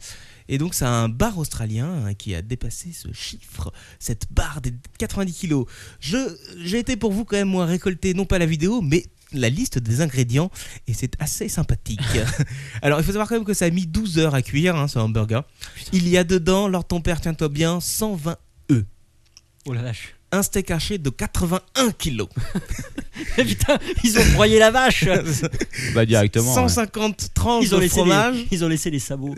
S5: Et donc, c'est un bar australien hein, qui a dépassé ce chiffre, cette barre des 90 kilos. Je, j'ai été pour vous quand même, moi, récolter non pas la vidéo, mais la liste des ingrédients, et c'est assez sympathique. Alors, il faut savoir quand même que ça a mis 12 heures à cuire, hein, ce hamburger. Il y a dedans, lors de ton père, tiens-toi bien, 120
S4: Oh la vache.
S5: un steak haché de 81 kilos.
S4: Putain, ils ont broyé la vache.
S1: Bah directement. ouais.
S5: 150 tranches
S4: Ils ont,
S5: de
S4: laissé
S5: fromage,
S4: les, ils ont laissé les sabots.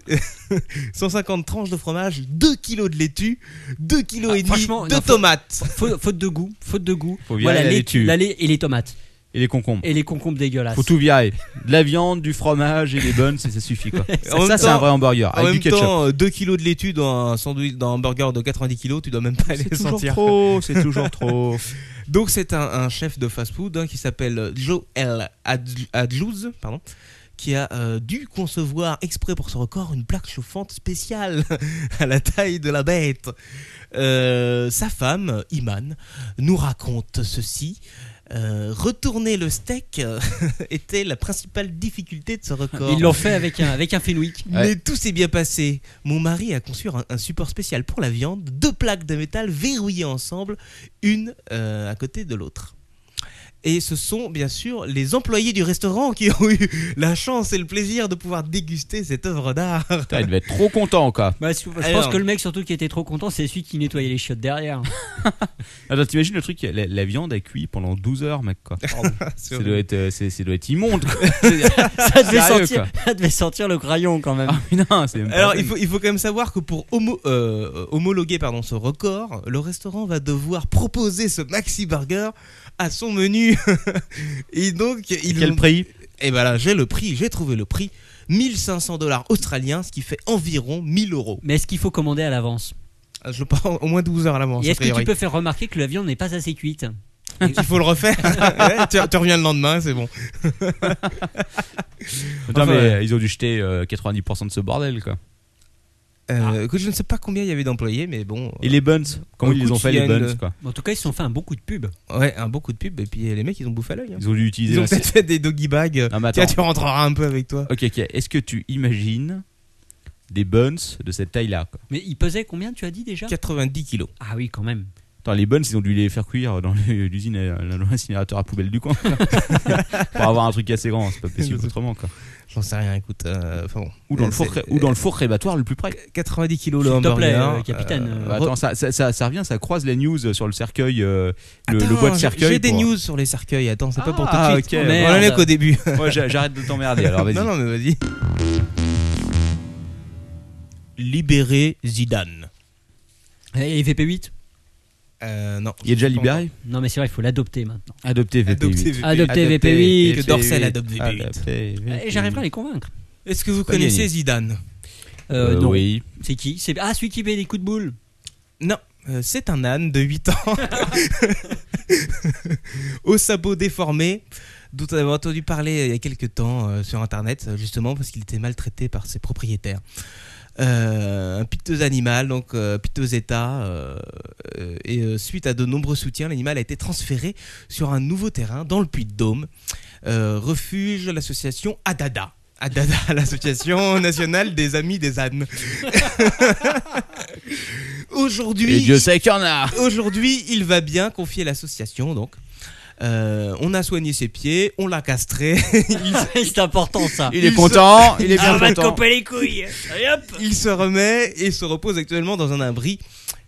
S5: 150 tranches de fromage, 2 kilos de laitue, 2 kilos
S4: Ah,
S5: et demi
S4: franchement,
S5: de
S4: non, faut-
S5: tomates.
S4: Faute, faute de goût, faute de goût.
S1: Faut virer
S4: voilà,
S1: la
S4: les-
S1: laitue.
S4: la lait et les tomates.
S1: Et les concombres.
S4: Et les concombres dégueulasses.
S1: Faut tout virer. De la viande, du fromage et des buns, ça, ça suffit quoi.
S5: En
S1: ça,
S5: même
S1: c'est un
S5: temps-
S1: vrai hamburger
S5: En
S1: avec Ah, du
S5: même
S1: ketchup.
S5: temps, 2 kilos de laitue dans un sandwich, dans un burger de 90 kilos, tu dois même pas
S1: c'est
S5: les
S1: toujours
S5: sentir.
S1: trop, c'est toujours trop.
S5: Donc c'est un, un chef de fast-food hein, qui s'appelle Joel Adj- Adjouz, pardon, qui a euh, dû concevoir exprès pour ce record une plaque chauffante spéciale à la taille de la bête. Euh, sa femme, Iman, nous raconte ceci. Euh, retourner le steak euh, était la principale difficulté de ce record.
S4: Ils l'ont fait avec un, avec un Fenwick.
S5: Mais tout s'est bien passé. Mon mari a conçu un, un support spécial pour la viande, deux plaques de métal verrouillées ensemble, une euh, à côté de l'autre. Et ce sont bien sûr les employés du restaurant qui ont eu la chance et le plaisir de pouvoir déguster cette œuvre d'art.
S1: Putain, il devait être trop content quoi.
S4: Bah, je pense
S5: Alors-
S4: que le mec surtout qui était trop content, c'est celui qui nettoyait les chiottes derrière.
S1: Attends, Ah, bah, t'imagines le truc, la, la viande a cuit pendant 12 heures, mec quoi. ça, doit être, euh, c'est- ça doit être immonde quoi.
S4: ça, devait
S1: Sérieux,
S4: sentir, ça devait sentir le crayon quand même.
S1: Ah, mais non, c'est même pas
S5: Alors
S1: la
S5: il
S1: peine.
S5: faut, il faut quand même savoir que pour homo- euh, homologuer pardon, ce record, le restaurant va devoir proposer ce maxi burger à son menu. et donc
S1: Et
S5: ils
S1: Quel
S5: ont-
S1: prix
S5: Et ben là, j'ai le prix, j'ai trouvé le prix. 1500 dollars australiens, ce qui fait environ 1000 euros. Ah,
S4: Mais est-ce qu'il faut commander à l'avance
S5: Je pense au moins 12 heures à l'avance.
S4: Et
S5: a
S4: est-ce que tu
S5: priori.
S4: peux faire remarquer que la viande n'est pas assez cuite
S5: Il faut le refaire. Ouais, tu, tu reviens le lendemain, c'est bon.
S1: Attends,
S5: Enfin,
S1: mais
S5: ouais.
S1: euh, ils ont dû jeter euh, 90% de ce bordel quoi.
S5: Euh, Écoute, je ne sais pas combien il y avait d'employés, mais bon.
S1: Et les buns Comment
S5: Un
S1: ils
S5: coup
S1: les ont
S5: de
S1: fait les
S5: fiel,
S1: buns
S5: euh,
S1: quoi
S4: En tout cas, ils se sont fait un bon coup de pub.
S5: Ouais, un beau coup de pub. Et puis les mecs, ils ont bouffé à l'œil. hein.
S1: Ils ont dû utiliser
S5: Ils ont
S1: la-
S5: peut-être fait des doggy bags.
S1: Non, mais
S5: Tiens,
S1: attends.
S5: tu rentreras un peu avec toi.
S1: Ok, ok. Est-ce que tu imagines des buns de cette taille-là. quoi.
S4: Mais il pesait combien, tu as dit déjà
S5: 90 kilos.
S4: Ah oui, quand même.
S1: Attends, les buns, ils ont dû les faire cuire dans l'usine, à- dans l'incinérateur à poubelle du coin. Pour avoir un truc assez grand, c'est pas possible autrement. Quoi.
S5: J'en sais rien, écoute. euh, enfin bon.
S1: Ou, dans le
S5: C'est-
S1: four, cré- ou dans le four rébatoire le plus près.
S5: 90 kilos
S4: S'il
S5: le
S4: te
S5: hamburger.
S4: plaît, euh,
S5: hein.
S4: capitaine,
S5: Euh,
S1: Bah, attends, ça, ça, ça, ça revient, ça croise les news sur le cercueil, euh, le,
S5: attends,
S1: le bois de
S5: j'ai-
S1: cercueil.
S5: J'ai des
S1: pour-
S5: news sur les cercueils. Attends, c'est pas pour tout
S1: Ah,
S5: de suite.
S1: ok,
S5: On en est
S4: merde.
S5: qu'au début.
S1: Moi, j'a- j'arrête de t'emmerder, alors vas-y.
S5: non, non, mais vas-y. Libérer Zidane.
S4: Et VP8
S5: Euh, non.
S1: Il est déjà libéré
S4: Non, mais c'est vrai, il faut l'adopter maintenant.
S1: Adopté VP8.
S5: Adopté VP8.
S4: Adopté VP8.
S5: Que Dorcel adopte VP8.
S4: Ah, Et j'arriverai Eh, à les convaincre.
S5: Est-ce que vous
S1: Pas gagné.
S5: connaissez Zidane
S4: Euh, non.
S1: Oui.
S4: C'est qui C'est- Ah, celui qui met des coups de boule.
S5: Non. Euh, c'est un âne de 8 ans. Au sabot déformé, dont on avait entendu parler il y a quelques temps euh, sur Internet, euh, justement parce qu'il était maltraité par ses propriétaires. Euh, un piteux animal, donc euh, piteux état. euh, euh, et euh, suite à de nombreux soutiens, l'animal a été transféré sur un nouveau terrain dans le Puy-de-Dôme. Euh, refuge l'association Adada. Adada, l'association nationale des amis des ânes. Aujourd'hui,
S1: Et Dieu sait qu'il y en a
S5: Aujourd'hui, il va bien, confier l'association donc. Euh, on a soigné ses pieds, on l'a castré,
S4: c'est important ça.
S1: Il est
S5: Ils
S1: content, il est
S4: Ah,
S1: bien
S4: on va te
S1: content.
S4: couper les couilles. Allez, hop.
S5: il se remet et se repose actuellement dans un abri.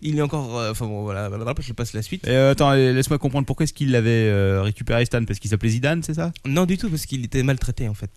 S5: Il est encore. euh, Enfin bon, voilà, blablabla, je passe la suite.
S1: Et, euh, attends, et laisse-moi comprendre pourquoi est-ce qu'il l'avait euh, récupéré Stan Parce qu'il s'appelait Zidane, c'est ça
S5: Non, du tout, parce qu'il était maltraité en fait.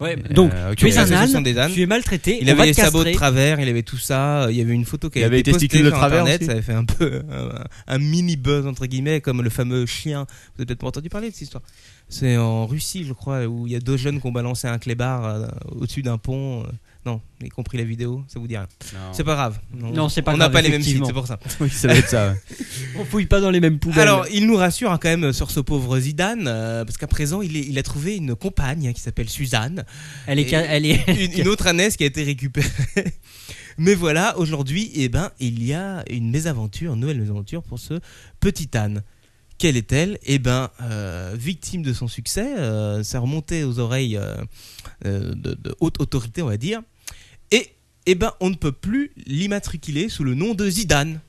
S4: Ouais,
S1: Euh,
S4: donc,
S1: ok.
S4: tu es un
S5: L'association
S4: âne,
S5: des ânes.
S4: tu es maltraité.
S5: Il
S4: on va
S5: avait les
S4: te
S5: sabots de
S4: castrer.
S5: travers, il avait tout ça. Il y avait une photo qui
S1: Il
S5: avait,
S1: avait
S5: été
S1: les
S5: postée
S1: testicules de
S5: sur
S1: travers
S5: Internet.
S1: aussi.
S5: Ça avait fait un peu un, un mini buzz entre guillemets, comme le fameux chien. Vous avez peut-être pas entendu parler de cette histoire. C'est en Russie, je crois, où il y a deux jeunes qui ont balancé un clébard euh, au-dessus d'un pont. euh, Non, y compris la vidéo, ça vous dit rien. C'est pas grave.
S4: Non, c'est pas
S5: On n'a
S4: grave,
S5: pas les mêmes sites,
S4: effectivement. Ben.
S5: c'est pour ça.
S1: Oui, ça va être ça. ouais.
S4: On fouille pas dans les mêmes poubelles.
S5: Alors, il nous rassure hein, quand même sur ce pauvre Zidane, euh, parce qu'à présent, il, est- il a trouvé une compagne hein, qui s'appelle Suzanne,
S4: elle est, ca-
S5: et-
S4: elle est.
S5: une, une autre ânesse qui a été récupérée. Mais voilà, aujourd'hui, eh ben, il y a une mésaventure, une nouvelle mésaventure pour ce petit âne. Quelle est-elle Eh ben, euh, victime de son succès, euh, ça remontait aux oreilles euh, euh, de, de haute autorité, on va dire. Et eh ben, on ne peut plus l'immatriculer sous le nom de Zidane.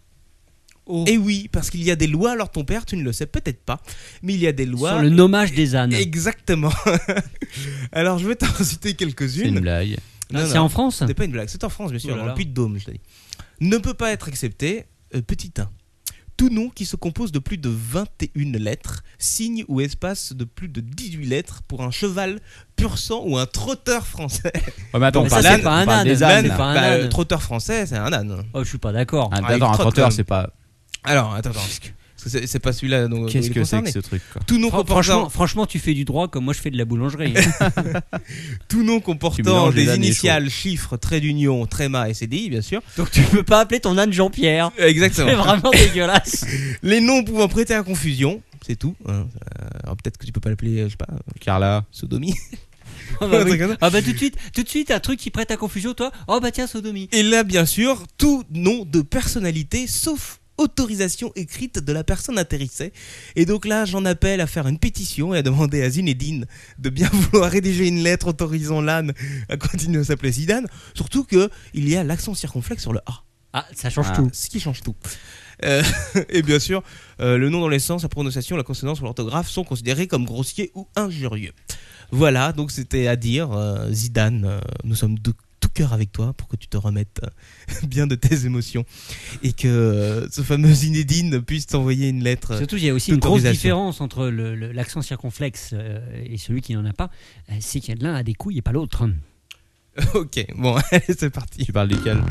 S4: Oh.
S5: Et Eh oui, parce qu'il y a des lois, alors ton père, tu ne le sais peut-être pas, mais il y a des lois.
S4: Sur le nommage des ânes.
S5: Exactement. alors, je vais t'en citer
S1: C'est une
S5: quelques-unes.
S1: blague.
S5: Non,
S4: Ah, C'est
S5: non.
S4: en France
S5: C'est pas une blague, c'est en France, bien sûr,
S4: Oh là
S5: dans le
S4: là.
S5: Puy de Dôme, je te dis. Ne peut pas être accepté, euh, petit 1. Tout nom qui se compose de plus de 21 lettres, signe ou espace de plus de 18 lettres pour un cheval pur sang ou un trotteur français.
S1: Ouais, mais attends,
S4: Mais
S1: on
S4: ça,
S1: parle
S5: c'est
S1: d'âne,
S4: pas un
S1: on parle
S4: âne,
S1: des
S4: l'âne,
S1: ânes.
S4: c'est
S1: là.
S4: pas un
S5: Bah,
S4: âne.
S5: euh, trotteur français, c'est un âne.
S4: Oh, je suis pas d'accord.
S1: Un-
S5: Ah, il
S1: D'accord, un
S5: trotte
S1: trotteur,
S5: comme-
S1: c'est pas.
S5: Alors, attends, attends. parce que C'est c'est pas celui-là dont dont il
S1: Qu'est-ce
S5: est
S1: que c'est que
S5: concerné.
S1: ce truc quoi
S5: Tout nom
S4: Fran-
S5: comportant,
S4: franchement, franchement, tu fais du droit comme moi je fais de la boulangerie. hein.
S5: tout nom
S1: Tu
S5: comportant
S1: mélanges les
S5: des
S1: ânes et les
S5: initiales, chiffres, traits d'union, tréma et CDI, bien sûr.
S4: Donc tu peux pas appeler ton âne Jean-Pierre.
S1: Euh,
S4: C'est
S5: Exactement.
S4: vraiment dégueulasse.
S5: Les noms pouvant prêter à confusion, c'est tout. hein. Euh, alors peut-être que tu peux pas l'appeler, euh, je sais pas,
S1: Carla.
S5: sodomie.
S4: Ah bah, oui. Ah bah tout de suite, tout de suite un truc qui prête à confusion toi. Oh bah tiens sodomie.
S5: Et là, bien sûr, tout nom de personnalité sauf autorisation écrite de la personne intéressée. Et donc là, j'en appelle à faire une pétition et à demander à Zinedine de bien vouloir rédiger une lettre autorisant l'âne à continuer à s'appeler Zidane. Surtout que il y a l'accent circonflexe sur le A.
S4: Ah ça change
S1: Ah.
S4: tout.
S5: ce qui change tout. Euh, et bien sûr, euh, le nom dans l'essence, la prononciation, la consonance ou l'orthographe sont considérés comme grossiers ou injurieux. Voilà, donc c'était à dire, euh, Zidane, euh, nous sommes de tout cœur avec toi pour que tu te remettes euh, bien de tes émotions et que euh, ce fameux Zinedine puisse t'envoyer une lettre.
S4: Surtout, il y a aussi une grosse
S5: Autorisation.
S4: différence entre le- le- l'accent circonflexe euh, et celui qui n'en a pas. Euh, C'est qu'il y en a l'un a des couilles et pas l'autre.
S5: ok, bon, allez, c'est parti.
S1: Tu parles desquels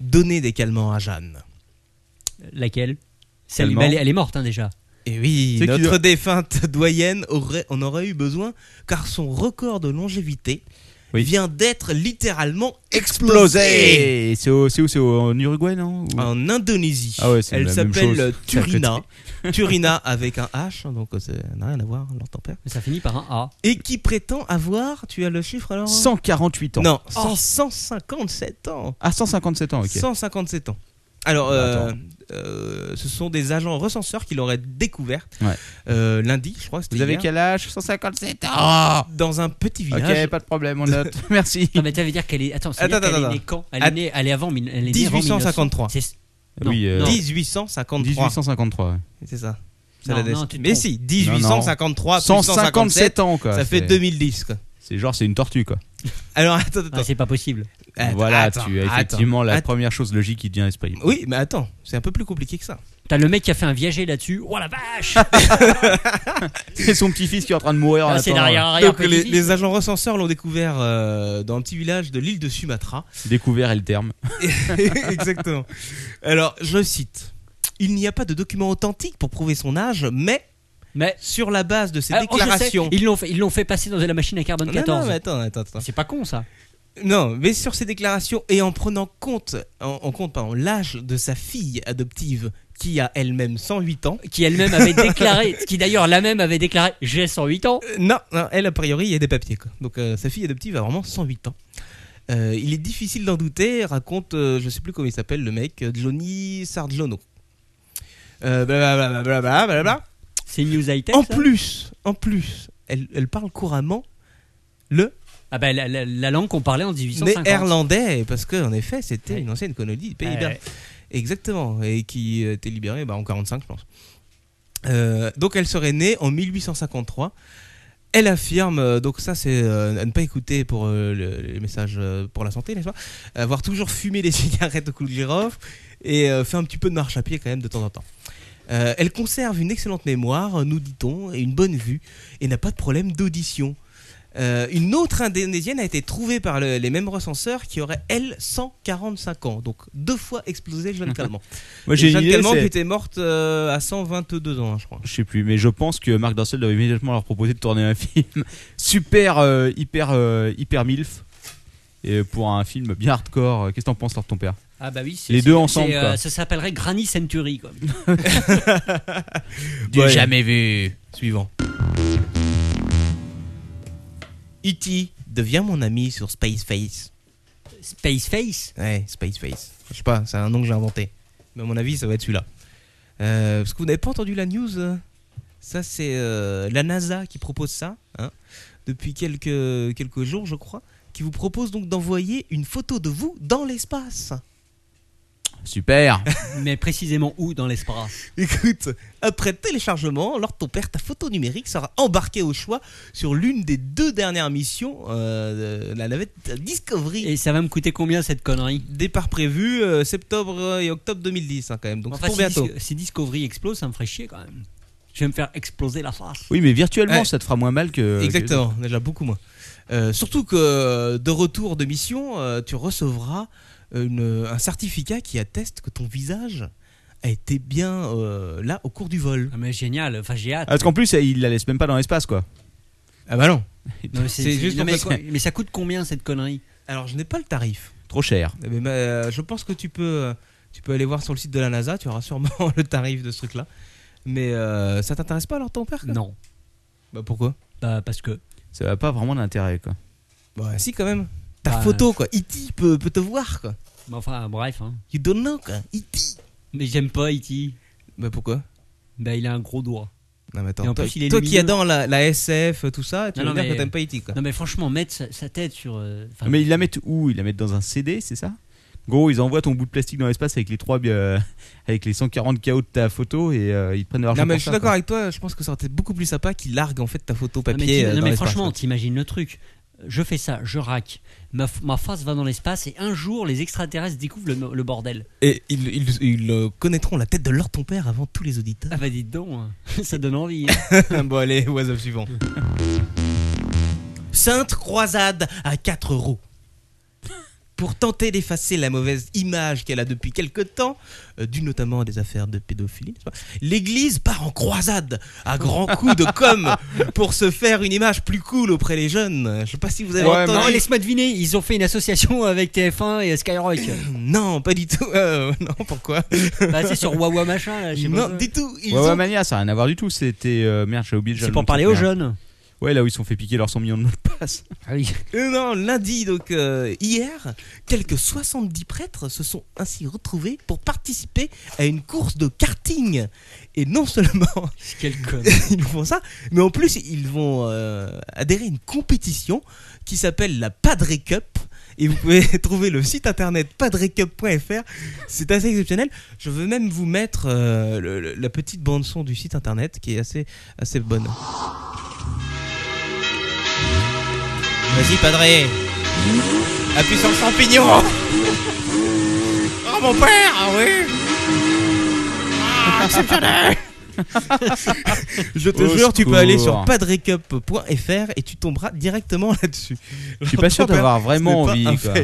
S5: Donner des calmants à Jeanne.
S4: Laquelle Celle-
S1: Tellement.
S4: bah, elle, est- elle est morte hein, déjà.
S5: Et oui,
S1: C'est qui euh
S5: notre
S1: doit-
S5: défunte doyenne aurait, en aurait eu besoin car son record de longévité
S1: Oui.
S5: vient d'être littéralement explosé
S1: Explosé C'est au- c'est où C'est au- en Uruguay, non Ou-
S5: en Indonésie.
S1: Ah ouais, c'est
S5: Elle
S1: la même chose.
S5: s'appelle
S1: Ça fait
S5: Turina. Turina avec un H, donc euh, ça n'a rien à voir, leur tempère.
S4: Mais ça finit par un A.
S5: Et qui prétend avoir, tu as le chiffre alors
S1: 148 ans.
S5: Non, cent- 157 ans.
S1: Ah, 157 ans, ok. Bah,
S5: 157 ans. Alors, euh,
S1: Attends.
S5: euh, ce sont des agents recenseurs qui l'auraient découverte
S1: Ouais.
S5: euh, lundi, je crois. que c'était
S1: Vous avez
S5: hier,
S1: quel âge 157 ans
S5: dans un petit
S1: Ok,
S5: village.
S1: pas de problème, on note. Merci.
S4: Non, mais ça veut dire qu'elle est. Attends, ça veut
S5: Attends,
S4: dire qu'elle
S5: attends,
S4: est née quand elle est,
S5: Att-
S4: née, elle est avant. mille- Elle est née avant
S5: 1853.
S4: 1900. C'est- Non,
S1: Oui, euh,
S4: non.
S5: 1853.
S1: 1853. ouais.
S5: C'est ça. C'est
S4: Non,
S5: la
S4: non,
S5: date.
S4: tu te
S5: mais
S4: trompes.
S5: si, 1853 Ah, plus 157,
S1: 157 ans, quoi.
S5: ça fait
S1: C'est-
S5: 2010. quoi.
S1: C'est genre, c'est une tortue, quoi.
S5: Alors, attends,
S4: Ah,
S5: attends.
S4: c'est pas possible.
S5: Attends,
S1: voilà,
S5: Eh, attends,
S1: tu as
S5: attends.
S1: effectivement la
S5: Attends.
S1: première chose logique qui te vient à l'esprit.
S5: Oui, mais attends, c'est un peu plus compliqué que ça.
S4: T'as le mec qui a fait un viager là-dessus. Oh la vache
S1: C'est son petit-fils qui est en train de mourir en
S4: Ah, C'est
S1: attendant.
S4: derrière arrière
S5: Donc, les, les agents recenseurs l'ont découvert euh, dans un petit village de l'île de Sumatra.
S1: Découvert est le terme.
S5: Exactement. Alors, je cite Il n'y a pas de document authentique pour prouver son âge, mais
S4: Mais
S5: sur la base de ses
S4: Ah, oh, je sais,
S5: déclarations.
S4: ils l'ont fait, ils l'ont fait passer dans la machine à carbone
S5: Non,
S4: 14.
S5: non, mais attends, attends, attends.
S4: C'est pas con ça.
S5: Non, mais sur ses déclarations et en prenant compte, en, en compte pardon, l'âge de sa fille adoptive qui a elle-même 108 ans.
S4: Qui elle-même avait déclaré, qui d'ailleurs la même avait déclaré j'ai 108 ans.
S5: Euh, non, non, elle a priori il y a des papiers quoi. Donc euh, sa fille adoptive a vraiment 108 ans. Euh, il est difficile d'en douter, raconte, euh, je sais plus comment il s'appelle le mec, euh, Johnny Sargiono. Euh, blablabla, blablabla, blablabla.
S4: C'est News High Tech.
S5: En
S4: ça
S5: plus, en plus, elle, elle parle couramment le
S4: Ah bah, la, la- la langue qu'on parlait en 1850.
S5: néerlandais, parce que en effet c'était
S4: Ouais.
S5: une ancienne colonie du
S4: Ouais,
S5: Pays-Bas.
S4: ouais.
S5: Exactement, et qui a été libérée bah, en 45, je pense. Euh, donc elle serait née en 1853. Elle affirme, euh, donc ça c'est euh, à ne pas écouter pour euh, le- les messages euh, pour la santé, n'est-ce pas Avoir toujours fumé des cigarettes au clou de girofle et euh, fait un petit peu de marche à pied quand même de temps en temps. Euh, elle conserve une excellente mémoire, nous dit-on, et une bonne vue, et n'a pas de problème d'audition. Euh, une autre indonésienne a été trouvée par le- les mêmes recenseurs qui aurait, elle, 145 ans. Donc deux fois explosé le jeune Calment.
S1: Moi, j'ai une
S5: Jeanne
S1: idée.
S5: Calment qui
S1: c'est-
S5: était morte euh, à 122 ans, hein, je crois.
S1: Je sais plus, mais je pense que Marc Dorcel devait immédiatement leur proposer de tourner un film super, euh, hyper, euh, hyper milf. Et pour un film bien hardcore, qu'est-ce que t'en penses, Lord ton père
S4: Ah bah oui. c'est-
S1: Les
S4: c'est-
S1: deux
S4: c'est,
S1: ensemble,
S4: euh,
S1: quoi.
S4: ça s'appellerait Granny Century quoi.
S5: Du
S1: Ouais.
S5: jamais vu. Suivant. E.T. devient mon ami sur Space Face.
S4: Space Face.
S5: Ouais, Space Face. Je sais pas, c'est un nom que j'ai inventé. Mais à mon avis, ça va être celui-là. Euh, parce que vous n'avez pas entendu la news euh, Ça, c'est euh, la NASA qui propose ça, hein, depuis quelques, quelques jours, je crois, qui vous propose donc d'envoyer une photo de vous dans l'espace.
S1: Super
S4: Mais précisément où dans l'espace
S5: Écoute, après téléchargement, lors de ton père, ta photo numérique sera embarquée au choix sur l'une des deux dernières missions euh, de la navette Discovery.
S4: Et ça va me coûter combien cette connerie
S5: Départ prévu euh, septembre et octobre 2010 hein, quand même, donc
S4: Enfin,
S5: c'est pour
S4: si,
S5: bientôt.
S4: Dis- si Discovery explose, ça me ferait chier quand même. Je vais me faire exploser la face.
S1: Oui, mais virtuellement,
S5: Ouais.
S1: ça te fera moins mal
S5: Euh,
S1: que.
S5: Exactement, déjà beaucoup moins. Euh, surtout que euh, de retour de mission, euh, tu recevras euh, une- un certificat qui atteste que ton visage a été bien euh, là au cours du vol.
S4: Ah, mais génial. Enfin j'ai hâte.
S1: Parce qu'en plus, il la laisse même pas dans l'espace, quoi.
S5: Ah bah non.
S4: Non, mais c'est-
S5: c'est
S4: c'est-
S5: juste
S4: non,
S5: pour
S4: mais,
S5: ça que-
S4: co- mais ça coûte combien cette connerie
S5: Alors je n'ai pas le tarif.
S1: Trop cher.
S5: Eh ben, bah, euh, je pense que tu peux, euh, tu peux aller voir sur le site de la NASA, tu auras sûrement le tarif de ce truc-là. Mais euh, ça t'intéresse pas alors ton père quoi
S4: Non.
S5: Bah pourquoi
S4: Bah parce que.
S1: Ça n'a pas vraiment d'intérêt, quoi.
S5: Bah si quand même. Ta
S4: Bah,
S5: photo quoi, E.T. peut, peut te voir quoi.
S4: bah, enfin bref. hein.
S5: You don't know quoi, E.T.
S4: Mais j'aime pas E.T.
S5: Bah pourquoi
S4: Bah il a un gros doigt.
S5: Non mais attends,
S4: Et en
S5: toi,
S4: plus, il est
S5: toi qui
S4: lumineux.
S5: adore la, la SF, tout ça, tu
S4: Non,
S5: veux
S4: non,
S5: dire
S4: mais-
S5: que t'aimes pas E.T. quoi.
S4: Non mais franchement, mettre sa, sa tête sur... euh, enfin,
S1: Mais ils la mettent où Ils la mettent dans un CD, c'est ça Gros, ils envoient ton bout de plastique dans l'espace avec les trois, euh, avec les 140 KO de ta photo et euh, ils te prennent de l'argent.
S5: Non mais
S1: pour
S5: je suis
S1: ça,
S5: d'accord avec toi, je pense que ça aurait été beaucoup plus sympa qu'il largue en fait ta photo
S4: non, mais t'im-
S5: papier. euh,
S4: non,
S5: dans
S4: mais
S5: l'espace,
S4: franchement,
S5: quoi.
S4: t'imagines le truc. Je fais ça, je rack. Ma, f- ma face va dans l'espace et un jour, les extraterrestres découvrent le, le bordel.
S5: Et ils, ils- ils, euh, connaîtront la tête de leur ton père avant tous les auditeurs.
S4: Ah bah dites donc, hein. ça donne envie. hein.
S5: bon allez, oiseau suivant. Sainte croisade à 4 euros. Pour tenter d'effacer la mauvaise image qu'elle a depuis quelque temps, euh, due notamment à des affaires de pédophilie, n'est-ce pas, l'Église part en croisade à grands coups de com pour se faire une image plus cool auprès des jeunes. Je ne sais pas si vous avez
S1: Ouais,
S5: entendu.
S4: Non, oh, laisse-moi deviner, ils ont fait une association avec TF1 et Skyrock.
S5: Non, pas du tout. Euh, non, pourquoi
S4: bah c'est sur Wawa machin, là, je sais pas
S5: Non,
S4: quoi.
S5: du tout. Ils
S1: Ouais,
S5: ont-
S1: ouais, Mania, ça n'a rien à voir du tout. C'était. euh, merde, j'ai oublié déjà
S4: C'est
S1: le
S4: pour
S1: nom,
S4: parler
S1: truc,
S4: aux
S1: merde.
S4: jeunes.
S1: hein. Ouais, là où ils se sont fait piquer leurs 100 millions de mots de passe.
S4: Ah oui.
S5: Euh, non, lundi, donc euh, hier, quelques 70 prêtres se sont ainsi retrouvés pour participer à une course de karting. Et non seulement
S4: Quel con.
S5: ils font ça, mais en plus ils vont euh, adhérer à une compétition qui s'appelle la Padre Cup. Et vous pouvez trouver le site internet padrecup.fr. C'est assez exceptionnel. Je veux même vous mettre euh, le- le- la petite bande son du site internet qui est assez, assez bonne. Vas-y Padre Appuie sur le champignon Oh mon père Ah oui Ah, exceptionnel Je te
S1: Au
S5: jure, tu peux aller sur
S1: secours.
S5: padrecup.fr et tu tomberas directement là-dessus.
S1: Je suis pas sûr d'avoir vraiment envie. quoi.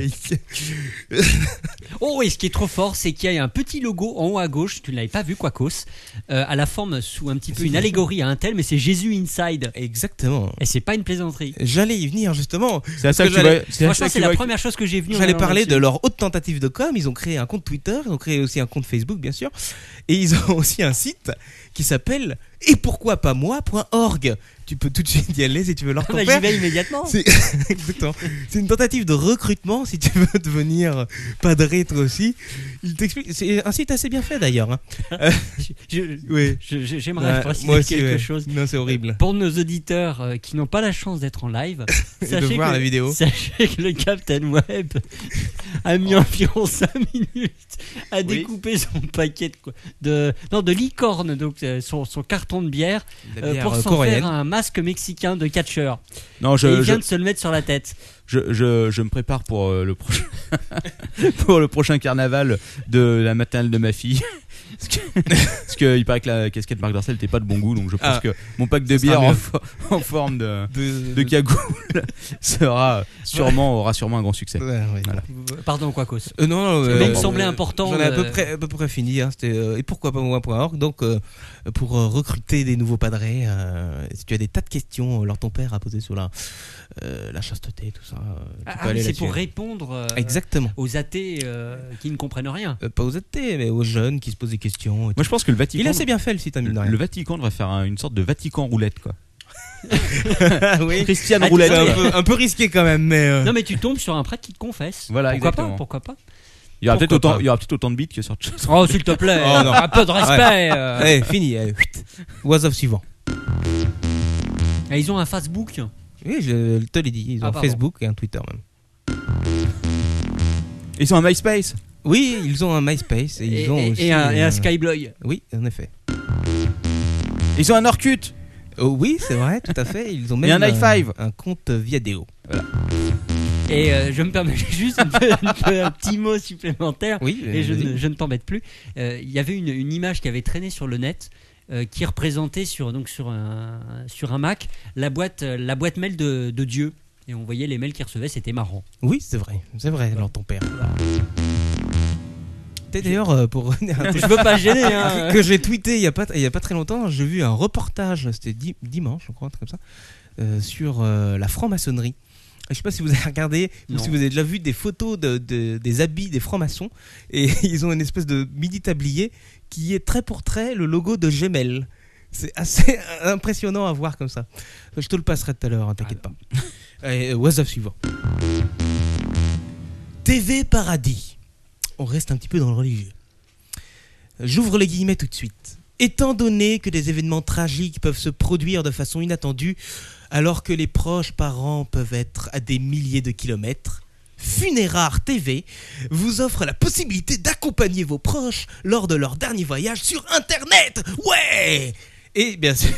S4: Oh, et ce qui est trop fort, c'est qu'il y a un petit logo en haut à gauche, tu ne l'avais pas vu, Quacos, euh, à la forme sous un petit peu une allégorie à un tel, mais c'est Jésus Inside.
S5: Exactement.
S4: Et c'est pas une plaisanterie.
S5: J'allais y venir justement.
S1: C'est à ça que
S5: Parce que
S1: tu vois. C'est à
S4: Franchement,
S1: ça que
S4: c'est
S1: tu
S4: la
S1: vois.
S4: première chose que j'ai venue. en
S5: J'allais
S4: allant
S5: parler de
S4: là-dessus.
S5: leur haute tentative de com. Ils ont créé un compte Twitter, ils ont créé aussi un compte Facebook, bien sûr. Et ils ont aussi un site qui s'appelle et pourquoi pas moi.org. Tu peux tout de suite y aller si tu veux leur
S4: Ah bah,
S5: ton
S4: J'y
S5: père.
S4: vais immédiatement.
S5: C'est Exactement. C'est une tentative de recrutement si tu veux devenir padré toi aussi. Il t'explique. C'est un site assez bien fait d'ailleurs. hein.
S4: Je-
S5: Oui.
S4: je- je- J'aimerais
S5: Ouais,
S4: préciser
S5: moi aussi,
S4: quelque
S5: ouais.
S4: chose.
S5: Non, c'est horrible.
S4: Pour nos auditeurs euh, qui n'ont pas la chance d'être en live,
S5: Et de
S4: sachez,
S5: voir
S4: que,
S5: la vidéo.
S4: sachez que le Captain Web a
S5: Oh.
S4: mis environ 5 minutes à découper son paquet de, quoi- de, non, de licorne, donc euh, son, son carton de bière, euh, pour s'en faire un masque mexicain de catcheur.
S1: Non,
S4: Et il
S1: je, je,
S4: vient de se le mettre sur la tête.
S1: je, je, je me prépare pour euh, le prochain pour le prochain carnaval de la matinale de ma fille. Parce que, parce que il paraît que la casquette Marc Darcel n'était pas de bon goût, donc je pense
S5: Ah.
S1: que mon pack de
S5: Ça sera
S1: bière en,
S5: mieux.
S1: fo- en forme de,
S5: de,
S1: de cagoule sera sûrement aura sûrement un grand succès.
S5: Ouais, ouais.
S1: Voilà.
S4: Pardon, Quacos.
S5: Euh, non,
S4: Mais il
S5: euh,
S4: me semblait
S5: euh,
S4: important
S5: J'en ai à
S4: de-
S5: peu près, à peu près fini. hein, C'était euh, et pourquoi pas moi.org. Donc euh, pour euh, recruter des nouveaux padrés, euh, si tu as des tas de questions, euh, leur ton père a posé sur la euh, la chasteté, tout ça. euh, tu
S4: Ah,
S5: peux
S4: ah, mais
S5: aller
S4: c'est
S5: là-dessus.
S4: pour répondre euh,
S5: Exactement.
S4: aux athées euh, qui ne comprennent rien.
S5: Euh, pas aux athées, mais aux jeunes qui se posent des questions. et tout.
S1: Moi, je pense que le Vatican
S5: Il a assez bien fait le site, hein, mine de rien.
S1: le Vatican devrait faire un- une sorte de Vatican roulette quoi.
S5: Ah oui.
S1: Christiane
S4: Ah, tu
S1: roulette.
S5: C'est un
S1: quoi.
S5: peu, un peu risqué quand même, mais. euh,
S4: Non, mais tu tombes sur un prêtre qui te confesse.
S1: Voilà,
S4: pourquoi
S1: exactement.
S4: pas Pourquoi pas
S1: Il y aura peut-être
S5: pourquoi
S1: autant
S5: pas.
S1: il y aura peut-être autant de bits que sur Chess.
S4: Oh, s'il te plaît,
S5: Oh, non.
S4: un peu de respect. euh.
S5: Allez, fini. allez, whitt. Was of suivant.
S4: Ah, Ils ont un Facebook.
S5: Oui, je te l'ai dit. Ils ont
S4: Ah,
S5: un
S4: pardon.
S5: Facebook et un Twitter même.
S1: Ils sont à MySpace.
S5: Oui, ils ont un MySpace et ils
S4: Et,
S5: ont
S4: et-
S5: aussi,
S4: et un, et un
S5: euh,
S4: Skybloy.
S5: Oui, en effet.
S1: Ils ont un Orkut.
S5: Oh oui, c'est vrai, tout à fait. Ils ont même
S1: Et un high
S5: euh,
S1: five.
S5: un compte Viadeo.
S4: Et euh, je me permets juste un, peu- un peu- un petit mot supplémentaire.
S5: Oui.
S4: Et
S5: euh,
S4: je ne,
S5: vas-y.
S4: je ne t'embête plus. Euh, Il y avait une, une image qui avait traîné sur le net euh, qui représentait sur, donc sur, un, sur un Mac la boîte, euh, la boîte mail de, de Dieu. Et on voyait les mails qu'il recevait, c'était marrant.
S5: Oui, c'est vrai, c'est vrai. Alors ton père. T'es D'ailleurs, euh, pour revenir à un truc
S4: Je veux pas gêner. Hein.
S5: que j'ai tweeté il y a pas il y a pas très longtemps, j'ai vu un reportage. C'était di- dimanche, je crois, un truc comme ça, euh, sur euh, la franc-maçonnerie. Je sais pas si vous avez regardé ou
S4: Non.
S5: si vous avez déjà vu des photos de, de- des habits des francs-maçons et ils ont une espèce de mini tablier qui est très pour trait le logo de Gmail. C'est assez impressionnant à voir comme ça. Je te le passerai tout à l'heure, hein, t'inquiète pas. Allez, euh, WhatsApp suivant. TV Paradis. On reste un petit peu dans le religieux. J'ouvre les guillemets tout de suite. Étant donné que des événements tragiques peuvent se produire de façon inattendue, alors que les proches parents peuvent être à des milliers de kilomètres, Funéraire TV vous offre la possibilité d'accompagner vos proches lors de leur dernier voyage sur Internet. Ouais Et bien sûr,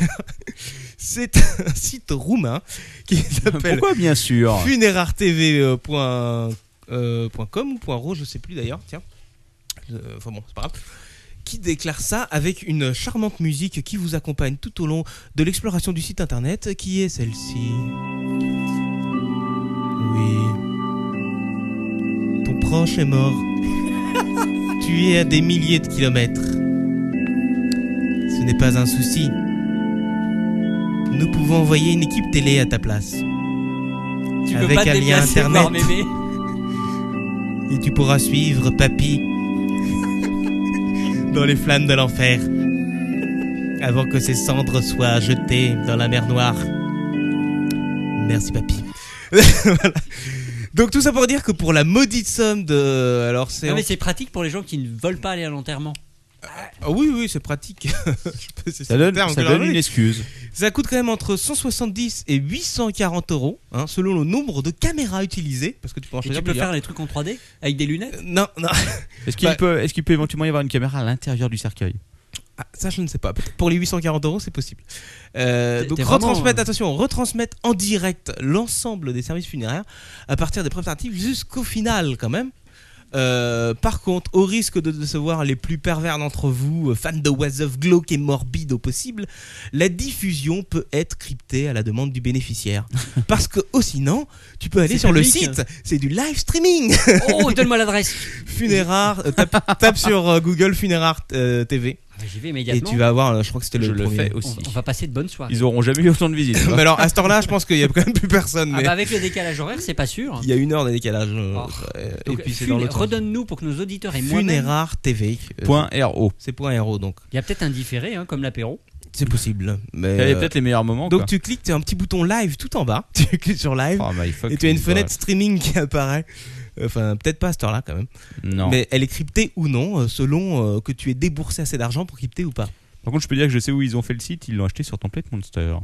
S5: c'est un site roumain qui s'appelle
S1: Pourquoi bien sûr
S5: funéraire.tv.com ou point .ro, je sais plus d'ailleurs, tiens. Euh, Enfin bon, c'est pas grave. Qui déclare ça avec une charmante musique qui vous accompagne tout au long de l'exploration du site internet, qui est celle-ci. Oui. Ton proche est mort. tu es à des milliers de kilomètres. Ce n'est pas un souci. Nous pouvons envoyer une équipe télé à ta place.
S4: Tu peux
S5: Avec
S4: pas te
S5: un lien
S4: déplacer
S5: Internet.
S4: voir mémé.
S5: et tu pourras suivre Papy dans les flammes de l'enfer avant que ses cendres soient jetées dans la mer Noire. Merci, papy. Voilà. Donc tout ça pour dire que pour la maudite somme de... Alors c'est...
S4: Non, Ah, mais c'est pratique pour les gens qui ne veulent pas aller à l'enterrement.
S5: Ah oui, oui, c'est pratique. Je sais pas si c'est
S1: Ça
S5: le
S1: donne,
S5: terme
S1: ça
S5: que
S1: donne
S5: j'aurais
S1: une
S5: dit.
S1: excuse.
S5: Ça coûte quand même entre 170 et 840 euros, hein, selon le nombre de caméras utilisées, parce que tu peux en
S4: Et
S5: choisir
S4: tu peux
S5: plusieurs.
S4: faire les trucs en 3D avec des lunettes.
S5: Euh, Non, non,
S1: Est-ce qu'il
S5: Bah-
S1: peut, est-ce qu'il peut éventuellement y avoir une caméra à l'intérieur du cercueil
S5: Ah, ça je ne sais pas. Peut-être Pour les 840 euros, c'est possible. Euh,
S4: T'es-
S5: donc
S4: t'es vraiment,
S5: retransmettre,
S4: euh,
S5: attention, retransmettre en direct l'ensemble des services funéraires à partir des préparatifs jusqu'au final quand même. Euh, par contre, au risque de décevoir les plus pervers d'entre vous, euh, fans de Was of glauque et morbide au possible, la diffusion peut être cryptée à la demande du bénéficiaire. Parce que, oh sinon, tu peux aller
S4: C'est
S5: sur le
S4: public.
S5: site, c'est du live streaming
S4: Oh, donne-moi l'adresse.
S5: Funéraire, euh, tape, tape sur euh, Google Funéraire euh, TV
S4: Ah, bah, J'y vais
S5: et
S4: immédiatement.
S5: tu vas voir, euh, je crois que c'était le
S1: Je le
S5: premier.
S1: fais
S4: on,
S1: aussi.
S4: on va passer de bonnes soirées.
S1: Ils auront jamais eu autant de visites. hein.
S5: Mais alors, à ce temps-là, je pense qu'il n'y a quand même plus personne.
S4: Ah
S5: mais
S4: bah, avec le décalage horaire, c'est pas sûr.
S5: Il y a une heure de décalage. euh,
S4: Oh.
S5: euh,
S4: Donc,
S5: et puis c'est
S4: fun-
S5: dans l'autre. sens.
S4: Redonne-nous pour que nos auditeurs et moi-même.
S5: Funéraire TV. euh,
S1: Point RO.
S5: C'est point RO donc.
S4: Il y a peut-être un différé, hein, comme l'apéro.
S5: C'est possible. Mais,
S1: Il y avait
S5: euh,
S1: peut-être les meilleurs moments.
S5: donc
S1: quoi.
S5: tu cliques, tu as un petit bouton live tout en bas. Tu cliques sur live
S1: Oh, my fuck,
S5: et tu as une
S1: il va-
S5: fenêtre streaming qui apparaît. Enfin, peut-être pas à cette heure-là quand même.
S1: Non.
S5: Mais elle est cryptée ou non, euh, selon euh, que tu aies déboursé assez d'argent pour crypter ou pas.
S1: Par contre, je peux dire que je sais où ils ont fait le site. Ils l'ont acheté sur Template Monster.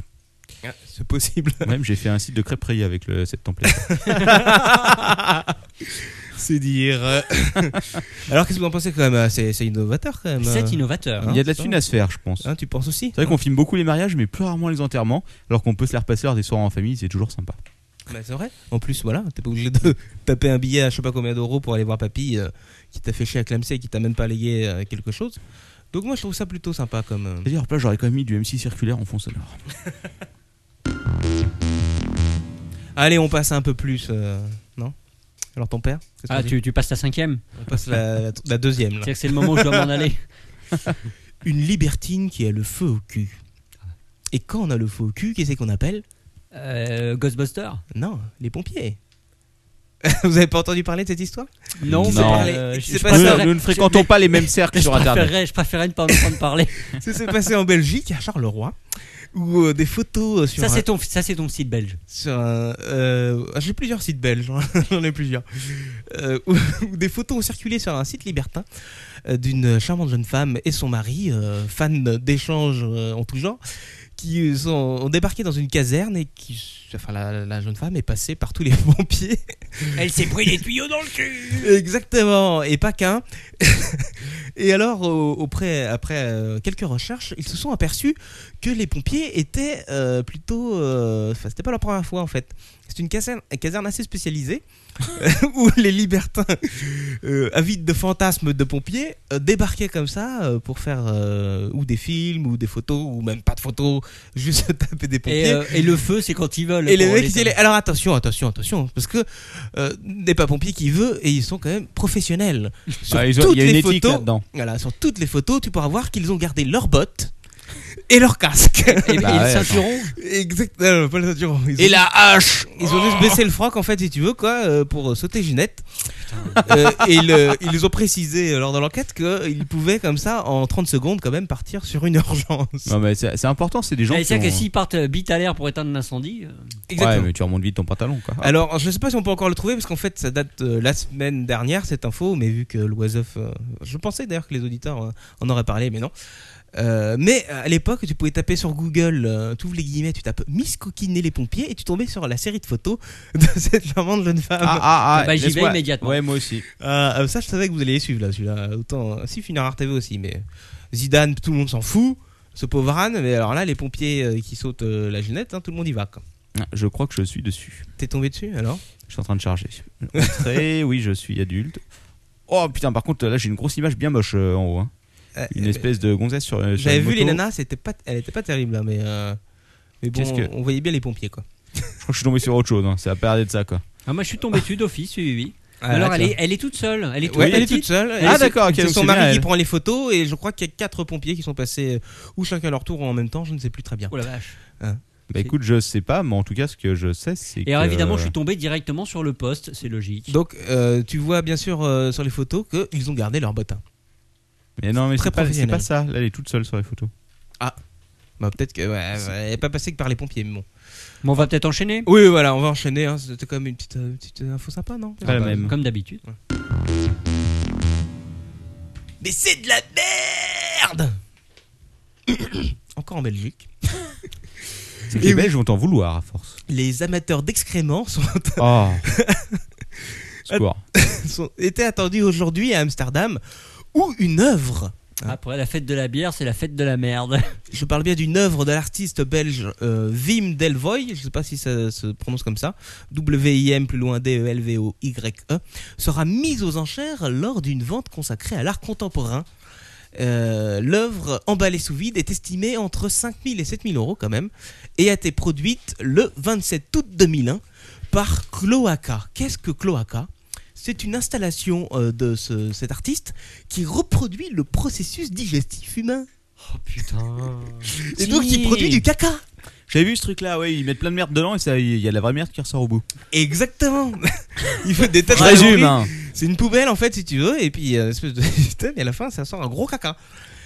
S5: C'est possible.
S1: Même, j'ai fait un site de crêperie avec le, cette Template.
S5: c'est dire. euh. Alors qu'est-ce que vous en pensez quand même euh, C'est c'est innovateur quand même. euh.
S4: C'est innovateur. hein.
S1: Il y a de la
S5: ça
S1: thune à se faire, je pense.
S5: Hein, tu penses aussi
S1: C'est vrai qu'on filme beaucoup les mariages, mais plus rarement les enterrements. Alors qu'on peut se les repasser lors des soirées en famille, c'est toujours sympa.
S5: Bah, c'est vrai. En plus, voilà, t'es pas obligé de taper un billet à je sais pas combien d'euros pour aller voir papy euh, qui t'a fait chier à clamser et qui t'a même pas légué euh, quelque chose. Donc moi, je trouve ça plutôt sympa comme. euh,
S1: D'ailleurs, là, j'aurais quand même mis du MC circulaire en fond sonore.
S5: Allez, on passe un peu plus, euh, non Alors ton père Qu'est-ce qu'on
S4: Ah,
S5: dit
S4: tu, tu passes ta cinquième
S5: On passe la, la- la deuxième. là.
S4: C'est-à-dire que c'est le moment où je dois m'en aller.
S5: Une libertine qui a le feu au cul. Et quand on a le feu au cul, qu'est-ce qu'on appelle
S4: Euh, Ghostbuster
S5: Non, les pompiers. Vous avez pas entendu parler de cette histoire
S4: Non,
S1: Non.
S4: mais euh,
S5: C'est
S4: je- je
S5: pas
S1: Nous,
S5: ça.
S4: préférerais-
S1: nous ne fréquentons
S4: mais-
S1: pas les mêmes cercles
S4: mais je
S1: sur Internet.
S4: préférerais- Je préférais ne pas en entendre parler.
S5: Ça s'est passé en Belgique, à Charleroi, où euh, des photos euh, sur
S4: Ça,
S5: un-
S4: c'est ton, ça, c'est ton site belge.
S5: sur un, euh, j'ai plusieurs sites belges, hein, j'en ai plusieurs, Euh, où, où des photos ont circulé sur un site libertin euh, d'une charmante jeune femme et son mari, euh, fans d'échanges euh, en tout genre, qui sont, ont débarqué dans une caserne et qui, enfin la, la jeune femme est passée par tous les pompiers.
S4: Elle s'est pris les tuyaux dans le cul
S5: Exactement, et pas qu'un. et alors, au- auprès, après euh, quelques recherches, ils se sont aperçus que les pompiers étaient euh, plutôt. euh, Enfin, c'était pas la première fois en fait. C'est une caserne, une caserne assez spécialisée où les libertins, euh, avides de fantasmes de pompiers, euh, débarquaient comme ça euh, pour faire euh, ou des films ou des photos ou même pas de photos, juste taper des pompiers.
S4: et, euh, et le feu, c'est quand ils veulent.
S5: Et les
S4: pour
S5: mecs,
S4: les-
S5: ils disaient, alors attention, attention, attention, parce que euh, n'est pas pompier qui veut, et ils sont quand même professionnels. Sur
S1: Ah, ils ont-
S5: toutes
S1: il y a une
S5: les
S1: éthique
S5: photos,
S1: là-dedans.
S5: voilà, sur toutes les photos, tu pourras voir qu'ils ont gardé leurs bottes et leur casque.
S4: Et, et
S1: Bah
S4: le
S1: ouais,
S4: ceinturon
S5: Exact, non, pas le ceinturon. Ils ont,
S1: Et la hache
S5: ils ont juste baissé le froc, en fait, si tu veux, quoi, euh, pour sauter Ginette. Euh, et ils, euh, ils ont précisé euh, lors de l'enquête qu'ils pouvaient, comme ça, en 30 secondes, quand même, partir sur une urgence.
S1: Non, mais c'est c'est important, c'est des gens
S4: Et
S1: qui.
S4: C'est-à-dire que
S1: ont-
S4: s'ils partent euh, bite à l'air pour éteindre l'incendie, euh,
S1: Ouais, mais tu remontes vite ton pantalon, quoi. Ah,
S5: Alors, je sais pas si on peut encore le trouver parce qu'en fait, ça date euh, la semaine dernière cette info, mais vu que l'Oiseuf, euh, je pensais d'ailleurs que les auditeurs euh, en auraient parlé, mais non. Euh, mais à l'époque, tu pouvais taper sur Google, euh, tu ouvres les guillemets, tu tapes Miss Coquiner les pompiers et tu tombais sur la série de photos de cette charmante jeune femme.
S1: Ah, ah, ah,
S4: bah, j'y vais
S1: laisse-moi-
S4: immédiatement.
S1: Ouais, moi aussi.
S5: Euh, euh, ça, je savais que vous alliez suivre là, celui-là. Autant, euh, si Funerar TV aussi, mais Zidane, tout le monde s'en fout. Ce pauvre âne, mais alors là, les pompiers euh, qui sautent euh, la Ginette, hein, tout le monde y va. quoi.
S1: Ah, Je crois que je suis dessus.
S5: T'es tombé dessus alors
S1: Je suis en train de charger. Entrée, oui, je suis adulte. Oh putain, par contre, là j'ai une grosse image bien moche euh, en haut. hein.
S5: Euh,
S1: Une
S5: mais-
S1: espèce de gonzesse sur. euh, sur
S5: J'avais
S1: une
S5: vu les
S1: moto.
S5: nanas, c'était pas, elle était pas terrible là, mais euh, mais bon,
S1: Qu'est-ce que-
S5: on voyait bien les pompiers quoi.
S1: Je crois que je suis tombé sur autre chose. hein. Ça a perdu de ça quoi.
S4: ah, moi je suis tombé dessus d'office, oui, oui, oui.
S5: Ah,
S4: Alors
S5: là,
S4: elle
S5: tiens.
S4: est, elle est toute seule, elle est toute
S5: Ouais, elle est
S4: petite.
S5: toute seule.
S1: Ah,
S5: Et c'est-
S1: d'accord, ok,
S5: C'est
S1: donc
S5: son
S1: c'est bien,
S5: mari qui
S1: elle.
S5: prend les photos et je crois qu'il y a quatre pompiers qui sont passés euh, ou chacun à leur tour ou en même temps, je ne sais plus très bien.
S4: Oh la vache.
S1: Bah écoute, je sais pas, mais en tout cas, ce que je sais, c'est.
S4: Et alors
S1: que-
S4: évidemment, je suis tombé directement sur le poste, c'est logique.
S5: euh, Donc euh, tu vois bien sûr euh, sur les photos qu'ils ont gardé leurs hein. bottins.
S1: Mais non, mais
S5: très
S1: c'est pas, c'est
S5: professionnel.
S1: pas ça. Là, elle est toute seule sur les photos.
S5: Bah, peut-être que. ouais, elle n'est pas passée que par les pompiers, mais bon.
S4: Bon, on va peut-être enchaîner
S5: Oui, voilà, on va enchaîner. hein. C'était quand même une petite, euh, petite info sympa, non
S1: Pas la même.
S4: Comme d'habitude.
S5: Mais c'est de la merde Encore en Belgique.
S1: C'est que les Belges vont t'en vouloir à force.
S5: Les amateurs d'excréments sont,
S1: Oh. Secours.
S5: sont- étaient attendus aujourd'hui à Amsterdam où une œuvre,
S4: Après la fête de la bière, c'est la fête de la merde.
S5: je parle bien d'une œuvre de l'artiste belge euh, Wim Delvoye, je ne sais pas si ça se prononce comme ça, W-I-M plus loin E D-E-L-V-O-Y-E, E, sera mise aux enchères lors d'une vente consacrée à l'art contemporain. Euh, L'œuvre emballée sous vide est estimée entre 5000 et 7000 euros quand même et a été produite le 27 août 2001 par Cloaca. Qu'est-ce que Cloaca C'est une installation euh, de ce- cet artiste qui reproduit le processus digestif humain
S4: Oh putain.
S5: et donc
S4: Si.
S5: qui produit du caca.
S1: J'avais vu ce truc-là, ouais, ils mettent plein de merde dedans et ça, il y a de la vraie merde qui ressort au bout.
S5: Exactement. Il faut des tas de
S1: Je résume,
S5: calories.
S1: hein.
S5: C'est une poubelle en fait si tu veux et puis euh, espèce de système et à la fin ça sort un gros caca.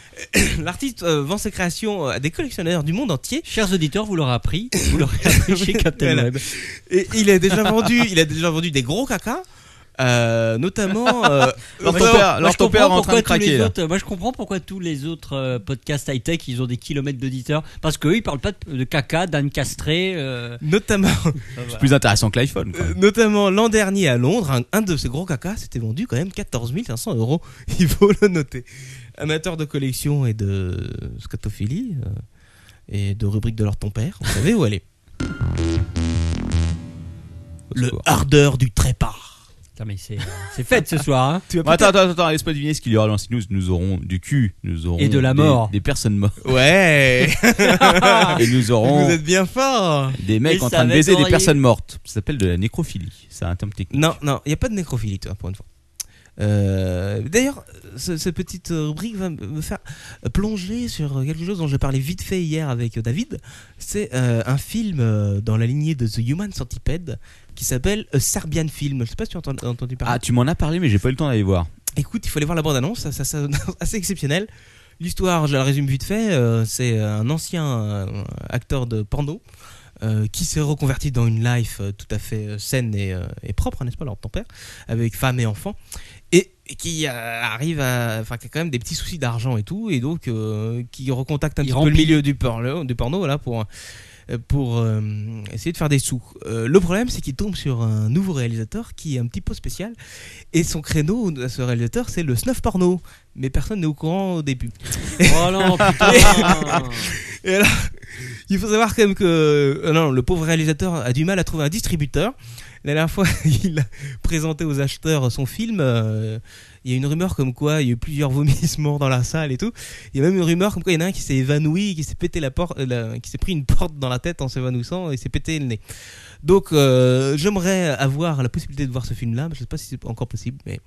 S5: L'artiste euh, vend ses créations à des collectionneurs du monde entier
S4: Chers auditeurs, vous l'aurez appris. Vous l'aurez appris chez Captain
S5: Voilà.
S4: Web.
S5: et il a déjà vendu, il a déjà vendu des gros cacas. euh, notamment euh,
S1: Leur
S5: euh,
S1: ton père,
S4: Moi,
S1: leur
S4: je
S1: ton
S4: comprends
S1: père est en train
S4: pourquoi
S1: de
S4: tous les
S1: craquer. hein. là.
S4: autres- moi, je comprends pourquoi tous les autres euh, podcasts high-tech, ils ont des kilomètres d'auditeurs. Parce qu'eux, ils parlent pas de, de caca, d'Anne Castré. euh,
S5: notamment
S1: C'est plus intéressant que l'iPhone. quoi.
S5: euh, notamment l'an dernier à Londres un, un de ces gros cacas s'était vendu quand même 14 500 euros il faut le noter amateur de collection et de scatophilie euh, et de rubrique de leur ton père vous savez où aller le
S1: secours.
S5: ardeur du trépart
S4: Putain, mais c'est, c'est fête ce soir. hein.
S1: Bon, attends, attends, attends, laisse pas deviner ce qu'il y aura dans Sinus. Nous aurons du cul, nous aurons
S4: Et de la
S1: des-
S4: mort.
S1: des, personnes mortes,
S5: ouais
S1: et nous
S5: vous
S1: aurons
S5: êtes bien fort
S1: des mecs
S4: Et
S1: en
S4: ça
S1: train de
S4: va
S1: baiser des
S4: être
S1: personnes mortes. Ça s'appelle de la nécrophilie. C'est un terme technique.
S5: Non, non, il n'y a pas de nécrophilie, toi, pour une fois. Euh, D'ailleurs, ce- cette petite rubrique va me faire plonger sur quelque chose dont j'ai parlé vite fait hier avec David. C'est euh, un film euh, dans la lignée de The Human Centipede qui s'appelle A Serbian Film. Je ne sais pas si tu as entendu- entendu parler.
S1: Ah, tu m'en as parlé, mais j'ai pas eu le temps d'aller voir.
S5: Écoute, il faut aller voir la bande-annonce, ça, ça, ça sonne assez exceptionnel. L'histoire, je la résume vite fait, euh, c'est un ancien euh, acteur de porno euh, qui s'est reconverti dans une life euh, tout à fait euh, saine et, euh, et propre, hein, n'est-ce pas, lors de ton père, avec femme et enfant, et, et qui euh, arrive à... Enfin, qui a quand même des petits soucis d'argent et tout, et donc euh, qui recontacte un
S4: Il
S5: petit
S4: remplit.
S5: peu le milieu du porno, du porno voilà, pour, euh, pour euh, essayer de faire des sous. Euh, le problème, c'est qu'il tombe sur un nouveau réalisateur qui est un petit peu spécial, et son créneau à ce réalisateur, c'est le snuff porno. Mais personne n'est au courant au début.
S4: Oh non, putain.
S5: Et alors, il faut savoir quand même que euh, non, le pauvre réalisateur a du mal à trouver un distributeur. La dernière fois, il a présenté aux acheteurs son film. euh, il y a une rumeur comme quoi il y a eu plusieurs vomissements dans la salle et tout. Il y a même une rumeur comme quoi il y en a un qui s'est évanoui, qui s'est pété la porte, euh, la- qui s'est pris une porte dans la tête en s'évanouissant et s'est pété le nez. Donc, euh, j'aimerais avoir la possibilité de voir ce film-là. mais Je ne sais pas si c'est encore possible, mais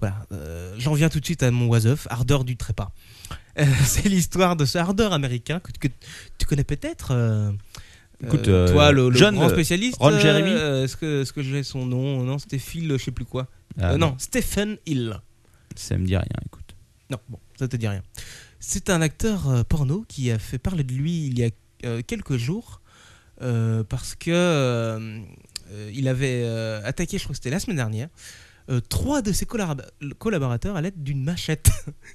S5: voilà. Euh, J'en viens tout de suite à mon was of, Ardeur du trépas. Euh, c'est l'histoire de ce ardeur américain que, que tu connais peut-être. euh,
S1: Écoute,
S5: euh,
S1: euh,
S5: toi, le, le
S1: John,
S5: grand
S1: euh,
S5: spécialiste.
S1: Ron Jeremy
S5: euh, Est-ce que, est-ce que j'ai son nom Non, c'était Phil, je sais plus quoi.
S1: Ah,
S5: Euh, non, Stephen Hill.
S1: Ça me dit rien, écoute.
S5: Non, bon, ça te dit rien. C'est un acteur euh, porno qui a fait parler de lui il y a euh, quelques jours euh, parce que euh, euh, il avait euh, attaqué, je crois que c'était la semaine dernière, euh, trois de ses collab- collaborateurs à l'aide d'une machette.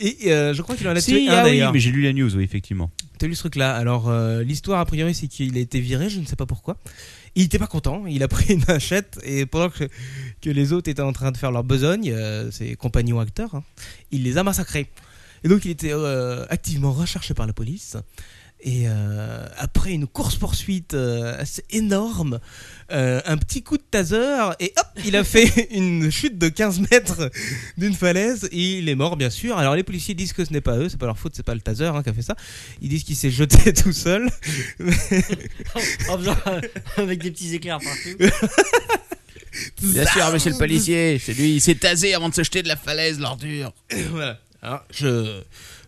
S5: Et euh, je crois qu'il en a tué
S1: Si,
S5: un
S1: ah oui,
S5: d'ailleurs.
S1: mais j'ai lu la news, oui, effectivement.
S5: T'as lu ce truc-là Alors, euh, l'histoire, a priori, c'est qu'il a été viré, je ne sais pas pourquoi. Il était pas content, il a pris une hachette, et pendant que, que les autres étaient en train de faire leur besogne, euh, ses compagnons acteurs, hein, il les a massacrés. Et donc, il était euh, activement recherché par la police. Et euh, après une course-poursuite euh, assez énorme, euh, un petit coup de taser, et hop, il a fait une chute de 15 mètres d'une falaise, et il est mort, bien sûr. Alors, les policiers disent que ce n'est pas eux, c'est pas leur faute, c'est pas le taser hein, qui a fait ça. Ils disent qu'il s'est jeté tout seul.
S4: En faisant- avec des petits éclairs partout.
S1: Bien sûr, monsieur le policier, c'est lui, il s'est tasé avant de se jeter de la falaise, l'ordure.
S5: voilà. Alors, je,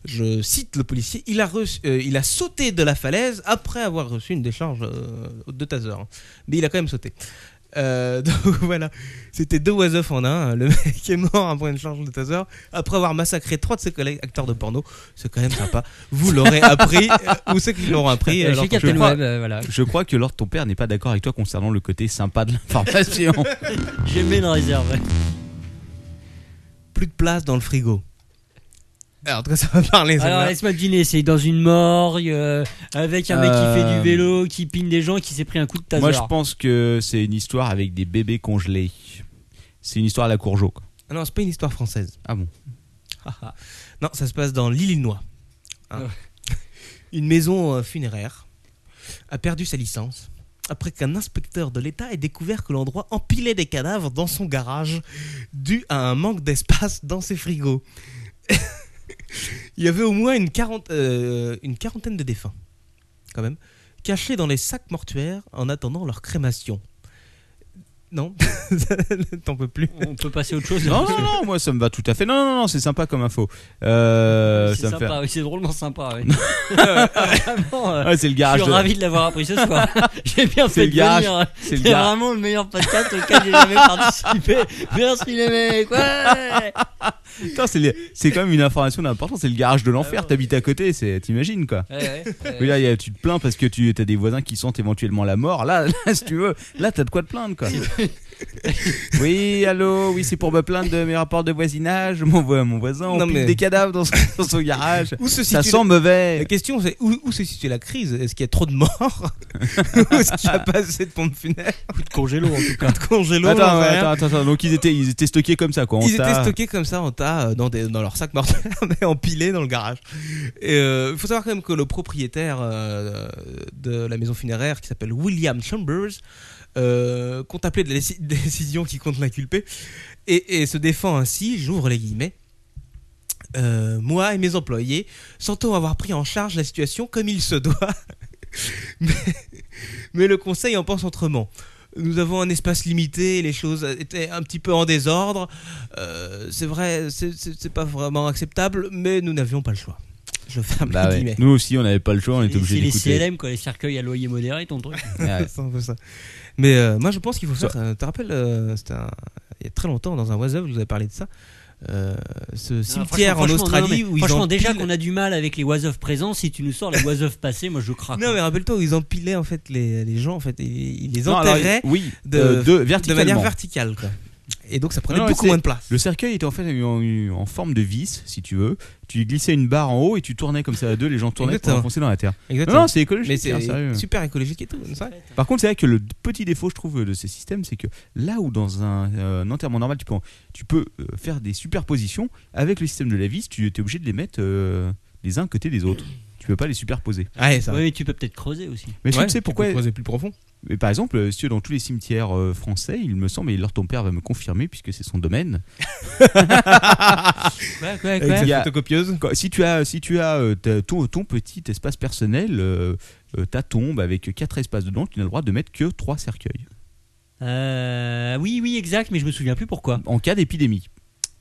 S5: je cite le policier. Il a, reçu- euh, il a sauté de la falaise après avoir reçu une décharge euh, de taser. hein. Mais il a quand même sauté. Euh, donc voilà, c'était deux was-of en un. Le mec est mort à un point de charge de taser après avoir massacré trois de ses collègues acteurs de porno. C'est quand même sympa. Vous l'aurez appris, euh, ou ceux qui l'auront appris.
S4: Euh,
S5: alors
S4: Chez
S5: que je
S4: Captain
S5: crois-
S4: Web, euh, voilà.
S1: Je crois que Lord ton père n'est pas d'accord avec toi concernant le côté sympa de l'information.
S4: J'ai mis une réserve.
S5: plus de place dans le frigo. Alors, en tout cas, ça va parler.
S4: Alors
S5: celle-là.
S4: laisse-moi deviner, c'est dans une morgue, euh, avec un mec
S1: Euh,
S4: qui fait du vélo, qui pigne des gens, qui s'est pris un coup de taser.
S1: Moi, je pense que c'est une histoire avec des bébés congelés. C'est une histoire à la Courgeot. quoi.
S5: Ah non, c'est pas une histoire française.
S1: Ah bon
S5: Non, ça se passe dans l'Illinois. Hein. Une maison euh, funéraire a perdu sa licence après qu'un inspecteur de l'État ait découvert que l'endroit empilait des cadavres dans son garage dû à un manque d'espace dans ses frigos. Il y avait au moins une, quarante- euh, une quarantaine de défunts, quand même, cachés dans les sacs mortuaires en attendant leur crémation. Non, t'en peux plus.
S4: On peut passer à autre chose.
S1: Non, non, non, moi, ça me va tout à fait. Non, non, non, c'est sympa comme info. Euh,
S4: c'est
S1: ça me fait-
S4: sympa, oui, c'est drôlement sympa. oui. Vraiment, euh,
S1: Ouais, c'est le
S4: je
S1: garage.
S4: suis
S1: de-
S4: ravi de l'avoir appris ce soir. J'ai bien
S1: C'est
S4: fait
S1: le
S4: de
S1: garage.
S4: venir.
S1: C'est le
S4: C'est
S1: garage.
S4: vraiment le meilleur podcast auquel j'ai jamais participé. Merci les mecs. Ouais.
S1: Putain, c'est les- c'est quand même une information d'importance. C'est le garage de
S4: Ah
S1: l'enfer. T'habites à côté, c'est- t'imagines quoi.
S4: Ouais, ouais.
S1: Oui, là, y a- tu te plains parce que tu as des voisins qui sentent éventuellement la mort. Là, là si tu veux, là, t'as de quoi te plaindre, quoi. oui, allô, oui, c'est pour me plaindre de mes rapports de voisinage. Mon, vo- mon voisin, on
S5: Non,
S1: pile
S5: mais-
S1: des cadavres dans son, dans son garage.
S5: Où se
S1: Ça
S5: situe-
S1: sent
S5: La
S1: mauvais.
S5: question, c'est où, où se situe la crise Est-ce qu'il y a trop de morts Ou est-ce qu'il n'y a pas assez de pompes funéraires
S4: Coup de congélo en tout cas.
S5: de congélo
S1: Attends,
S5: j'en sais rien.
S1: attends, attends, attends. Donc, ils étaient, ils étaient stockés comme ça, quoi. en
S5: hein, Ils étaient
S1: tas.
S5: stockés comme ça en tas euh, dans, des, dans leur sac mortuaire, mais empilés dans le garage. Il faut savoir quand même que le propriétaire euh, de la maison funéraire, qui s'appelle William Chambers, euh, contemplait de la déci- décision qui compte l'inculper et, et se défend ainsi, j'ouvre les guillemets. Euh, moi et mes employés sentons avoir pris en charge la situation comme il se doit, mais, mais le conseil en pense autrement. Nous avons un espace limité, les choses étaient un petit peu en désordre. Euh, c'est vrai, c'est- c'est c'est pas vraiment acceptable, mais nous n'avions pas le choix. Je ferme
S1: Bah
S5: les
S1: ouais.
S5: guillemets.
S1: Nous aussi, on n'avait pas le choix, on était
S4: C'est
S1: obligés
S4: les
S1: d'écouter.
S4: CLM, quoi, les cercueils à loyer modéré, ton truc.
S1: Ouais.
S5: C'est un peu ça. Mais euh, moi, je pense qu'il faut faire. euh, Tu te rappelles, euh, c'était un- il y a très longtemps, dans un WhatsApp, je vous avais parlé de ça. euh, ce
S4: Non,
S5: cimetière
S4: franchement,
S5: en
S4: franchement, non,
S5: Australie
S4: non, mais
S5: où ils
S4: Franchement,
S5: empilaient-
S4: déjà qu'on a du mal avec les was présents, si tu nous sors les was passés, moi je craque. hein.
S5: Non, mais rappelle-toi où ils empilaient en fait les, les gens, en fait, ils, ils les
S1: Non, alors,
S5: enterraient
S1: oui,
S5: de-
S1: euh, de,
S5: de manière
S1: verticalement.
S5: verticale. quoi. Et donc, ça prenait
S1: Non,
S5: beaucoup
S1: c'est-
S5: moins de place.
S1: Le cercueil était en fait en, en forme de vis, si tu veux. Tu glissais une barre en haut et tu tournais comme ça à deux, les gens tournaient
S5: Exactement.
S1: pour enfoncer dans la terre. Non,
S5: Exactement.
S1: non, c'est écologique.
S5: hein. mais
S1: c'est bien, sérieux.
S5: c'est super écologique et tout. c'est vrai.
S1: Par contre, c'est vrai que le petit défaut, je trouve, de ces systèmes, c'est que là où dans un, euh, un enterrement normal, tu peux, en- tu peux euh, faire des superpositions, avec le système de la vis, tu es obligé de les mettre euh, les uns à côté des autres. Tu peux pas les superposer.
S5: Ouais, ça.
S4: Oui, mais tu peux peut-être creuser aussi.
S1: Mais
S5: Ouais,
S1: tu sais pourquoi
S5: peux creuser plus profond.
S1: mais par exemple, euh, si tu veux, dans tous les cimetières euh, français, il me semble, et leur ton père va me confirmer puisque c'est son domaine.
S5: Avec
S1: Il y
S5: sa
S1: a-
S5: photocopieuse.
S1: Quand- si tu as, si tu as euh, ta- ton, ton petit espace personnel, euh, euh, ta tombe avec quatre espaces dedans, tu n'as le droit de mettre que trois cercueils
S4: Euh, oui, oui, exact, mais je me souviens plus pourquoi.
S1: en cas d'épidémie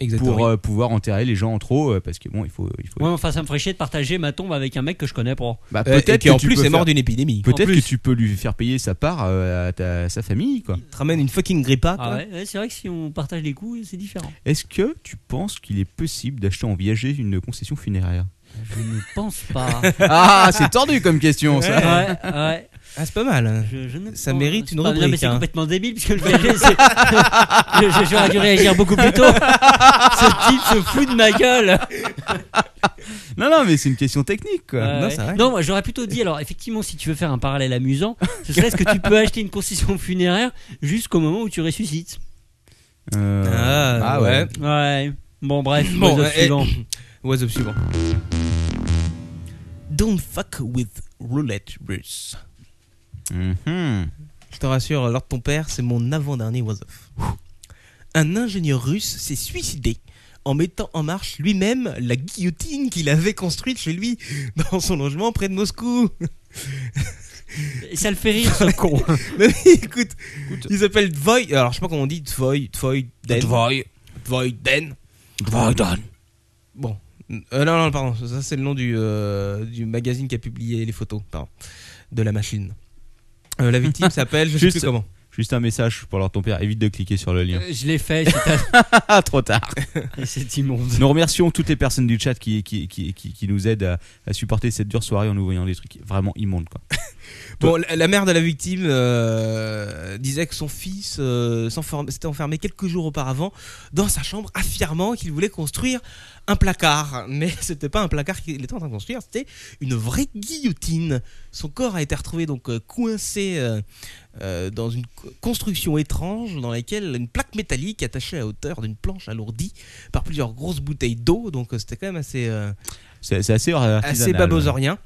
S5: Exactement.
S1: pour euh, pouvoir enterrer les gens en trop euh, parce que bon, il faut, il faut.
S4: Ouais, enfin, ça me ferait chier de partager ma tombe avec un mec que je connais pas.
S1: Bah,
S5: Euh, et
S1: peut-être
S5: qui en
S1: tu
S5: plus
S1: peux
S5: est mort
S1: faire-
S5: d'une épidémie.
S1: Peut-être
S4: En plus.
S1: que tu peux lui faire payer sa part euh, à, ta- sa famille, quoi.
S5: Te ramène une fucking grippa.
S4: Ah
S5: quoi.
S4: ouais, ouais, c'est vrai que si on partage les coups, c'est différent.
S1: Est-ce que tu penses qu'il est possible d'acheter en viager une concession funéraire
S4: Je ne pense pas.
S1: Ah, c'est tordu comme question, ça.
S4: ouais, ouais.
S5: Ah, c'est pas mal. hein.
S4: Je- je ne
S5: Ça
S4: pense-
S5: mérite une
S4: Non, mais
S5: rubrique,
S4: c'est
S5: hein.
S4: complètement débile puisque le VG, c'est. Je- je- J'aurais dû réagir beaucoup plus tôt. Ce type se fout de ma gueule.
S1: Non, non, mais c'est une question technique, quoi.
S4: Ouais,
S5: non,
S4: ouais.
S5: c'est vrai.
S4: Non, moi, j'aurais plutôt dit, alors effectivement, si tu veux faire un parallèle amusant, ce serait ce que tu peux acheter une concession funéraire jusqu'au moment où tu ressuscites.
S1: Euh,
S5: Ah, ouais.
S4: Ouais. Bon, bref,
S5: Bon,
S4: oiseau
S5: euh,
S4: suivant.
S5: What's up
S1: hein.
S5: suivant. Don't fuck with roulette, Bruce.
S1: Mhm.
S5: Je te rassure, Lord ton père, c'est mon avant-dernier What's up. Un ingénieur russe s'est suicidé en mettant en marche lui-même la guillotine qu'il avait construite chez lui dans son logement près de Moscou.
S4: Ça le fait rire, ce con.
S5: Mais oui, écoute, il s'appelle Dvoy. Alors je sais pas comment on dit Dvoy, Dvoy, Den. Dvoy, Dvoy, Den. Bon. Euh, non, non, pardon. Ça, c'est le nom du, euh, du magazine qui a publié les photos pardon, de la machine. Euh, la victime s'appelle, je sais
S1: Juste-
S5: plus comment.
S1: Juste un message pour leur ton père. Évite de cliquer sur le lien.
S4: Euh, je l'ai fait, c'est
S1: Ah, trop tard.
S4: un- c'est immonde.
S1: Nous remercions toutes les personnes du chat qui, qui, qui, qui, qui nous aident à, à supporter cette dure soirée en nous voyant des trucs vraiment immondes. Quoi.
S5: Bon, la la mère de la victime euh, disait que son fils euh, s'enferm- s'était enfermé quelques jours auparavant dans sa chambre, affirmant qu'il voulait construire un placard. Mais c'était pas un placard qu'il était en train de construire, c'était une vraie guillotine. Son corps a été retrouvé donc euh, coincé euh, euh, dans une co- construction étrange dans laquelle une plaque métallique attachée à hauteur d'une planche alourdie par plusieurs grosses bouteilles d'eau. Donc euh, c'était quand même assez. euh,
S1: C'est c'est assez
S5: assez
S1: artisanal.
S5: babozorien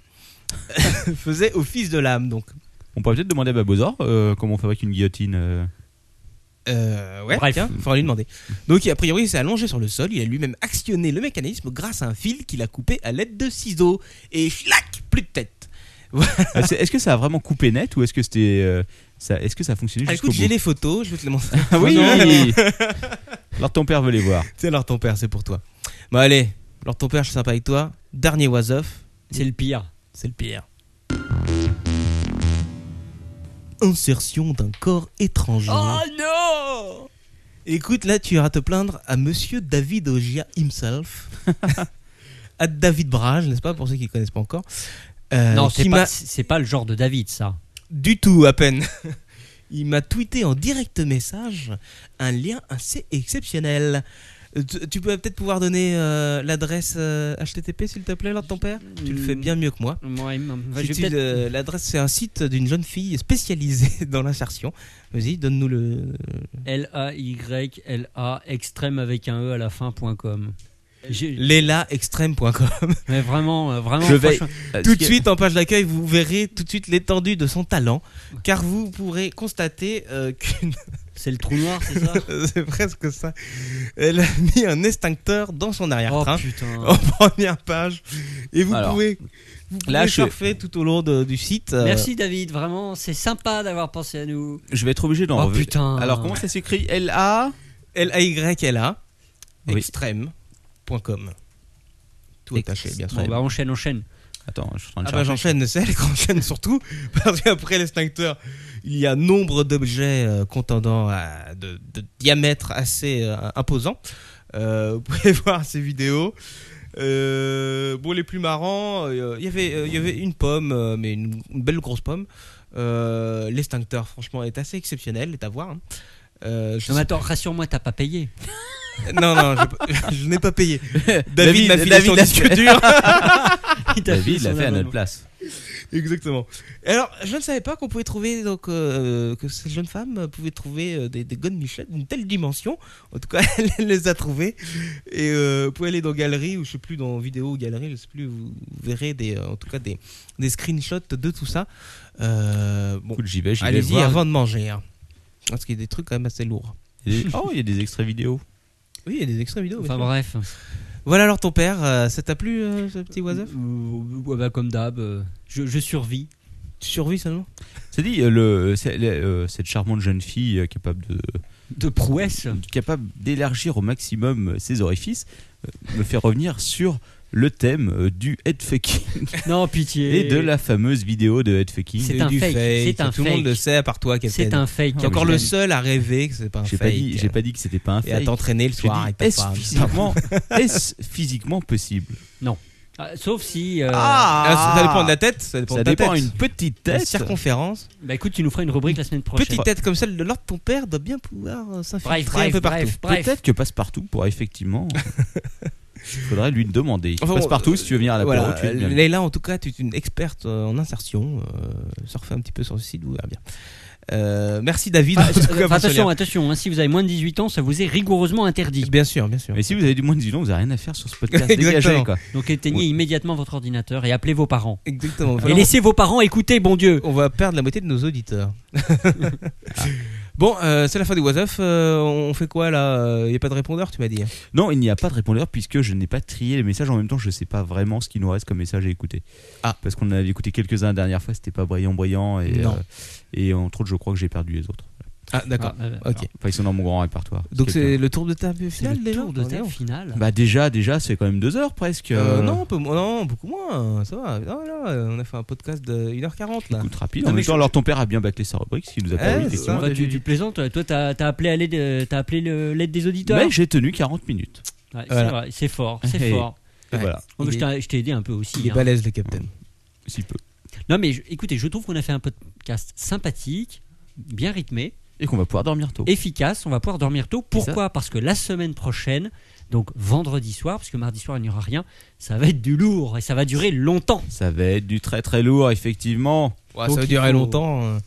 S5: faisait office de l'âme donc
S1: On pourrait peut-être demander à Babozor euh, comment on fabrique une guillotine. euh.
S5: euh, ouais
S4: Bref.
S5: tiens faudra lui demander donc a priori il s'est allongé sur le sol il a lui-même actionné le mécanisme grâce à un fil qu'il a coupé à l'aide de ciseaux et schlac plus de tête
S1: Ah, c'est- Est-ce que ça a vraiment coupé net ou est-ce que c'était. euh, ça- Est-ce que ça a fonctionné
S5: Ah,
S1: jusqu'au
S5: écoute j'ai
S1: bout
S5: les photos je vais te les montrer
S1: Ah oui
S5: Non.
S1: Alors ton père veut les voir.
S5: c'est alors ton père c'est pour toi bon allez alors ton père je suis sympa avec toi dernier was off
S4: C'est le pire.
S5: c'est le pire insertion d'un corps étranger
S4: Oh, non
S5: Écoute, là, tu iras te plaindre à monsieur David Ogia himself. à David Brage, n'est-ce pas, pour ceux qui ne connaissent pas encore. Euh,
S4: Non,
S5: qui
S4: c'est
S5: m'a-
S4: pas, c'est pas le genre de David, ça.
S5: Du tout, à peine. Il m'a tweeté en direct message un lien assez exceptionnel. Euh, Tu, tu peux peut-être pouvoir donner euh, l'adresse euh, HTTP, s'il te plaît, là, de ton père Tu le fais bien mieux que moi.
S4: Ouais, mais-
S5: Si
S4: Bah, je vais
S5: tu-
S4: peut-être-
S5: euh, l'adresse, c'est un site d'une jeune fille spécialisée dans l'insertion. Vas-y, donne-nous le,
S4: L-A-Y-L-A, extrême avec un E à la fin.com.
S5: lelaextrême.com.
S4: Mais vraiment, euh, vraiment.
S1: Je vais-
S4: franchement,
S1: Euh,
S5: Tout
S1: ce
S5: de
S1: qui-
S5: suite, en page d'accueil, vous verrez tout de suite l'étendue de son talent, car vous pourrez constater euh, qu'une...
S4: C'est le trou noir, c'est ça
S5: c'est presque ça. Elle a mis un extincteur dans son
S4: Oh
S5: arrière-train.
S4: putain.
S5: en première page. Et vous
S1: Alors,
S5: pouvez, vous pouvez
S1: là, je-
S5: surfer tout au long de- du site. euh,
S4: Merci David, vraiment, c'est sympa d'avoir pensé à nous.
S1: Je vais être obligé d'en
S4: Oh
S1: rev-
S4: putain.
S1: Alors comment ça s'écrit L-A
S5: L-A-Y-L-A,
S1: Oui.
S5: extrême.com. Tout
S1: Ex-
S5: attaché, bien sûr.
S4: Bon, bah enchaîne, enchaîne.
S1: Attends, je suis en train de
S5: Ah bah
S1: chercher.
S5: j'enchaîne, c'est elle qu'enchaîne surtout, parce qu'après l'extincteur, il y a nombre d'objets euh, contendant à de, de diamètre assez euh, imposant. Euh, vous pouvez voir ces vidéos. Euh, bon, les plus marrants, euh, il y avait, euh, il y avait une pomme, euh, mais une, une belle grosse pomme. Euh, l'extincteur, franchement, est assez exceptionnel, est à voir. hein. Euh, je
S4: Non, mais attends, rassure-moi, t'as pas payé.
S5: sais- non, non, je, je n'ai pas payé. bah, David,
S1: David-
S5: m'a filé
S1: David
S5: son
S1: l'a
S5: disque
S1: fait.
S5: dur.
S4: Il t'a
S1: David
S4: fait
S1: l'a
S4: son
S1: fait à
S4: abonnement.
S1: notre place.
S5: Exactement. Et alors, je ne savais pas qu'on pouvait trouver, donc, euh, que cette jeune femme euh, pouvait trouver euh, des, des gones Michel d'une telle dimension. En tout cas, elle, elle les a trouvés. Et euh, vous pouvez aller dans galerie, ou je sais plus, dans vidéo ou galerie, je sais plus, vous vous verrez des, euh, en tout cas des, des screenshots de tout ça. Euh, bon,
S1: Écoute, j'y vais, j'y vais
S5: allez-y
S1: voir.
S5: avant de manger. hein. Parce qu'il y a des trucs quand même assez lourds.
S1: Il y a des- Oh, il y a des extraits vidéo.
S5: Oui, il y a des extraits vidéo. bien
S4: Enfin
S5: sûr.
S4: bref.
S5: Voilà alors ton père, euh, ça t'a plu euh, ce petit oiseau
S4: Euh, ouais, bah, Comme d'hab, euh, je, je survis.
S5: Tu survis seulement
S1: C'est dit, euh, le, c'est- le- euh, cette charmante jeune fille euh, capable de
S4: De prouesse.
S1: capable d'élargir au maximum ses orifices, euh, me fait revenir sur le thème euh, du headfucking
S4: Non, pitié.
S1: et de la fameuse vidéo de headfucking.
S4: C'est un
S5: du
S4: fake, c'est un
S5: Tout le monde
S4: fake.
S5: le sait, à part toi, Captain.
S4: C'est un fake.
S5: T'es encore
S4: Capitaine.
S5: le seul à rêver que c'est pas un
S1: J'ai
S5: fake.
S1: pas dit, j'ai pas dit que c'était pas un
S5: Et à
S1: fake.
S5: t'entraîner le
S1: J'ai
S5: soir avec
S1: dit,
S5: ta
S1: est-ce
S5: femme.
S1: physiquement, est-ce physiquement possible
S4: Ah, Sauf si. euh,
S5: Ah, ça dépend de la tête. Ça dépend
S1: Ça
S5: de ta
S1: dépend
S5: tête.
S1: une petite
S5: La
S1: tête.
S5: circonférence.
S4: Bah écoute, tu nous feras une rubrique la semaine prochaine.
S5: Petite tête comme celle de Lord ton père doit bien pouvoir euh, s'infiltrer
S4: Bref,
S5: un peu
S4: bref,
S5: partout.
S4: bref, bref.
S1: Peut-être que passe-partout pourra effectivement. Il faudrait lui demander.
S5: Enfin, bon,
S1: passe-partout, si tu veux venir à Ah, la
S5: Voilà, euh,
S1: tu es le bienvenu.
S5: Leïla, en tout cas, tu es une experte euh, en insertion. Euh, surfez un petit peu sur le site, vous verrez bien. Euh, merci David.
S4: Ah,
S5: en tout cas,
S4: enfin,
S5: pour ce
S4: attention,
S5: lien.
S4: attention, hein, si vous avez moins de 18 ans, ça vous est rigoureusement interdit.
S5: Bien sûr, bien sûr.
S1: Mais si vous avez du moins de 10 ans, vous n'avez rien à faire sur ce podcast.
S5: Exactement.
S1: Dégagez, quoi.
S4: Donc éteignez
S1: Ouais.
S4: immédiatement votre ordinateur et appelez vos parents.
S5: Exactement.
S4: Et
S5: Voilà, Oh,
S4: laissez vos parents écouter, bon Dieu.
S5: On va perdre la moitié de nos auditeurs. bon, euh, c'est la fin du was Off. Euh, on fait quoi là Il n'y a pas de répondeur, tu m'as dit.
S1: Non, il n'y a pas de répondeur puisque je n'ai pas trié les messages. En même temps, je ne sais pas vraiment ce qu'il nous reste comme message à écouter.
S5: Ah.
S1: Parce qu'on en avait écouté quelques-uns la dernière fois, c'était pas brillant, brillant. Et,
S5: Non.
S1: euh, et entre autres, je crois que j'ai perdu les autres.
S5: Ah, d'accord.
S4: Ah, euh,
S5: ok.
S1: Enfin, ils sont dans mon grand répertoire.
S5: Donc c'est
S1: Quelqu'un.
S5: le tour de table
S4: C'est
S5: final
S4: le
S5: déjà
S4: tour de
S5: Oh,
S4: table
S5: non.
S4: finale.
S1: Bah déjà, déjà, c'est quand même deux heures presque.
S5: Euh, non, un peu moins- non, beaucoup moins, ça va. Non, là, euh, on a fait un podcast de 1h40 là.
S1: Écoute, rapide.
S5: Non,
S1: en
S5: mais
S1: même temps,
S5: je-
S1: alors ton père a bien bâclé sa rubrique, ce qui nous a permis
S5: c'est
S1: effectivement.
S5: Eh, ça.
S4: Bah, tu, tu plaisantes, toi t'as t'as appelé à l'aide, euh, t'as appelé le- l'aide des
S5: hein.
S4: auditeurs.
S1: Mais j'ai tenu 40 minutes.
S4: Ouais, c'est
S5: Voilà.
S4: vrai, c'est fort, c'est
S1: Hey.
S4: fort.
S1: Et
S5: Ouais.
S1: Voilà,
S4: Oh, mais
S5: Il
S4: je t'ai- je t'ai aidé un peu aussi.
S5: Il est
S4: hein.
S5: balèze le capitaine.
S1: si peu.
S4: Non mais je- écoutez, je trouve qu'on a fait un podcast sympathique, bien rythmé,
S1: Et qu'on va pouvoir dormir tôt.
S4: efficace. On va pouvoir dormir tôt.
S1: C'est ça.
S4: Pourquoi Parce que la semaine prochaine, donc vendredi soir, parce que mardi soir il n'y aura rien, ça va être du lourd et ça va durer longtemps.
S1: Ça va être du très très lourd, effectivement.
S5: Ouais,
S4: Donc,
S5: ça va
S4: il
S5: durer
S4: faut-
S5: longtemps. euh.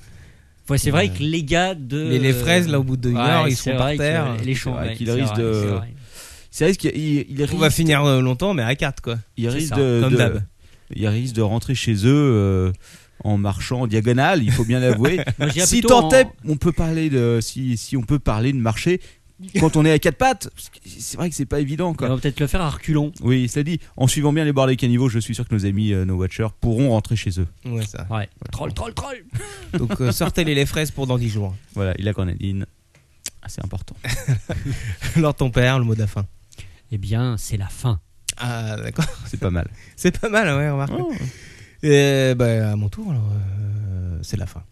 S4: Ouais, c'est vrai
S5: Ouais.
S4: que les gars de
S5: Les- les fraises, là, au bout de une heure, ils
S4: c'est
S5: seront par
S4: vrai que
S5: terre.
S4: Les champs,
S1: vrai
S4: ouais,
S1: qu'ils
S4: c'est
S1: risquent
S4: vrai,
S1: de-
S4: c'est vrai.
S1: C'est vrai qu'il il, il
S5: On va
S1: risque,
S5: finir euh, longtemps, mais à 4 quoi.
S1: il risque
S4: ça,
S1: de,
S5: comme
S1: de-
S5: d'hab.
S1: il risque de rentrer chez eux euh, en marchant en diagonale, il faut bien l'avouer.
S4: Moi, je dirais
S1: si
S4: plutôt
S1: tant est,
S4: en-
S1: on peut parler de si, si on peut parler de marché quand on est à quatre pattes, parce que c'est vrai que c'est pas évident
S4: On
S1: quoi.
S4: va peut-être le faire à reculons.
S1: Oui, cela dit, en suivant bien les barres des caniveaux, je suis sûr que nos amis euh, nos watchers pourront rentrer chez eux.
S5: Ouais, ça.
S4: Ouais. Troll, troll, troll.
S5: Donc euh, sortez les, les fraises pour dans 10 jours.
S1: Voilà, il a grenadine. Ah, c'est important.
S5: Lors ton père, le mot de la fin.
S4: Eh bien, c'est la fin.
S5: Ah, d'accord.
S1: C'est pas mal.
S5: C'est pas mal, ouais, remarque.
S4: Oh,
S5: Et bah, à mon tour, alors, euh, c'est la fin.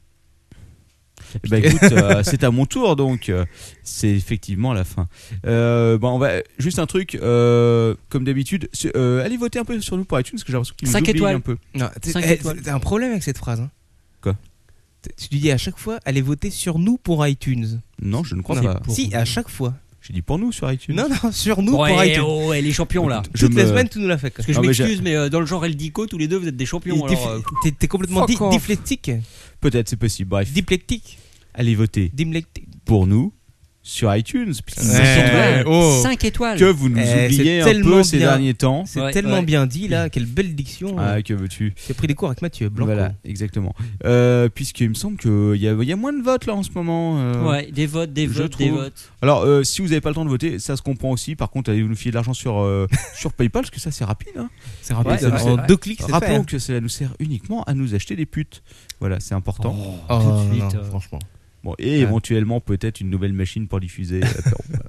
S1: Eh ben, écoute, euh, c'est à mon tour donc. euh, c'est effectivement la fin. Euh, bon, on va juste un truc. euh, comme d'habitude, c'est- euh, allez voter un peu sur nous pour iTunes parce que j'ai l'impression qu'ils nous
S4: Cinq
S1: oublient
S4: étoiles.
S1: un peu.
S5: Non, t'es-
S4: Cinq
S5: eh,
S4: étoiles.
S5: t'as un problème avec cette phrase. hein.
S1: Quoi
S5: T'es- Tu lui dis à chaque fois, allez voter sur nous pour iTunes.
S1: Non, je ne crois
S5: Non,
S1: pas.
S4: pour
S5: si,
S4: nous.
S5: à chaque fois.
S1: J'ai dit pour nous sur iTunes.
S5: Non, non, sur nous
S4: Ouais,
S5: pour iTunes.
S4: oh, ouais, les champions là.
S1: Je
S5: Toutes les
S1: me-
S5: semaines, tu nous l'as fait. quoi.
S4: Parce que je
S1: Non, mais
S4: m'excuse, mais, euh, dans le genre Eldico, tous les deux vous êtes des champions.
S5: Dif-
S4: alors, euh,
S5: T'es t'es complètement
S4: Fuck
S5: di-
S4: off.
S5: diplectique.
S1: Peut-être, c'est possible. Bref,
S5: Diplectique.
S1: allez voter
S5: Dimlectique.
S1: pour nous sur iTunes. puisque
S5: Ouais.
S1: c'est
S4: cinq
S1: surtout
S4: étoiles.
S5: oh.
S4: Cinq étoiles.
S1: Que vous nous
S5: Eh,
S1: oubliez
S5: c'est
S1: un peu
S5: tellement
S1: ces
S5: bien.
S1: derniers temps.
S5: C'est
S4: Ouais,
S5: tellement
S4: ouais.
S5: bien dit là, quelle belle diction. euh.
S1: Ah, que veux-tu
S5: J'ai pris des cours avec Mathieu Blanc.
S1: Voilà, exactement. Euh, Puisqu'il me semble qu'il y a, il y a moins de votes là en ce moment. euh.
S4: Ouais, des votes, des
S1: Je
S4: votes,
S1: trouve-
S4: des votes.
S1: Alors, euh, si vous n'avez pas le temps de voter, ça se comprend aussi. Par contre, allez vous nous filer de l'argent sur, euh, sur PayPal, parce que ça, c'est rapide. hein.
S5: C'est
S1: Ouais,
S5: rapide.
S1: c'est
S5: en
S1: vrai.
S5: deux clics, c'est fait.
S1: Rappelons
S5: hein.
S1: que cela nous sert uniquement à nous acheter des putes. Voilà, c'est important.
S5: Oh,
S4: tout de
S5: non,
S4: suite. euh,
S5: franchement.
S1: Bon, et éventuellement, peut-être une nouvelle machine pour diffuser. euh, Apéro, voilà.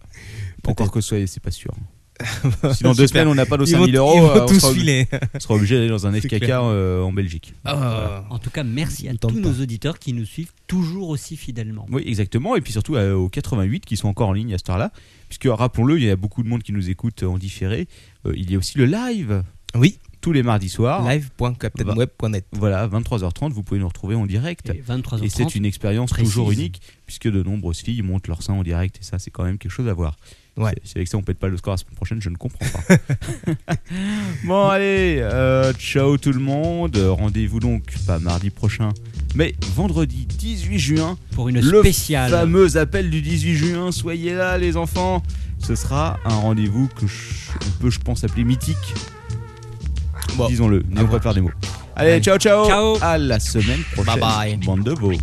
S1: Encore que ce soit, c'est pas sûr. Si dans deux
S5: Super.
S1: semaines, on n'a pas nos
S5: Ils vont,
S1: 5000 euros,
S5: ils vont
S1: euh, on,
S5: tous
S1: sera,
S5: filer.
S1: on sera obligé d'aller dans un
S5: C'est
S1: FKK
S5: clair.
S1: euh, en Belgique.
S5: Ah.
S4: euh. En tout cas, merci à
S5: Ne tente
S4: tous
S5: pas.
S4: nos auditeurs qui nous suivent toujours aussi fidèlement.
S1: Oui, exactement. Et puis surtout euh, aux 88 qui sont encore en ligne à cette heure-là. Puisque, rappelons-le, il y a beaucoup de monde qui nous écoute euh, en différé. Euh, il y a aussi le live
S5: Oui,
S1: tous les mardis soirs.
S5: live.captainweb.net.
S1: Voilà, 23h30, vous pouvez nous retrouver en direct.
S4: Et 23h30.
S1: Et c'est une expérience
S4: précise.
S1: toujours unique, puisque de nombreuses filles montent leur sein en direct, et ça, c'est quand même quelque chose à voir.
S5: Ouais.
S1: C'est- C'est avec ça, on pète pas le score la semaine prochaine, je ne comprends pas. bon, allez, euh, ciao tout le monde. Rendez-vous donc, pas mardi prochain, mais vendredi 18 juin.
S4: pour une
S1: Le
S4: spéciale.
S1: Fameux appel du 18 juin, soyez là, les enfants. Ce sera un rendez-vous que je, on peut, je pense, appeler mythique.
S5: Bon.
S1: Disons-le, mais on prépare des mots. Allez,
S5: Allez.
S1: ciao, ciao,
S4: Ciao.
S1: À la semaine prochaine.
S5: Bye bye.
S1: Bande de beaux.